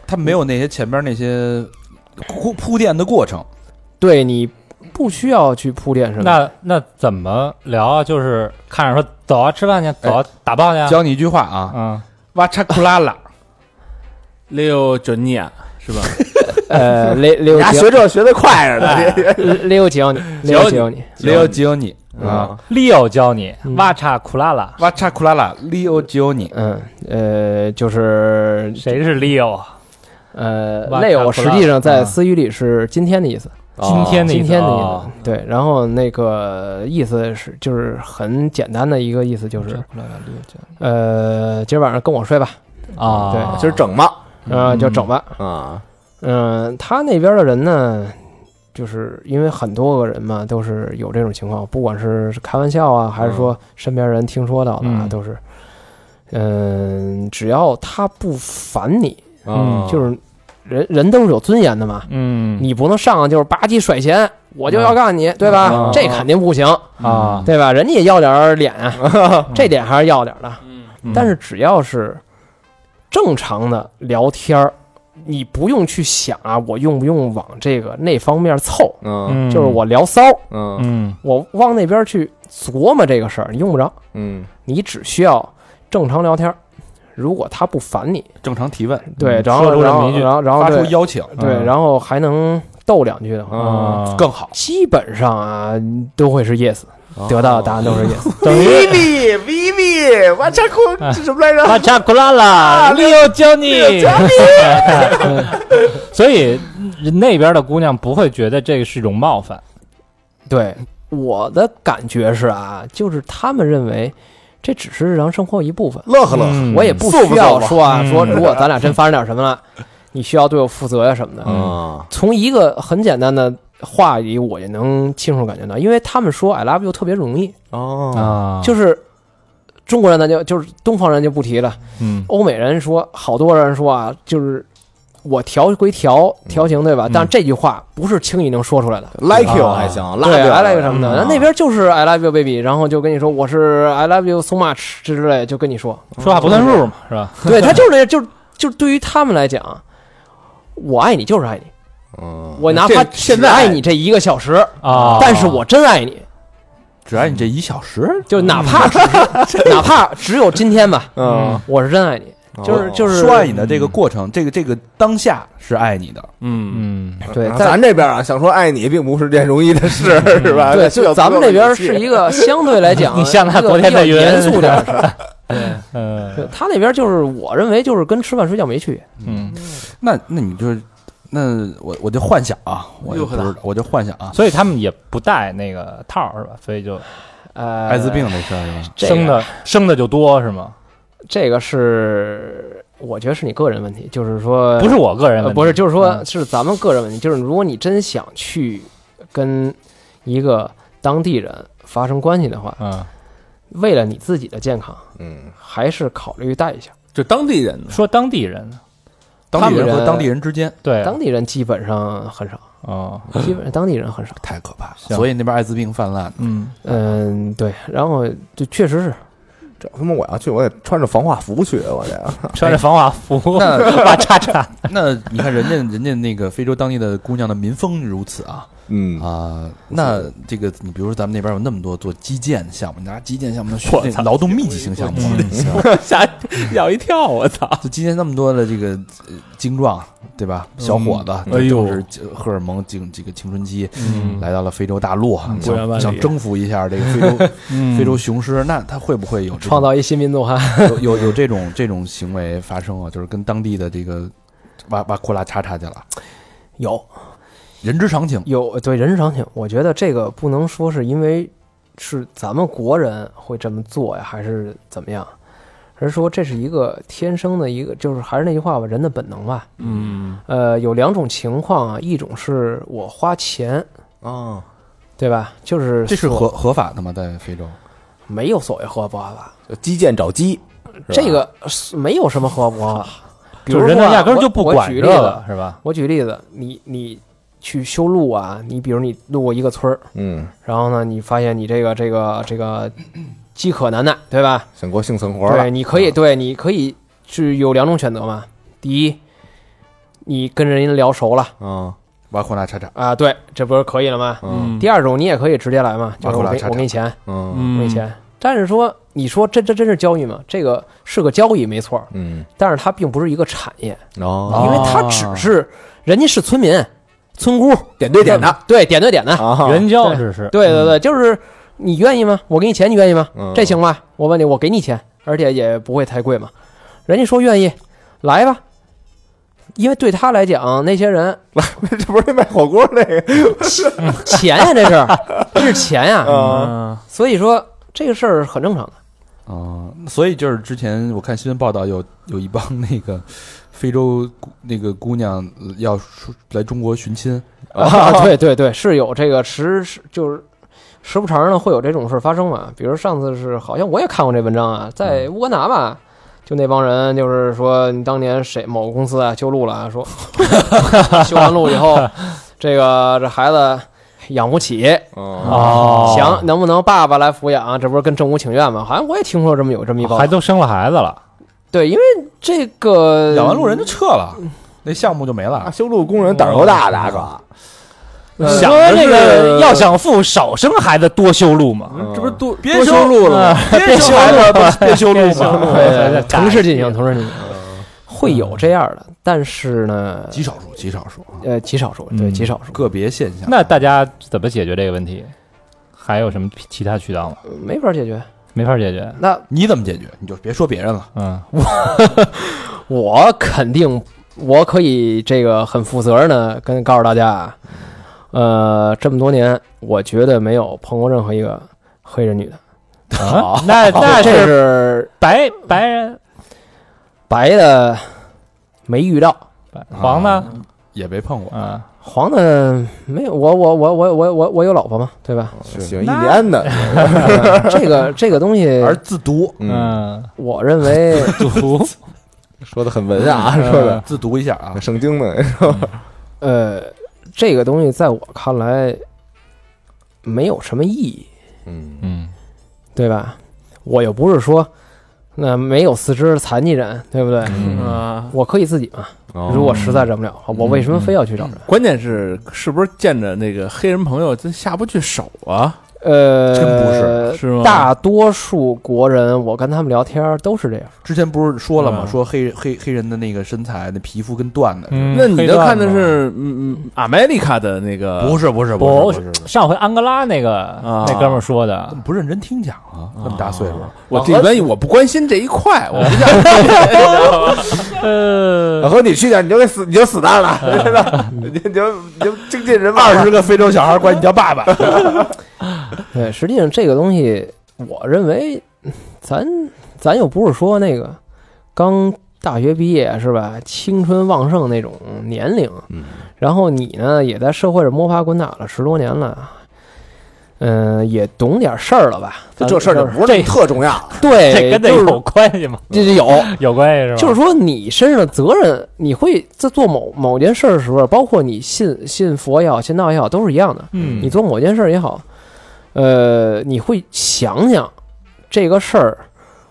他没有那些前边那些铺铺垫的过程，对你不需要去铺垫什么。那那怎么聊啊？就是看着说走啊，吃饭去，走啊，打炮去嗯啊。教你一句话啊，嗯，哇嚓库拉拉，六九尼亚是吧？呃，雷雷欧你还吉学这学的快着哎呢，这雷欧吉奥尼，雷欧吉奥尼， ，Leo Gioni 啊， Leo 教你嗯哇叉库拉拉，哇查库拉拉，Leo Gioni 嗯呃，就是谁是 Leo？啊呃哇雷欧卡实普拉际上在嗯私语里是今天的意思，今天的意 *laughs* 今思天的意哦思。对，然后那个意思是就是很简单的一个意思，就是呃，今儿晚上跟我睡吧，啊，对就是整嘛嗯啊，就整吧。啊，嗯，他那边的人呢，就是因为很多个人嘛，都是有这种情况，不管是开玩笑啊，还是说身边人听说到的啊，嗯都是，嗯，只要他不烦你，啊嗯就是是人人都是有尊严的嘛，嗯你不能上来就是吧唧甩钱，我就要干你，对吧嗯？这肯定不行，啊，对吧？人家也要点儿脸啊， *laughs* 这点还是要点儿嗯的。但是只要是正常的聊天儿，你不用去想啊，我用不用往这个那方面凑，嗯嗯就是我聊骚，嗯嗯我往那边去琢磨这个事儿，你用不着，嗯你只需要正常聊天儿。如果他不烦你，正常提问，嗯对，然嗯说后出然这么后一句然后然后发出对邀请嗯嗯对，然后还能逗两句的话，啊，啊，更好。基本上啊都会是 yes，得到的答案哦都是 yes。等于 Vivi Vivi，我这哭这什么哎来着？哇叉库拉拉，Leo 教你。 *laughs* 所以那边的姑娘不会觉得这个是一种冒犯，对，我的感觉是啊，就是他们认为这只是日常生活一部分，乐呵乐呵嗯我也不需要说啊，嗯说如果咱俩真发生点什么了， *laughs* 你需要对我负责呀、什么的。啊从一个很简单的话里，我也能清楚感觉到，因为他们说 “I love you” 特别容易，哦啊，嗯就是中国人咱就就是东方人就不提了，嗯欧美人说，好多人说啊，就是我调归调调情，对吧？但这句话不是轻易能说出来的。 ，like you 还行，对，I 啊 love 什 you 什么的，嗯然后那边就是 I love you baby，然后就跟你说我是 I love you so much 之类，就跟你说，说话不算数嘛，是吧？对他就是那，就是就是对于他们来讲，我爱你就是爱你，嗯我哪怕这现只在爱你这一个小时，啊，但是我真爱你，只要你这一小时，就哪怕只是哪怕只有今天吧，嗯，我是真爱你，就是哦就是嗯说爱你的这个过程，这个这个当下是爱你的，嗯，嗯对，啊在咱这边啊，想说爱你并不是件容易的事，是吧？对，啊 *laughs* 需要就咱们足够这的边勇气是一个相对来 *laughs* 讲，你像他一个昨天的比较云严肃点 *laughs* 儿的事儿，呃对他那边就是我认为就是跟吃饭睡觉没区别。嗯，那那你就那我我就幻想啊，我就不知道，我就幻想啊，所以他们也不戴那个套儿是吧？所以就呃，艾滋病这事儿是吧？这个生的生的就多是吗？这个是我觉得是你个人问题，就是说不是我个人呃问题，不是，就是说嗯是咱们个人问题，就是如果你真想去跟一个当地人发生关系的话，嗯，为了你自己的健康，嗯还是考虑带一下。就当地人呢说当地人当地他们人人和当地人之间对啊当地人基本上 *laughs* 很少，哦，基本上当地人很少。太可怕了，行所以那边艾滋病泛 *laughs* 滥。嗯，嗯，对，然后就确实是这他妈我要去，我得穿着防化服去，我啊得穿着防滑服，哎 *laughs* 那哇叉叉，那你看人家人家那个非洲当地的姑娘的民风如此啊嗯啊，那这个你比如说咱们那边有那么多做基建项目，你拿基建项目我的操劳动密集型项目， *laughs* 啊吓吓我一跳，我操！就今天那么多的这个呃精壮，对吧？小伙子，哎呦都是荷尔蒙经这个青春期，嗯来到了非洲大陆，啊不远万想里想征服一下这个非洲嗯非洲雄狮，那他会不会哦有这种创造一新民族哈。有 *laughs* 有有这种这种行为发生啊？就是跟当地的这个挖挖库拉叉叉去了，有人之常情。有对人之常情，我觉得这个不能说是因为是咱们国人会这么做呀，还是怎么样，而是说这是一个天生的一个，就是还是那句话吧，人的本能吧。嗯呃，有两种情况啊，一种是我花钱，啊，对吧？就是这是所合合法的吗？在非洲，没有所谓合不合法，就基建找鸡，是吧这个是没有什么合不合法。*laughs* 比就如说啊人家压根儿我就不我管举这例子个是吧？我举例子，你你去修路啊，你比如你路过一个村儿，嗯，然后呢，你发现你这个这个这个饥渴难耐，对吧？想过性生活了对，，你可以对，你可以是有两种选择嘛。第一，你跟人家聊熟了啊挖库拉叉叉，啊，对，这不是可以了吗？嗯第二种，你也可以直接来嘛，就是我马库拉给叉叉我给你钱，嗯我给你嗯钱，但是说，你说这这真是交易吗？这个是个交易没错儿，嗯，但是它并不是一个产业，哦，因为它只是人家是村民、村姑点对点的，对，点对点的，啊，援交这是对对对，就是你愿意吗？我给你钱，你愿意吗？嗯这行吧？我问你，我给你钱，而且也不会太贵嘛。人家说愿意，来吧。因为对他来讲，那些人这不是那卖火锅那个钱呀、这是这是钱呀、啊？所以说这个事儿是很正常的。哦，所以就是之前我看新闻报道有有一帮那个非洲姑那个姑娘呃要出来中国寻亲，啊，对对对，是有这个时时就是时不常呢会有这种事儿发生嘛。比如上次是好像我也看过这文章啊，在乌干达吧，就那帮人就是说，你当年谁某个公司啊修路了啊，说 *laughs* 修完路以后，这个这孩子。养不起，嗯哦，想能不能爸爸来抚养？啊这不是跟政府请愿吗？好像我也听说这么有这么一报道还。都生了孩子了，对，因为这个养完路人就撤了，那项目就没啊，了。修路工人胆儿够大的，啊大哥，呃想着那个要想富，少生孩子，多修路嘛。嗯嗯这不是多别啊多修路了吗别修了， *laughs* 不别修路嘛， *laughs* 对对对嗯城市进行，城市进行，会有这样的，但是呢，极少数，极少数啊，呃，极少数，对，嗯极少数，个别现象。那大家怎么解决这个问题？还有什么其他渠道吗？没法解决。没法解决。那你怎么解决？你就别说别人了，嗯，我肯定，我可以这个很负责任的跟告诉大家啊，呃，这么多年，我绝对没有碰过任何一个黑人女的，啊那那这是是白白人，白的没遇到，白黄呢？也没碰过。嗯，黄的没有，我我我我我我我有老婆嘛，对吧？嗯喜欢印第安的，呃 *laughs* 这个这个东西，哦而自读，嗯，我认为。祖说的很文啊，说的自读一下啊，圣经的，呃，这个东西在我看来没有什么意义，嗯嗯对吧？我又不是说那没有四肢残疾人，对不对？嗯，啊，我可以自己嘛。哦如果实在忍不了，我为什么非要去找嗯人？关键是是不是见着那个黑人朋友真下不去手啊？呃，真不是是吗？大多数国人，我跟他们聊天儿都是这样。之前不是说了吗？嗯说黑黑黑人的那个身材，那皮肤跟缎子似嗯， *laughs* 那你都都看的是嗯嗯 America 的那的，个不是不是不不是不是，上回安哥拉那个啊那哥们儿说的怎么不认真听讲啊？那么大岁数了，我一般我不关心这一块，我不 *laughs* 呃老何，你去点你就给死，你就死那儿了，真的，你就你就你就精尽人亡二十个非洲小孩管你叫爸爸，对，实际上这个东西，我认为嗯咱咱又不是说那个刚大学毕业是吧，青春旺盛那种年龄，嗯然后你呢也在社会上摸爬滚打了十多年了。嗯，也懂点事儿了吧？嗯咱这事儿就不是那么特重要，对，这跟这哎就是有关系吗？这这有，嗯有关系是吧？就是说你身上的责任，你会在做某某件事儿的时候，包括你信信佛也好，信道也好，都是一样的。嗯你做某件事儿也好，呃，你会想想这个事儿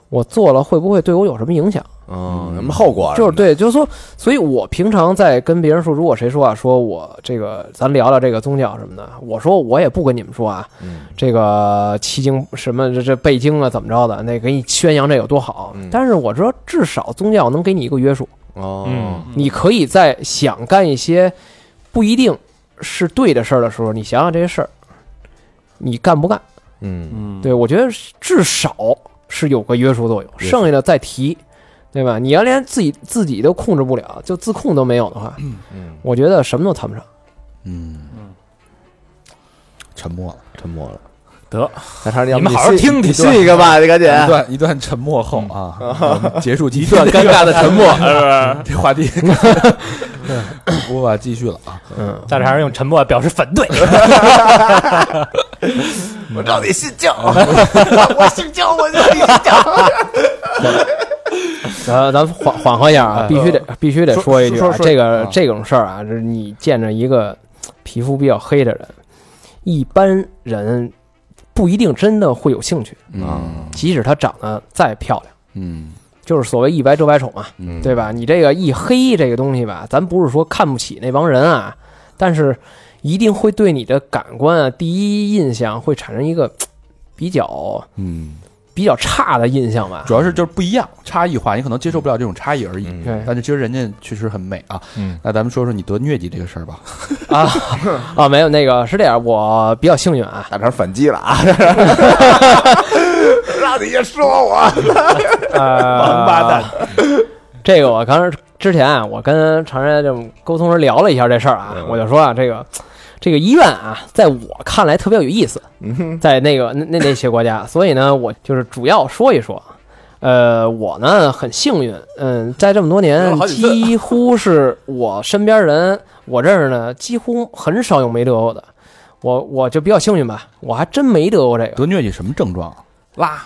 我做了会不会对我有什么影响？嗯，什么后果？就是对，就是说，所以我平常在跟别人说，如果谁说啊，说我这个咱聊聊这个宗教什么的，我说我也不跟你们说啊，嗯，这个七经什么这这背经啊怎么着的，那给你宣扬这有多好嗯。但是我知道，至少宗教能给你一个约束，哦，嗯你可以在想干一些不一定是对的事儿的时候，你想想这些事儿，你干不干？嗯，嗯对，我觉得是至少是有个约束作用，约束剩下的再提，对吧？你要连自己自己都控制不了，就自控都没有的话，嗯，我觉得什么都谈不上。嗯，沉默了。沉默了，得，大肠，你要你不们好好信听听你信一个吧，你赶紧，一段一段沉默后啊，我们结束一段尴尬的沉默，啊这话题 *laughs* 无法继续了啊。嗯，大肠用沉默表示反对。我让你信教，嗯咱咱缓缓和一下啊，必须得必须得说说一句说啊，说这个啊这种事儿啊，就是你见着一个皮肤比较黑的人，一般人不一定真的会有兴趣，嗯即使他长得再漂亮。嗯就是所谓一白遮百丑嘛，嗯对吧？你这个一黑这个东西吧，咱不是说看不起那帮人啊，但是一定会对你的感官啊、第一印象会产生一个嘖比较嗯，比较差的印象吧。主要是就是不一样，差异化，你可能接受不了这种差异而已。嗯，对但是其实人家确实很美啊。嗯，那咱们说说你得疟疾这个事儿吧。啊啊，没有那个是这样，我比较幸运啊，大肠反击了啊！让你说我， *laughs* 王八蛋。呃这个我刚才之前啊，我跟常人这么沟通时聊了一下这事儿啊，嗯我就说啊，这个这个医院啊，在我看来特别有意思，嗯哼，在那个那那那些国家，所以呢，我就是主要说一说。呃，我呢很幸运，嗯，在这么多说了年，好几次几乎是我身边人，我认识呢，几乎很少有没得过的。我我就比较幸运吧，我还真没得过这个，得疟疾什么症状？啊 *laughs* 拉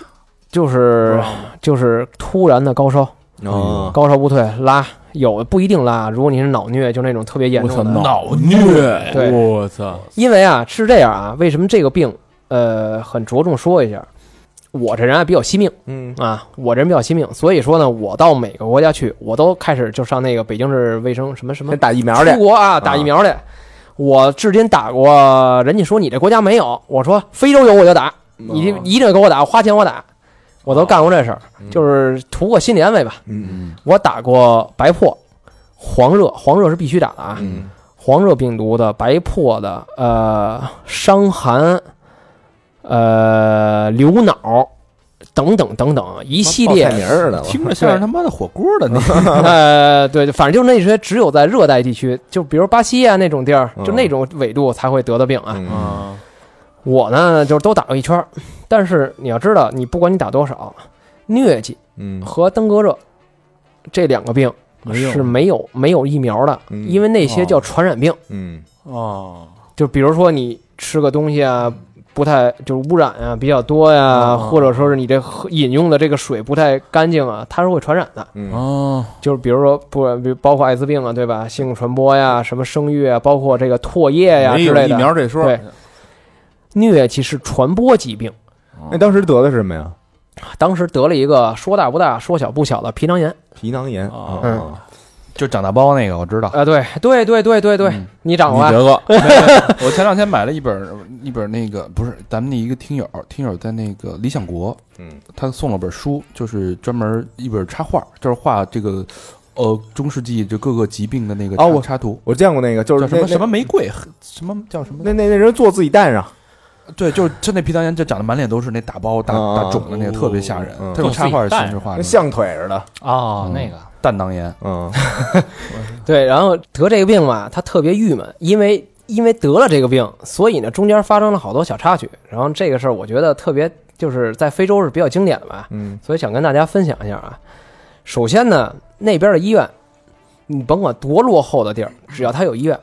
就是就是突然的高烧，哦，高烧不退，拉有不一定拉。如果你是脑疟，就那种特别严我操重的，脑虐，对我操，因为啊是这样啊，为什么这个病呃很着重说一下？我这人啊比较惜命嗯啊，我这人比较惜命，所以说呢，我到每个国家去，我都开始就上那个北京市卫生什么什么先打疫苗去嗯出，国啊打疫苗去。我至今打过，人家说你这国家没有，我说非洲有我就打，哦你一定一定给我打，我花钱我打，我都干过这事儿，就是图个心理安慰吧。嗯我打过白破、黄热，黄热是必须打的啊，嗯黄热病毒的、白破的、呃伤寒、呃流脑等等等等一系列报菜，名儿的，听着像是他妈的火锅的那 *laughs* 个。 *laughs* 呃对，反正就是那些只有在热带地区，就比如巴西啊那种地儿，就那种纬度才会得的病啊。嗯我呢就是都打过一圈儿，但是你要知道，你不管你打多少，疟疾嗯和登革热这两个病没有啊是没有没有疫苗的，嗯因为那些叫传染病，嗯哦，就比如说你吃个东西啊，不太就是污染啊比较多呀、哦或者说是你这喝饮用的这个水不太干净啊，它是会传染的。嗯哦，就是比如说不，比如包括艾滋病啊，对吧？性传播呀，什么生育啊，包括这个唾液呀没之有类疫的。苗这说，对疟疾是传播疾病，那哎当时得的是什么哦呀？当时得了一个说大不大，说小不小的皮囊炎。皮囊炎哦啊，就长大包那个，我知道。啊、对对对对对对，嗯你掌握你啊得过。 *laughs* 我前两天买了一本一本那个不是咱们的一个听友，听友在那个理想国，嗯他送了本书，就是专门一本插画，就是画这个呃中世纪这各个疾病的那个哦我插插图，我见过那个，就叫是什么那什么玫瑰， *laughs* 什么叫什么？那那那人坐自己蛋上，对，就是就那皮囊炎，就长得满脸都是那打包大啊大肿的那个，哦特别吓人嗯。他用插画的形式画跟的，象腿似的， *laughs* 哦嗯，那个蛋囊炎。嗯对，然后得这个病吧，他特别郁闷，因为因为得了这个病，所以呢中间发生了好多小插曲。然后这个事儿我觉得特别就是在非洲是比较经典的吧，嗯所以想跟大家分享一下啊。首先呢，那边的医院，你甭管多落后的地儿，只要他有医院，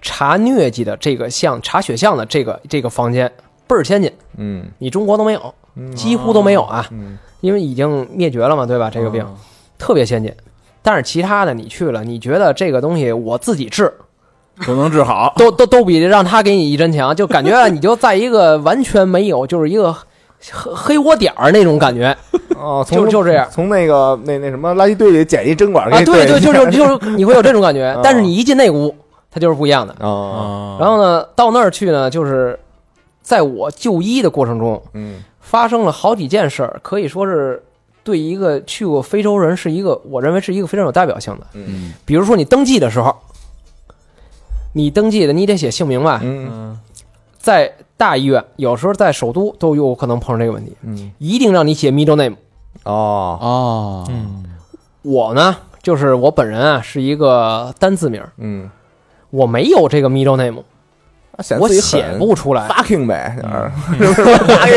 查疟疾的这个项查血项的这个这个房间倍儿先进，嗯你中国都没有，嗯几乎都没有啊，嗯因为已经灭绝了嘛，对吧？这个病。特别先进。但是其他的你去了，你觉得这个东西我自己治，都能治 *laughs* 好，都都都比让他给你一针强，就感觉啊你就在一个完全没有，就是一个黑黑窝点儿那种感觉哦，就从就这样从那个那那什么垃圾堆里捡一针管啊，给对对，就是是就是你会有这种感觉啊，但是你一进那屋，它就是不一样的。啊然然后呢，到那儿去呢，就是在我就医的过程中，嗯发生了好几件事儿，可以说是对一个去过非洲人是一个，我认为是一个非常有代表性的。嗯比如说你登记的时候，你登记的你得写姓名吧，嗯在大医院，有时候在首都都有可能碰上这个问题，嗯一定让你写 middle name。哦哦，我呢，就是我本人啊，是一个单字名，嗯，我没有这个 middle name，啊显我自己写很不出来， fucking 呗，就是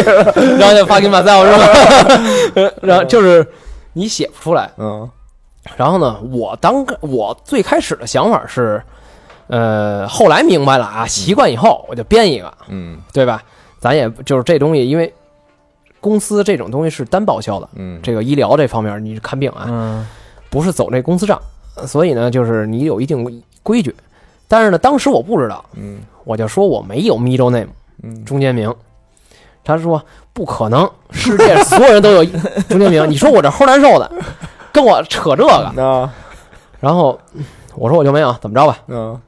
*laughs* 然后就发给马赛，我说， *laughs* 然后就是你写不出来。嗯然后呢，我当我最开始的想法是，呃，后来明白了啊，习惯以后我就编一个，嗯对吧？咱也就是这东西，因为公司这种东西是单报销的，嗯这个医疗这方面你看病啊，嗯，不是走这公司账，所以呢，就是你有一定规矩。但是呢，当时我不知道，嗯我就说我没有 middle name 嗯中间名。他说不可能，世界上所有人都有中间名。你说我这齁难受的，跟啊我扯这个。那然后我说我就没有，怎么着吧？嗯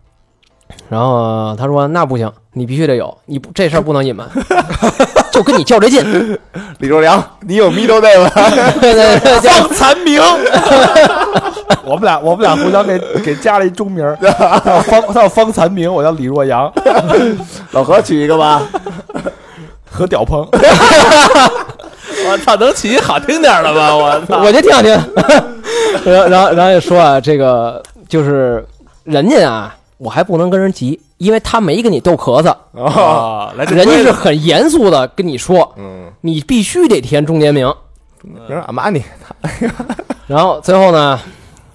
然后他说那不行，你必须得有，你不这事儿不能隐瞒，就跟你较这劲。李忠良，你有 middle name 吗？对对对对，残明， *laughs* 我们俩我们俩互 *laughs* 相给给加了一中名儿，他叫方他叫方残明，我叫李若阳 *laughs* 老何取一个吧。和屌鹏。我操，能起一好听点儿的吧？我操，我就挺想听。然后，然后，然后就说啊，这个就是人家啊，我还不能跟人急，因为他没跟你逗咳嗽，啊，来这人家是很严肃的跟你说，嗯，你必须得填中间名。你说阿玛尼，然后最后呢，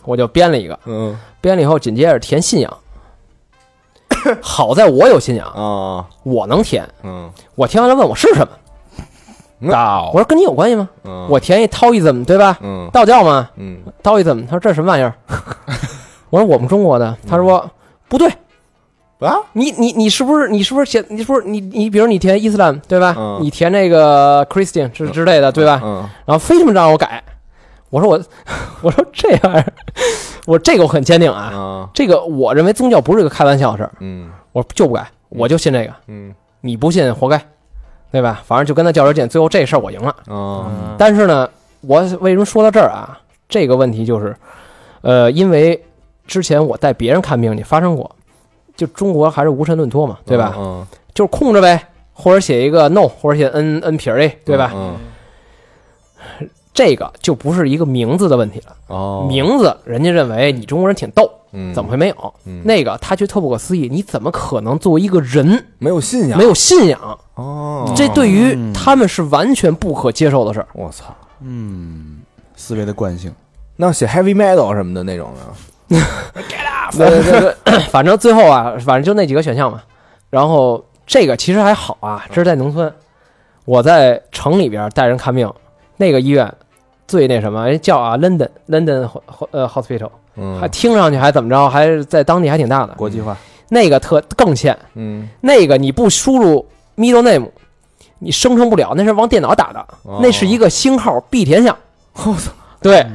我就编了一个，嗯编了以后紧接着填信仰。好在我有信仰，啊，我能填。嗯我填完了问我是什么，到我说跟你有关系吗？嗯，我填一 Taoism 对吧？嗯道教嘛嗯， ，Taoism。他说这什么玩意儿？ *laughs* 我说我们中国的。他说不对，嗯啊，你你你是不是你是不是写你是不是你你比如你填伊斯兰对吧？嗯你填那个 Christian 之之类的对吧？嗯然后非他妈让我改，我说我 *laughs* 我说这玩意儿，我这个我很坚定啊，啊，这个我认为宗教不是一个开玩笑的事儿，嗯我就不改，我就信这个，嗯你不信活该，对吧？反正就跟他较着劲，最后这事儿我赢了。啊，但是呢，我为什么说到这儿啊？这个问题就是，呃，因为之前我带别人看病去发生过，就中国还是无神论多嘛，对吧？嗯，就是空着呗，或者写一个 no，或者写 n n 撇 a，对吧？嗯，这个就不是一个名字的问题了。哦，名字人家认为你中国人挺逗，明怎么会没有？嗯那个他觉得特不可思议，你怎么可能作为一个人没有信仰？没有信仰？哦，这对于他们是完全不可接受的事儿。我操，嗯，思维的惯性，那写 heavy metal 什么的那种呢？对对对 *coughs* 对，反正最后啊，反正就那几个选项嘛。然后这个其实还好啊，这是在农村，我在城里边带人看病，那个医院最那什么，人叫啊 London London 呃 Hospital，嗯，还听上去还怎么着，还是在当地还挺大的。国际化。那个特更欠，嗯，那个你不输入 middle name，你生成不了，那是往电脑打的，哦那是一个星号必填项。对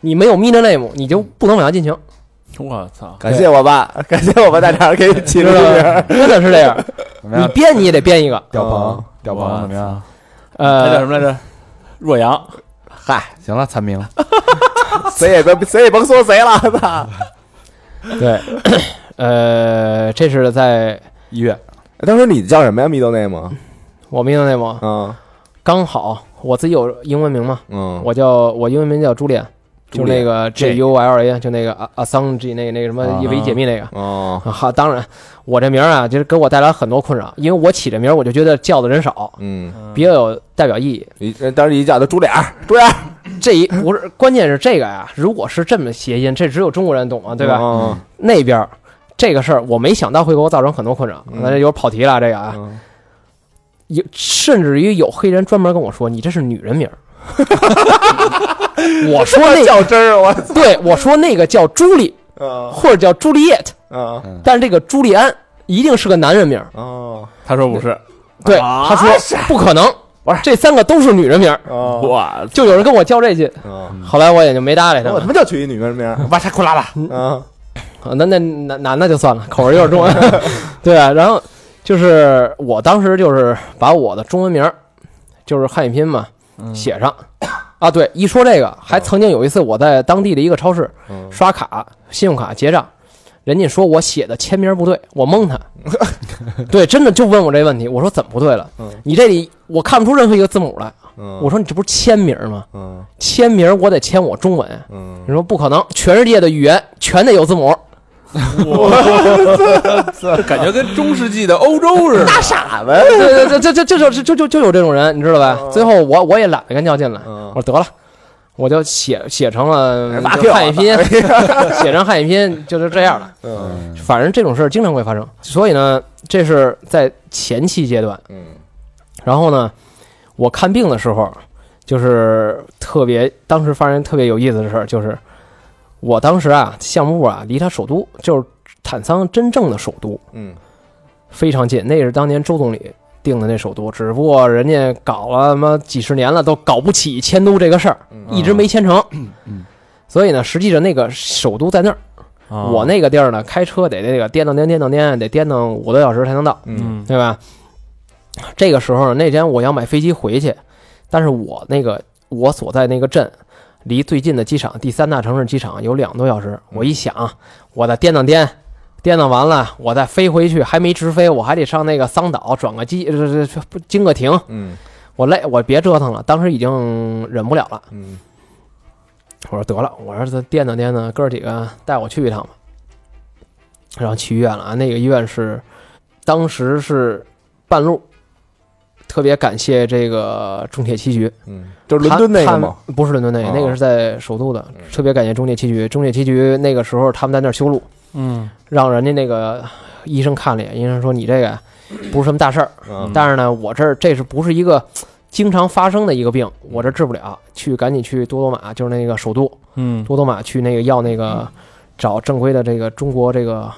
你没有 middle name，你就不能往下进行。我 *laughs* 操，感谢我吧，感谢我吧，大家给你 *laughs* 起知了道个名儿。嗯吧？真的是这样，怎么你样？编你也得编一个。屌鹏哦，屌鹏怎么样？他叫什呃，么来着？若阳，行了，残明，谁也别谁也甭说谁了，操！对， *coughs* 呃，这是在一月当时你叫什么呀？middle *laughs* name 啊吗我们英内蒙，嗯刚好我自己有英文名嘛，嗯，我叫我英文名叫朱莉安，就朱莉安那个 J U L A，就那个阿阿桑 G 那个那个什么啊以为解密那个。 *laughs* 哦啊好，当然，我这名儿啊，就是给我带来很多困扰，因为我起这名儿，我就觉得叫的人少，嗯，比较有代表意义。一当时一叫他猪脸儿，这一不是，关键是这个呀、如果是这么谐音，这只有中国人懂啊，对吧？嗯那边儿这个事儿，我没想到会给我造成很多困扰。嗯那这有点跑题了，这个啊，嗯有甚至于有黑人专门跟我说：“你这是女 *laughs* 人名儿。”我说那较真儿，我操对我说那个叫朱莉嗯或者叫朱丽叶特，嗯但是这个朱利安一定是个男人名儿。哦他说不是，对，他哎说不可能，这三个都是女人名儿，哦，我就有人跟我较这劲。嗯后来我也就没搭理他我他了。妈就取一女人 *laughs* 名儿，瓦沙库拉拉，嗯啊那那男男的就算了，口味有点 *laughs* 重。对啊，然后就是我当时就是把我的中文名儿，就是汉语拼音嘛，嗯写上。啊，对，一说这个，还曾经有一次我在当地的一个超市嗯刷卡，信用卡结账，人家说我写的签名不对，我 *laughs* 蒙他。对，真的就问我这问题，我说怎么不对了嗯？你这里我看不出任何一个字母来。嗯，我说你这不是签名吗？嗯签名我得签我中文。嗯你说不可能，全世界的语言全得有字母。感觉跟中世纪的欧洲似的。傻子，对对对，这这这就就就就有这种人，你知道吧？最后我我也懒得跟较劲了，嗯我说得了，我就写写成了妈就汉语拼音，写成汉语拼音就是这样了。嗯反正这种事儿经常会发生，所以呢，这是在前期阶段。嗯然后呢，我看病的时候，就是特别，当时发生特别有意思的事儿，就是我当时啊，项目部啊，离他首都就是坦桑真正的首都嗯非常近，那是当年周总理定的那首都，只不过人家搞了他妈几十年了，都搞不起迁都这个事儿，嗯 *clears throat* 一直没迁成。所以呢，实际上那个首都在那儿，啊我那个地儿呢，开车得那个颠荡颠颠荡颠，得颠荡五个多小时才能到，嗯，对吧？这个时候呢，那天我要买飞机回去，但是我那个我所在那个镇离最近的机场，第三大城市机场有两个多小时。我一想，我再颠荡颠，颠荡完了，我再飞回去，还没直飞，我还得上那个桑岛转个机，呃不经个停，嗯我累，我别折腾了。当时已经忍不了了，嗯我说得了，我说这颠荡颠荡，哥儿几个带我去一趟吧。然后去医院了啊，那个医院是当时是半路，特别感谢这个中铁七局，嗯就是伦敦那个他吗？们不是伦敦那个，哦那个是在首都的嗯。特别感谢中铁七局，中铁七局那个时候他们在那儿修路，嗯让人家那个医生看了一眼，医生说你这个不是什么大事儿，嗯但是呢，我这儿这是不是一个经常发生的一个病，我这治不了，去赶紧去多多玛，就是那个首都嗯多多玛去那个要那个找正规的这个中国这个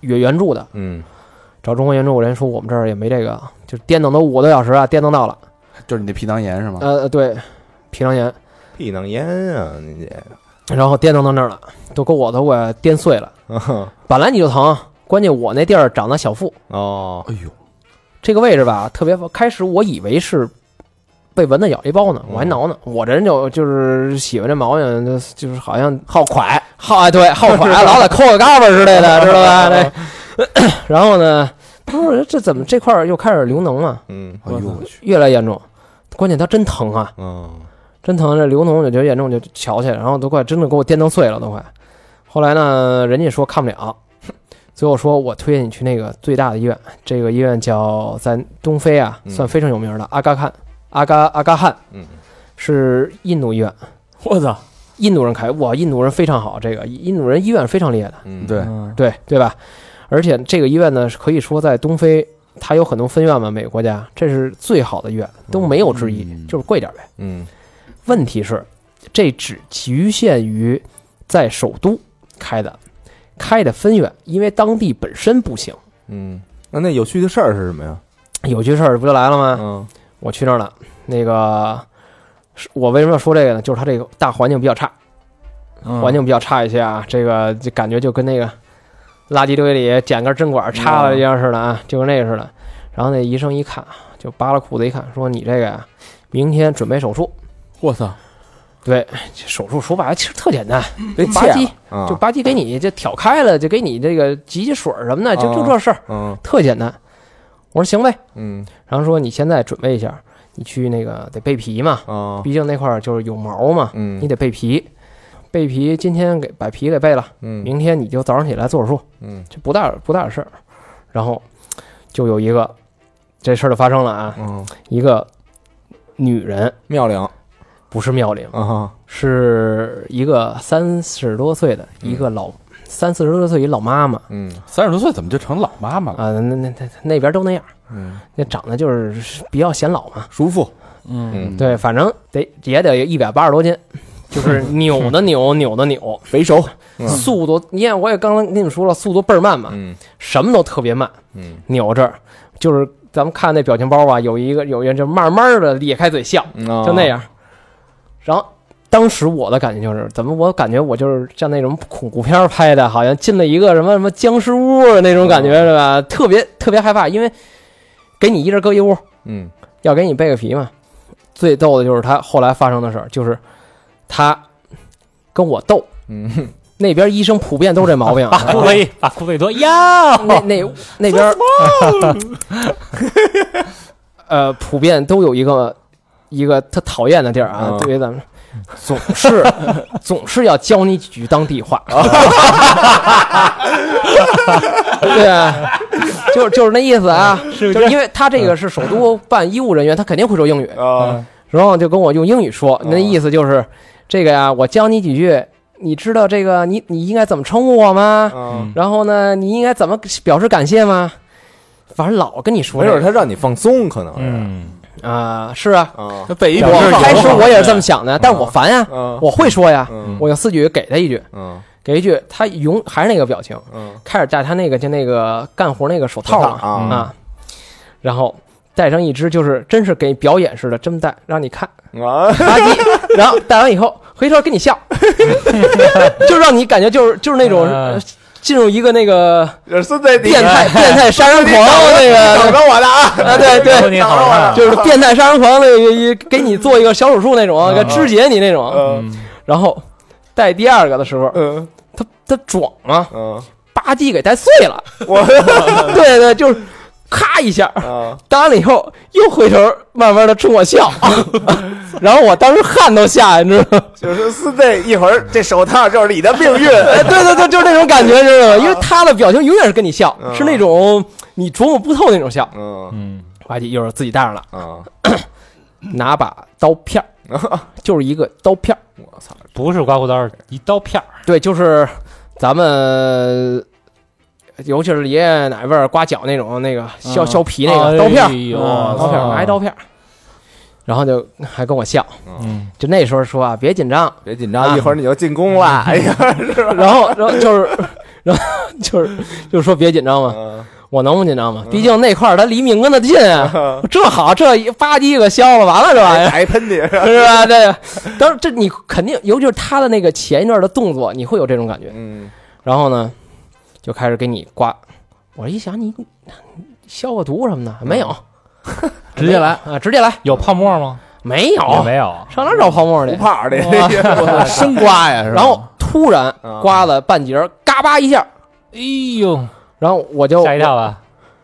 援援助的，嗯找中国援助，人家说我们这儿也没这个，就是颠等都五个多小时啊，颠等到了， *laughs* 就是你那皮囊炎是吗？呃，对，皮囊炎。屁囊炎啊，你这然后颠腾到那儿了，都给我都给我颠碎了。个本来你就疼，关键我那地儿长在小腹 *laughs* 哦，哎呦，这个位置吧，特别开始我以为是被蚊子咬一包呢，我还挠呢。我这人就就是喜欢这毛病，就就是好像好快，好哎对，好 *laughs* 快，老得抠个嘎巴之类的，知道吧？这， *laughs* 然后呢，不是这怎么这块儿又开始流脓了，嗯哎呦我去，越来越严重。关键它真疼啊，嗯真疼，这流脓就觉得严重，就瞧去，然后都快真的给我颠疼碎了，都快。后来呢，人家说看不了， *laughs* 最后说我推荐你去那个最大的医院，这个医院叫在东非啊，嗯算非常有名的阿嘎汗，阿嘎阿嘎汗嗯是印度医院，我操，印度人开，哇，印度人非常好，这个印度人医院非常厉害的，嗯，对，对对吧？而且这个医院呢，可以说在东非，它有很多分院嘛，每个国家这是最好的医院，都没有之一，嗯就是贵点呗。嗯问题是，这只局限于在首都开的，开的分院，因为当地本身不行。嗯，那那有趣的事儿是什么呀？有句事儿不就来了吗？嗯我去那儿了，那个是我为什么要说这个呢？就是它这个大环境比较差，嗯环境比较差一些啊，这个就感觉就跟那个垃圾堆里捡根针管插了一样似的啊，就跟那个似的。然后那医生一看，就扒拉裤子一看，说你这个呀，明天准备手术。我操，对，手术说白了其实特简单，被嗯拔切鸡了啊就吧唧给你这挑开了，就给你这个挤挤水儿什么的，就就这事儿，嗯特简单。我说行呗，嗯然后说你现在准备一下，你去那个得备皮嘛，啊毕竟那块儿就是有毛嘛，嗯你得备皮。备皮，今天给把皮给备了，嗯明天你就早上起来做手术，嗯这不大不大的事儿。然后就有一个这事儿就发生了啊，嗯，一个女人妙龄不是妙龄，啊是一个三十多岁的一个老三四十多岁一老妈妈。嗯三十多岁怎么就成老妈妈了？啊，那那那那边都那样，嗯那长得就是比较显老嘛。叔父嗯嗯对，反正得也得一百八十多斤，就是扭的扭，扭的扭，肥熟速度你看我也刚刚跟你们说了，速度倍儿慢嘛，嗯什么都特别慢，嗯扭这儿就是咱们看那表情包啊，有一个有一个就慢慢的咧开嘴笑，就就那样。然后当时我的感觉就是，怎么我感觉我就是像那种恐怖片儿拍的，好像进了一个什么什么僵尸屋的那种感觉，是吧？特别特别害怕，因为给你一人搁一屋，嗯要给你备个皮嘛。最逗的就是他后来发生的事儿，就是他跟我斗，嗯那边医生普遍都是这毛病。把裤子一把裤子一脱，呀，那那那边儿， *laughs* 呃，普遍都有一个一个特讨厌的地儿啊啊。对于咱们，总 *laughs* 是总是要教你几句当地话。 *laughs* 对啊，就是就是那意思啊，是就是嗯因为他这个是首都办医务人员，他肯定会说英语，啊然后就跟我用英语说，那意思就是这个呀，我教你几句，你知道这个你你应该怎么称呼我吗？嗯，然后呢，你应该怎么表示感谢吗？反正老跟你说没这准个，他让你放松，可能是嗯，啊、是啊，啊那被一我放开始我也是这么想的，但是我烦呀、嗯我会说呀，嗯我用四句给他一句，嗯给一句，他永还是那个表情，嗯开始戴他那个就那个干活那个手套嘛啊啊，然后戴上一只就是真 *laughs* 是给表演似的，这么戴让你看，啊垃圾，然后戴完以后回头跟你笑， *laughs* 就让你感觉就是就是那种啊嗯进入一个那个就是孙子，你变态变态杀人 *laughs* 狂那等个着我呢啊！啊，对然后对，你好啊看，就是变态杀人狂那个给你做一个小手术那种，给肢解你那种。嗯然后带第二个的时候，嗯他他壮啊，嗯，吧唧给带碎 *laughs* 了。我对对，就是咔一下，啊，打完了以后又回头慢慢的冲我笑， *laughs* 然后我当时汗都下来，你知道吗？就是孙子，一会儿这手套就是你的命 *laughs* 运。哎，对对对，就是那种感觉，知道吗？因为他的表情永远是跟你笑，嗯是那种你琢磨不透那种笑。嗯嗯，吧唧，一会儿自己带上了，啊，拿把刀片儿，就是一个刀片儿，不是刮胡刀，一刀片儿，对，就是咱们。尤其是爷爷奶味儿刮脚那种，那个削削皮那哎啊个刀片儿，嗯儿哦刀片儿拿一，刀片儿，然后就 *laughs* 还跟我笑，嗯，就那时候说啊，别紧张，别紧啊张，一会儿你就进宫了。哎呀， *laughs* 然后，然后就是，然后就是，就是说别紧张嘛，我能不紧张吗？毕竟那块儿它离命跟得近啊，这好，这一吧唧给削了，完了嗯这哎玩意儿。打一喷嚏。 *laughs* 是吧？这个，当然这你肯定，尤其是他的那个前一段的动作，你会有这种感觉。嗯然后呢，就开始给你刮。我一想你，你消个毒什么的没有，直接来，啊，直接来，哎有泡沫吗？没有，也没有，上哪儿找泡沫去？泡的，生刮呀，是吧然后突然刮了半截儿，嘎巴一下，哎呦，然后我就吓一跳吧，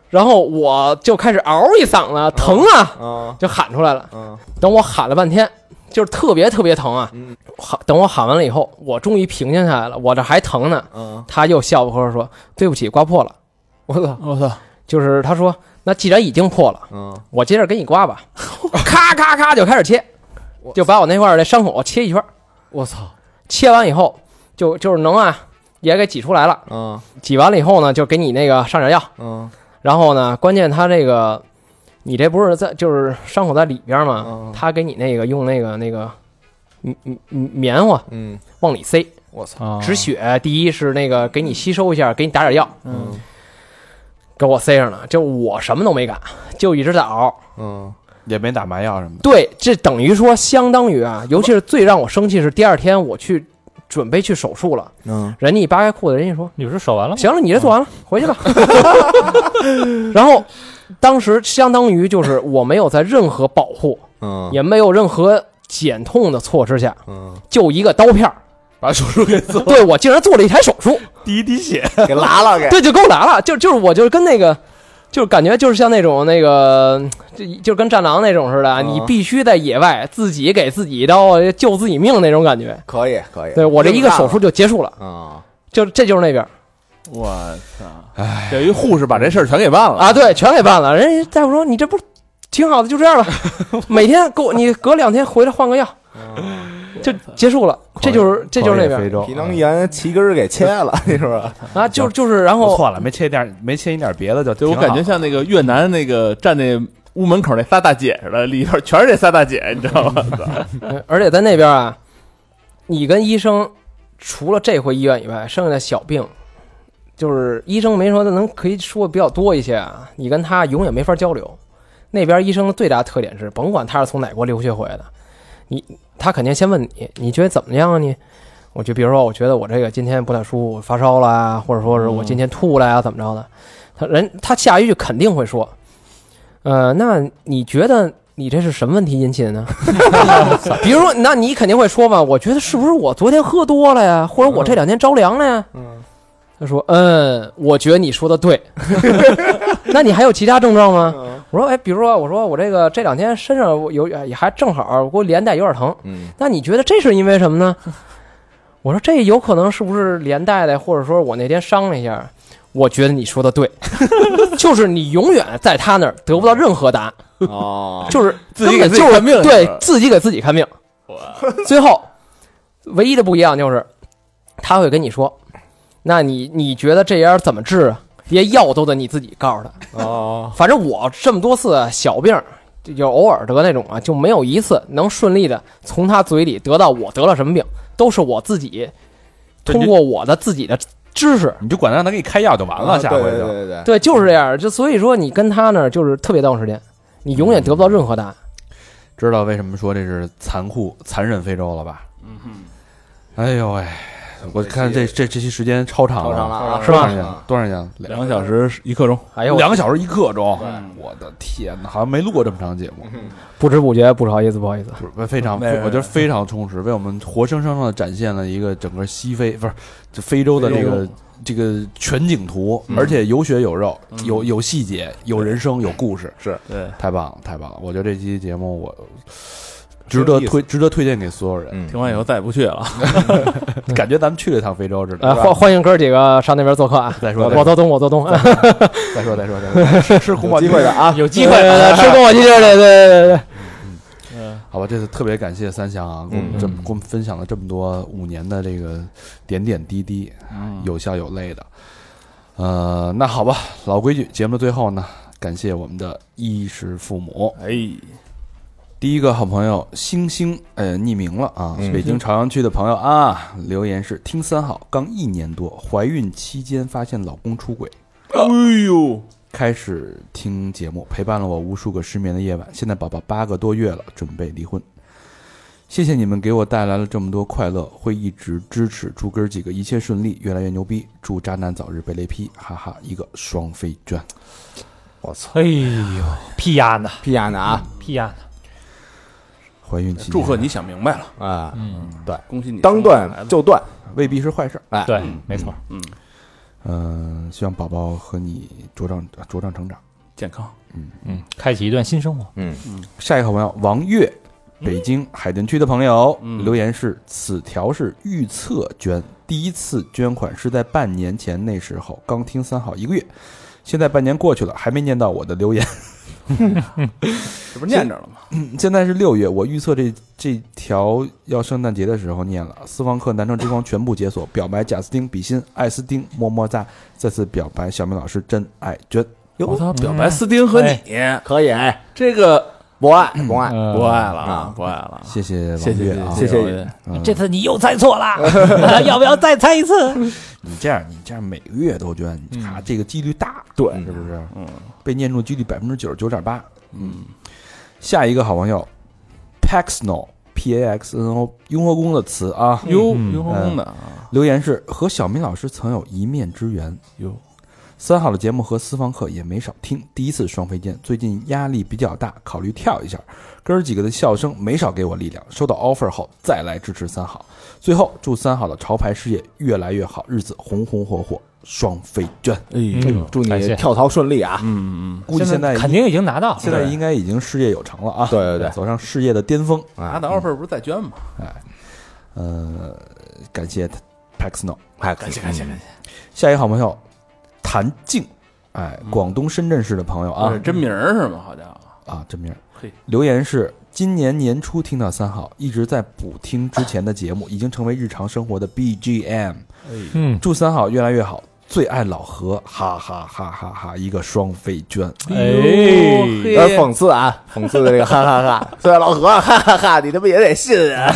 然后我就开始嗷一嗓嗯子，疼啊，啊就喊出来了。啊等我喊了半天，就是特别特别疼啊。嗯喊等我喊完了以后，我终于平静下来了，我这还疼呢。啊！他又笑呵呵说：“对不起，刮破了。我操，”就是他说：“那既然已经破了，嗯我接着给你刮吧。”咔咔咔就开始切，就把我那块儿的伤口切一圈。我操，切完以后，就就是能啊，也给挤出来了。嗯挤完了以后呢，就给你那个上点药，嗯然后呢，关键他这个，你这不是在就是伤口在里边嘛嗯？他给你那个用那个那个，嗯嗯嗯，棉花嗯往里塞，啊止血。第一是那个给你吸收一下，给你打点药，嗯给我塞上了。就我什么都没干，就一直在熬。嗯也没打麻药什么的。对，这等于说相当于啊，尤其是最让我生气是第二天我去准备去手术了，嗯人家一扒开裤子，人家说你不是手完了吗？行了，你这做完了，回去吧。 *laughs* 然后当时相当于就是我没有在任何保护。嗯也没有任何减痛的措施下，嗯，就一个刀片儿，把手术给做，对我竟然做了一台手术，第一滴血，给拉了给。对，就给我来了，就就是我就是跟那个，就是感觉就是像那种那个，就就跟战狼那种似的，你必须在野外自己给自己一刀救自己命那种感觉。可以可以，对我这一个手术就结束了，啊，就这就是那边儿我操，哎，有一护士把这事儿全给办了啊，对，全给办了。人家大夫说你这不挺好的，就这样吧，每天给我你隔两天回来换个药，就结束了。这就是这就是那边非儿洲皮囊炎旗根儿给切了，你说吧？啊，就就是然不后错了，没切一点，没切一点别的就对我挺好感觉像那个越南那个站那屋门口那仨大姐似的，里边全是这仨大姐，你知道吗？嗯而且在那边啊，你跟医生除了这回医院以外，剩下的小病，就是医生没说的能可以说比较多一些啊，你跟他永远没法交流。那边医生的最大特点是，甭管他是从哪国留学回来的，你他肯定先问你，你觉得怎么样啊？你，我就比如说，我觉得我这个今天不太舒服，发烧了啊，或者说是我今天吐了呀、怎么着的？他人他下一句肯定会说，呃，那你觉得你这是什么问题引起的呢？比如说，那你肯定会说嘛，我觉得是不是我昨天喝多了呀，或者我这两天着凉了呀？嗯，他说，嗯，我觉得你说的对。那你还有其他症状吗？我说，哎，比如说，我说我这个这两天身上我有哎也还正好，我给我连带有点疼。嗯那你觉得这是因为什么呢？我说这有可能是不是连带的，或者说我那天伤了一下？我觉得你说的对， *laughs* 就是你永远在他那儿得不到任何答案。哦，就是自己根给本自己就是看病是对吧自己给自己看病。最后，唯一的不一样就是，他会跟你说：“那你你觉得这样怎么治啊？这些药都得你自己告诉他。”哦，反正我这么多次小病儿，就偶尔得那种啊，就没有一次能顺利的从他嘴里得到我得了什么病，都是我自己对你通过我的自己的知识。你就管他让他给你开药就完了，下对回对就对对，对，就是这样。就所以说，你跟他那儿就是特别耽误时间，你永远得不到任何答案。知道为什么说这是残酷残忍非洲了吧？嗯哎呦喂，我看这这这期时间超长超了，长了啊，是吧？多长时间？两个小时一刻钟，哎呦，两个小时一刻钟，我的天哪，好像没录过这么长节目，不知不觉，不好意思，不好意思，不是非常，没我觉得非常充实，为我们活生生的展现了一个整个西非不是这非洲的这个这个全景图，而且有血有肉，有有细节，有人生，有故事，对，太棒了，太棒了！我觉得这期节目我值得推，值得推荐给所有人，嗯听完以后再也不去了。感觉咱们去了一趟非洲似的。呃，是吧欢欢迎哥几个上那边做客啊！再说再我做东，我做东，哎再说再说再说，是红有宝机会的啊，有机会吃宫保鸡丁儿，对对对对好吧，这次特别感谢三香啊，给我们这么给我们分享了这么多五年的这个点点滴滴，有笑有泪的。呃，那好吧，老规矩，节目的最后呢，感谢我们的衣食父母。哎，第一个好朋友星星，呃，匿名了啊，嗯北京朝阳区的朋友啊，留言是听三好，刚一年多，怀孕期间发现老公出轨，哎呦，开始听节目，陪伴了我无数个失眠的夜晚。现在宝宝八个多月了，准备离婚。谢谢你们给我带来了这么多快乐，会一直支持朱根儿几个一切顺利，越来越牛逼。祝渣男早日被雷劈，哈哈！一个双飞卷。我操，哎呦，屁丫呢，屁丫的啊屁丫呢，怀孕期间啊祝贺你想明白了，啊，恭喜你当断生了孩子就断，未必是坏事。对，没错，嗯、希望宝宝和你茁壮啊茁壮成长。健康，嗯，开启一段新生活，嗯，下一个好朋友王月，北京海淀区的朋友、留言是：此条是预测捐，第一次捐款是在半年前，那时候刚听三好一个月，现在半年过去了，还没念到我的留言。 *laughs* 这不是念着了吗？现在是六月，我预测这这条要圣诞节的时候念了。斯旺克南城之光全部解锁，表白贾斯汀、比心、艾斯汀、么么哒，再次表白小明老师真爱捐。我操，表白斯丁和你可以，哎这个不爱不爱，嗯不爱了啊不爱了啊，谢谢谢王谢月啊！谢谢王月这次你又猜错了， *laughs* 要不要再猜一次？你这样，你这样每个月都捐，你看这个几率大，对是不是？嗯，被念中几率百分之九十九点八。嗯，下一个好朋友，Paxno P A X N O 雍和宫的词啊，哟，牛哄哄的啊，留言是和小明老师曾有一面之缘哟。三好的节目和私房课也没少听，第一次双飞剑，最近压力比较大，考虑跳一下。哥儿几个的笑声没少给我力量，收到 offer 后再来支持三好。最后祝三好的潮牌事业越来越好，日子红红火火，双飞卷。哎呦，祝感你谢跳槽顺利啊，嗯嗯估计现在肯定已经拿到了，现在应该已经事业有成了啊！对对对走上事业的巅峰。嗯，拿到 offer 不是再捐吗？呃，感谢 Paxno。哎，感谢感谢感谢，下一个好朋友谭静，哎，广东深圳市的朋友啊，这是真名儿是吗？好家伙，啊，真名儿。嘿留言是今年年初听到三好，一直在补听之前的节目，已经成为日常生活的 BGM。嗯，祝三好越来越好，最爱老何，哈哈哈哈哈！一个双飞娟，哎，有点讽刺啊，讽刺的这个哈哈哈， *laughs* 虽然老何啊哈哈哈，你他妈也得信啊，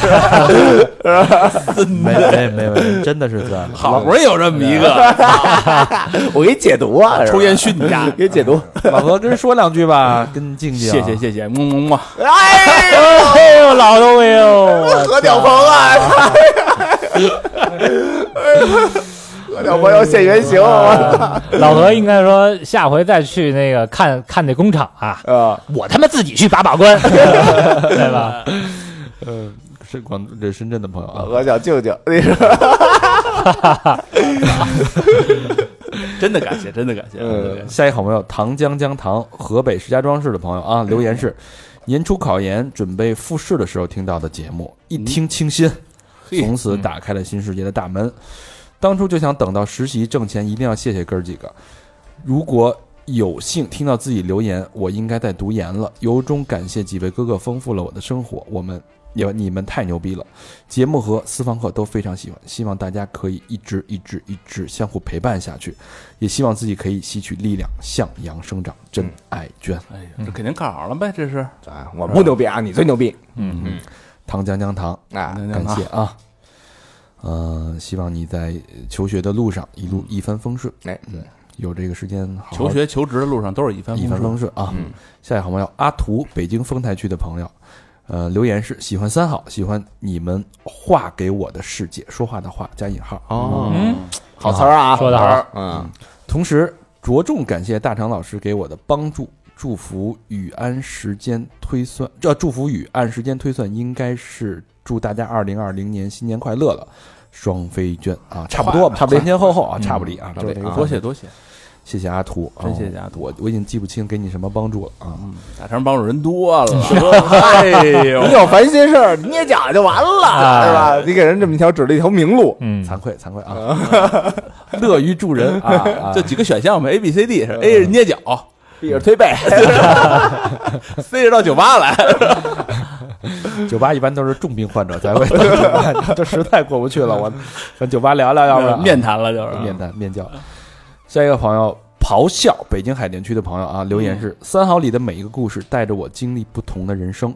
*laughs* *laughs* 没没没没，真的是最爱老好不容易有这么一个，我给你解读啊，是吧，抽烟熏你家 *laughs* 给解读，何。老何跟人说两句吧，跟静静。啊谢谢谢谢，么么么，哎呦，哎呦，老东西哟， *laughs* 何屌鹏啊， *laughs* 何屌鹏要现原形，啊我 *laughs* 操老何应该说下回再去那个看看那工厂啊，啊，我他妈自己去把把关，对吧？嗯是广这深圳的朋友老啊，何想静静，你说真的感谢，真的感谢，真的感谢下一好朋友唐江江唐，河北石家庄市的朋友啊，留言是年初考研准备复试的时候听到的节目，一听清新，从此打开了新世界的大门。当初就想等到实习挣钱，一定要谢谢哥儿几个。如果有幸听到自己留言，我应该在读研了，由衷感谢几位哥哥丰富了我的生活。我们也你们太牛逼了，节目和私房课都非常喜欢，希望大家可以一直一直一直相互陪伴下去。也希望自己可以吸取力量，向阳生长。真爱娟，哎呀，这肯定干好了呗，这是 *laughs* 哎我不牛逼啊，你最牛逼，糖浆浆糖，哎，感谢啊。呃，希望你在求学的路上一路一帆风顺。哎嗯，有这个时间好好嗯求学求职的路上都是一帆一帆风啊风顺啊。下一个好朋友阿图，北京丰台区的朋友，呃，留言是喜欢三好，喜欢你们画给我的世界，说话的话加引号。哦，嗯，好词儿啊，说得好好词儿，嗯，同时着重感谢大长老师给我的帮助，祝福雨按时间推算，这祝福雨按时间推算应该是祝大家二零二零年新年快乐了。双飞娟啊，差不多吧，差不多前前后后啊，差不离啊，差不离。多谢多谢，谢谢阿图，啊真谢谢阿图我我已经记不清给你什么帮助了啊。大成帮助人多 *laughs* 了，哎呦嗯 *laughs* 你，有烦心事儿捏脚就完了，啊是吧？你给人这么一条指了一条明路，嗯，惭愧惭愧啊，乐于助人啊，啊这几个选项嘛，A、B、C、D 是 A 是捏脚闭着推背， ，C 是到酒吧 *laughs* 来，酒吧一般都是重病患者才会到酒吧，这实在过不去了，我跟酒吧聊聊，要不然哎嗯面谈了啊就是面谈面交。下一个朋友咆哮，北京海淀区的朋友啊，留嗯言是：三好里的每一个故事带着我经历不同的人生。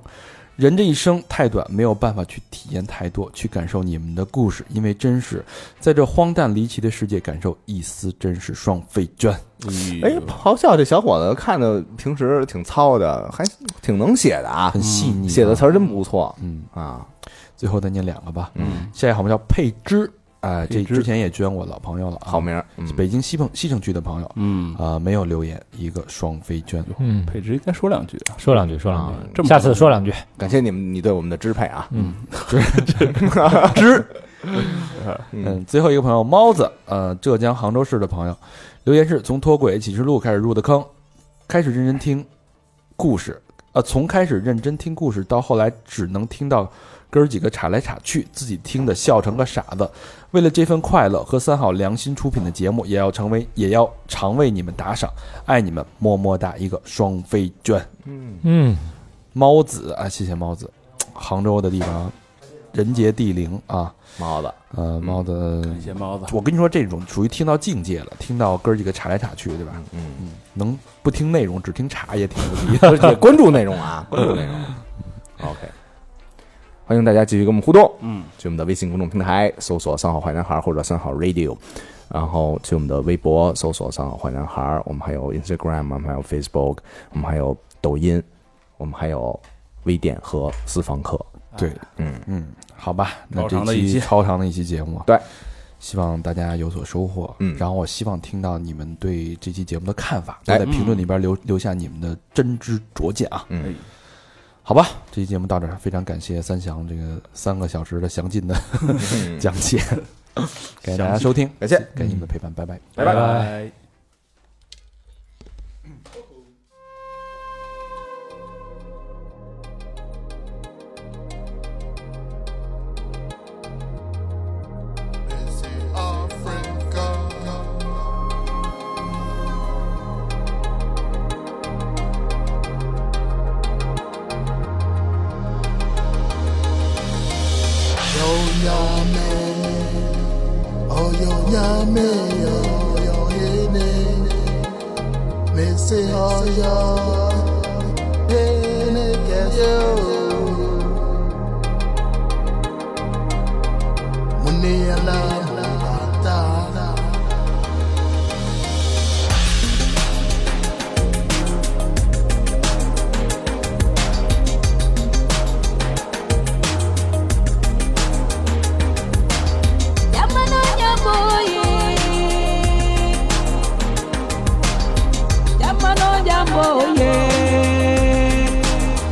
人这一生太短，没有办法去体验太多，去感受你们的故事，因为真实，在这荒诞离奇的世界，感受一丝真实。双飞娟，哎，咆哮这小伙子看着平时挺糙的，还挺能写的啊，很细腻啊、写的词儿真不错嗯，啊，最后再念两个吧。嗯，下一个好朋友叫佩芝，啊、这佩芝之前也捐我老朋友了啊，好名儿，嗯北京西城西城区的朋友，嗯，啊、没有留言，一个双飞娟，嗯，佩芝应该说两句啊，说两句，说啊两，这句，么下次说两句，感谢你们你对我们的支配啊，嗯，嗯，最后一个朋友猫子，呃，浙江杭州市的朋友，留言是从脱轨启示录开始入的坑，开始认真听故事，呃，从开始认真听故事到后来只能听到哥儿几个岔来岔去，自己听的笑成个傻子。为了这份快乐和三好良心出品的节目，也要成为，也要常为你们打赏，爱你们，么么哒，一个双飞娟。嗯，嗯，猫子啊，谢谢猫子，杭州的地方，人杰地灵啊，猫子，呃，猫嗯子。感谢猫子，我跟你说，这种属于听到境界了，听到哥儿几个岔来岔去，对吧？嗯，能不听内容，只听岔 *laughs* 也挺牛 *laughs* 逼的。而且关注内容啊， *laughs* 关注内容，OK。欢迎大家继续跟我们互动，嗯，去我们的微信公众平台搜索“三好坏男孩”或者“三好 Radio”，然后去我们的微博搜索“三好坏男孩”，我们还有 Instagram，我们还有 Facebook，我们还有抖音，我们还有微店和私房课。对，嗯嗯，好吧，那超这长的一期超长的一期节目，对，希望大家有所收获。嗯然后我希望听到你们对这期节目的看法，都哎在评嗯论里边留留下你们的真知灼见啊。哎嗯，好吧，这期节目到这儿，非常感谢三祥这个三个小时的详尽的 *laughs* 讲 *laughs* 解，感谢大家收听，嗯感谢嗯感谢你们的陪伴，拜拜。拜拜拜。 Yeah.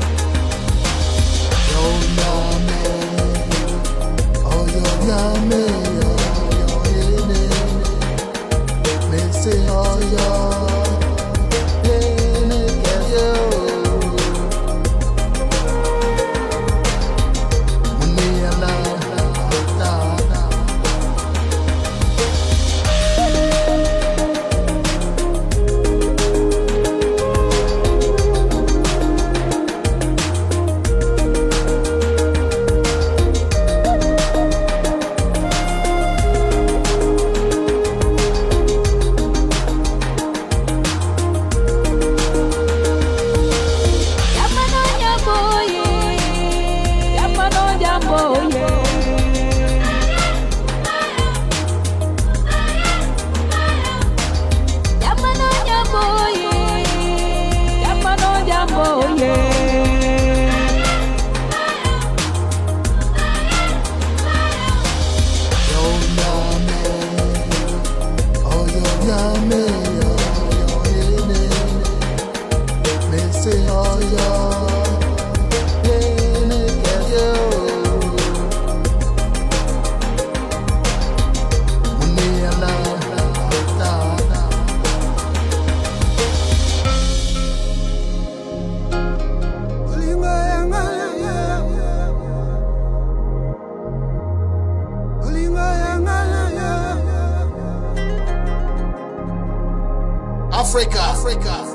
Africa.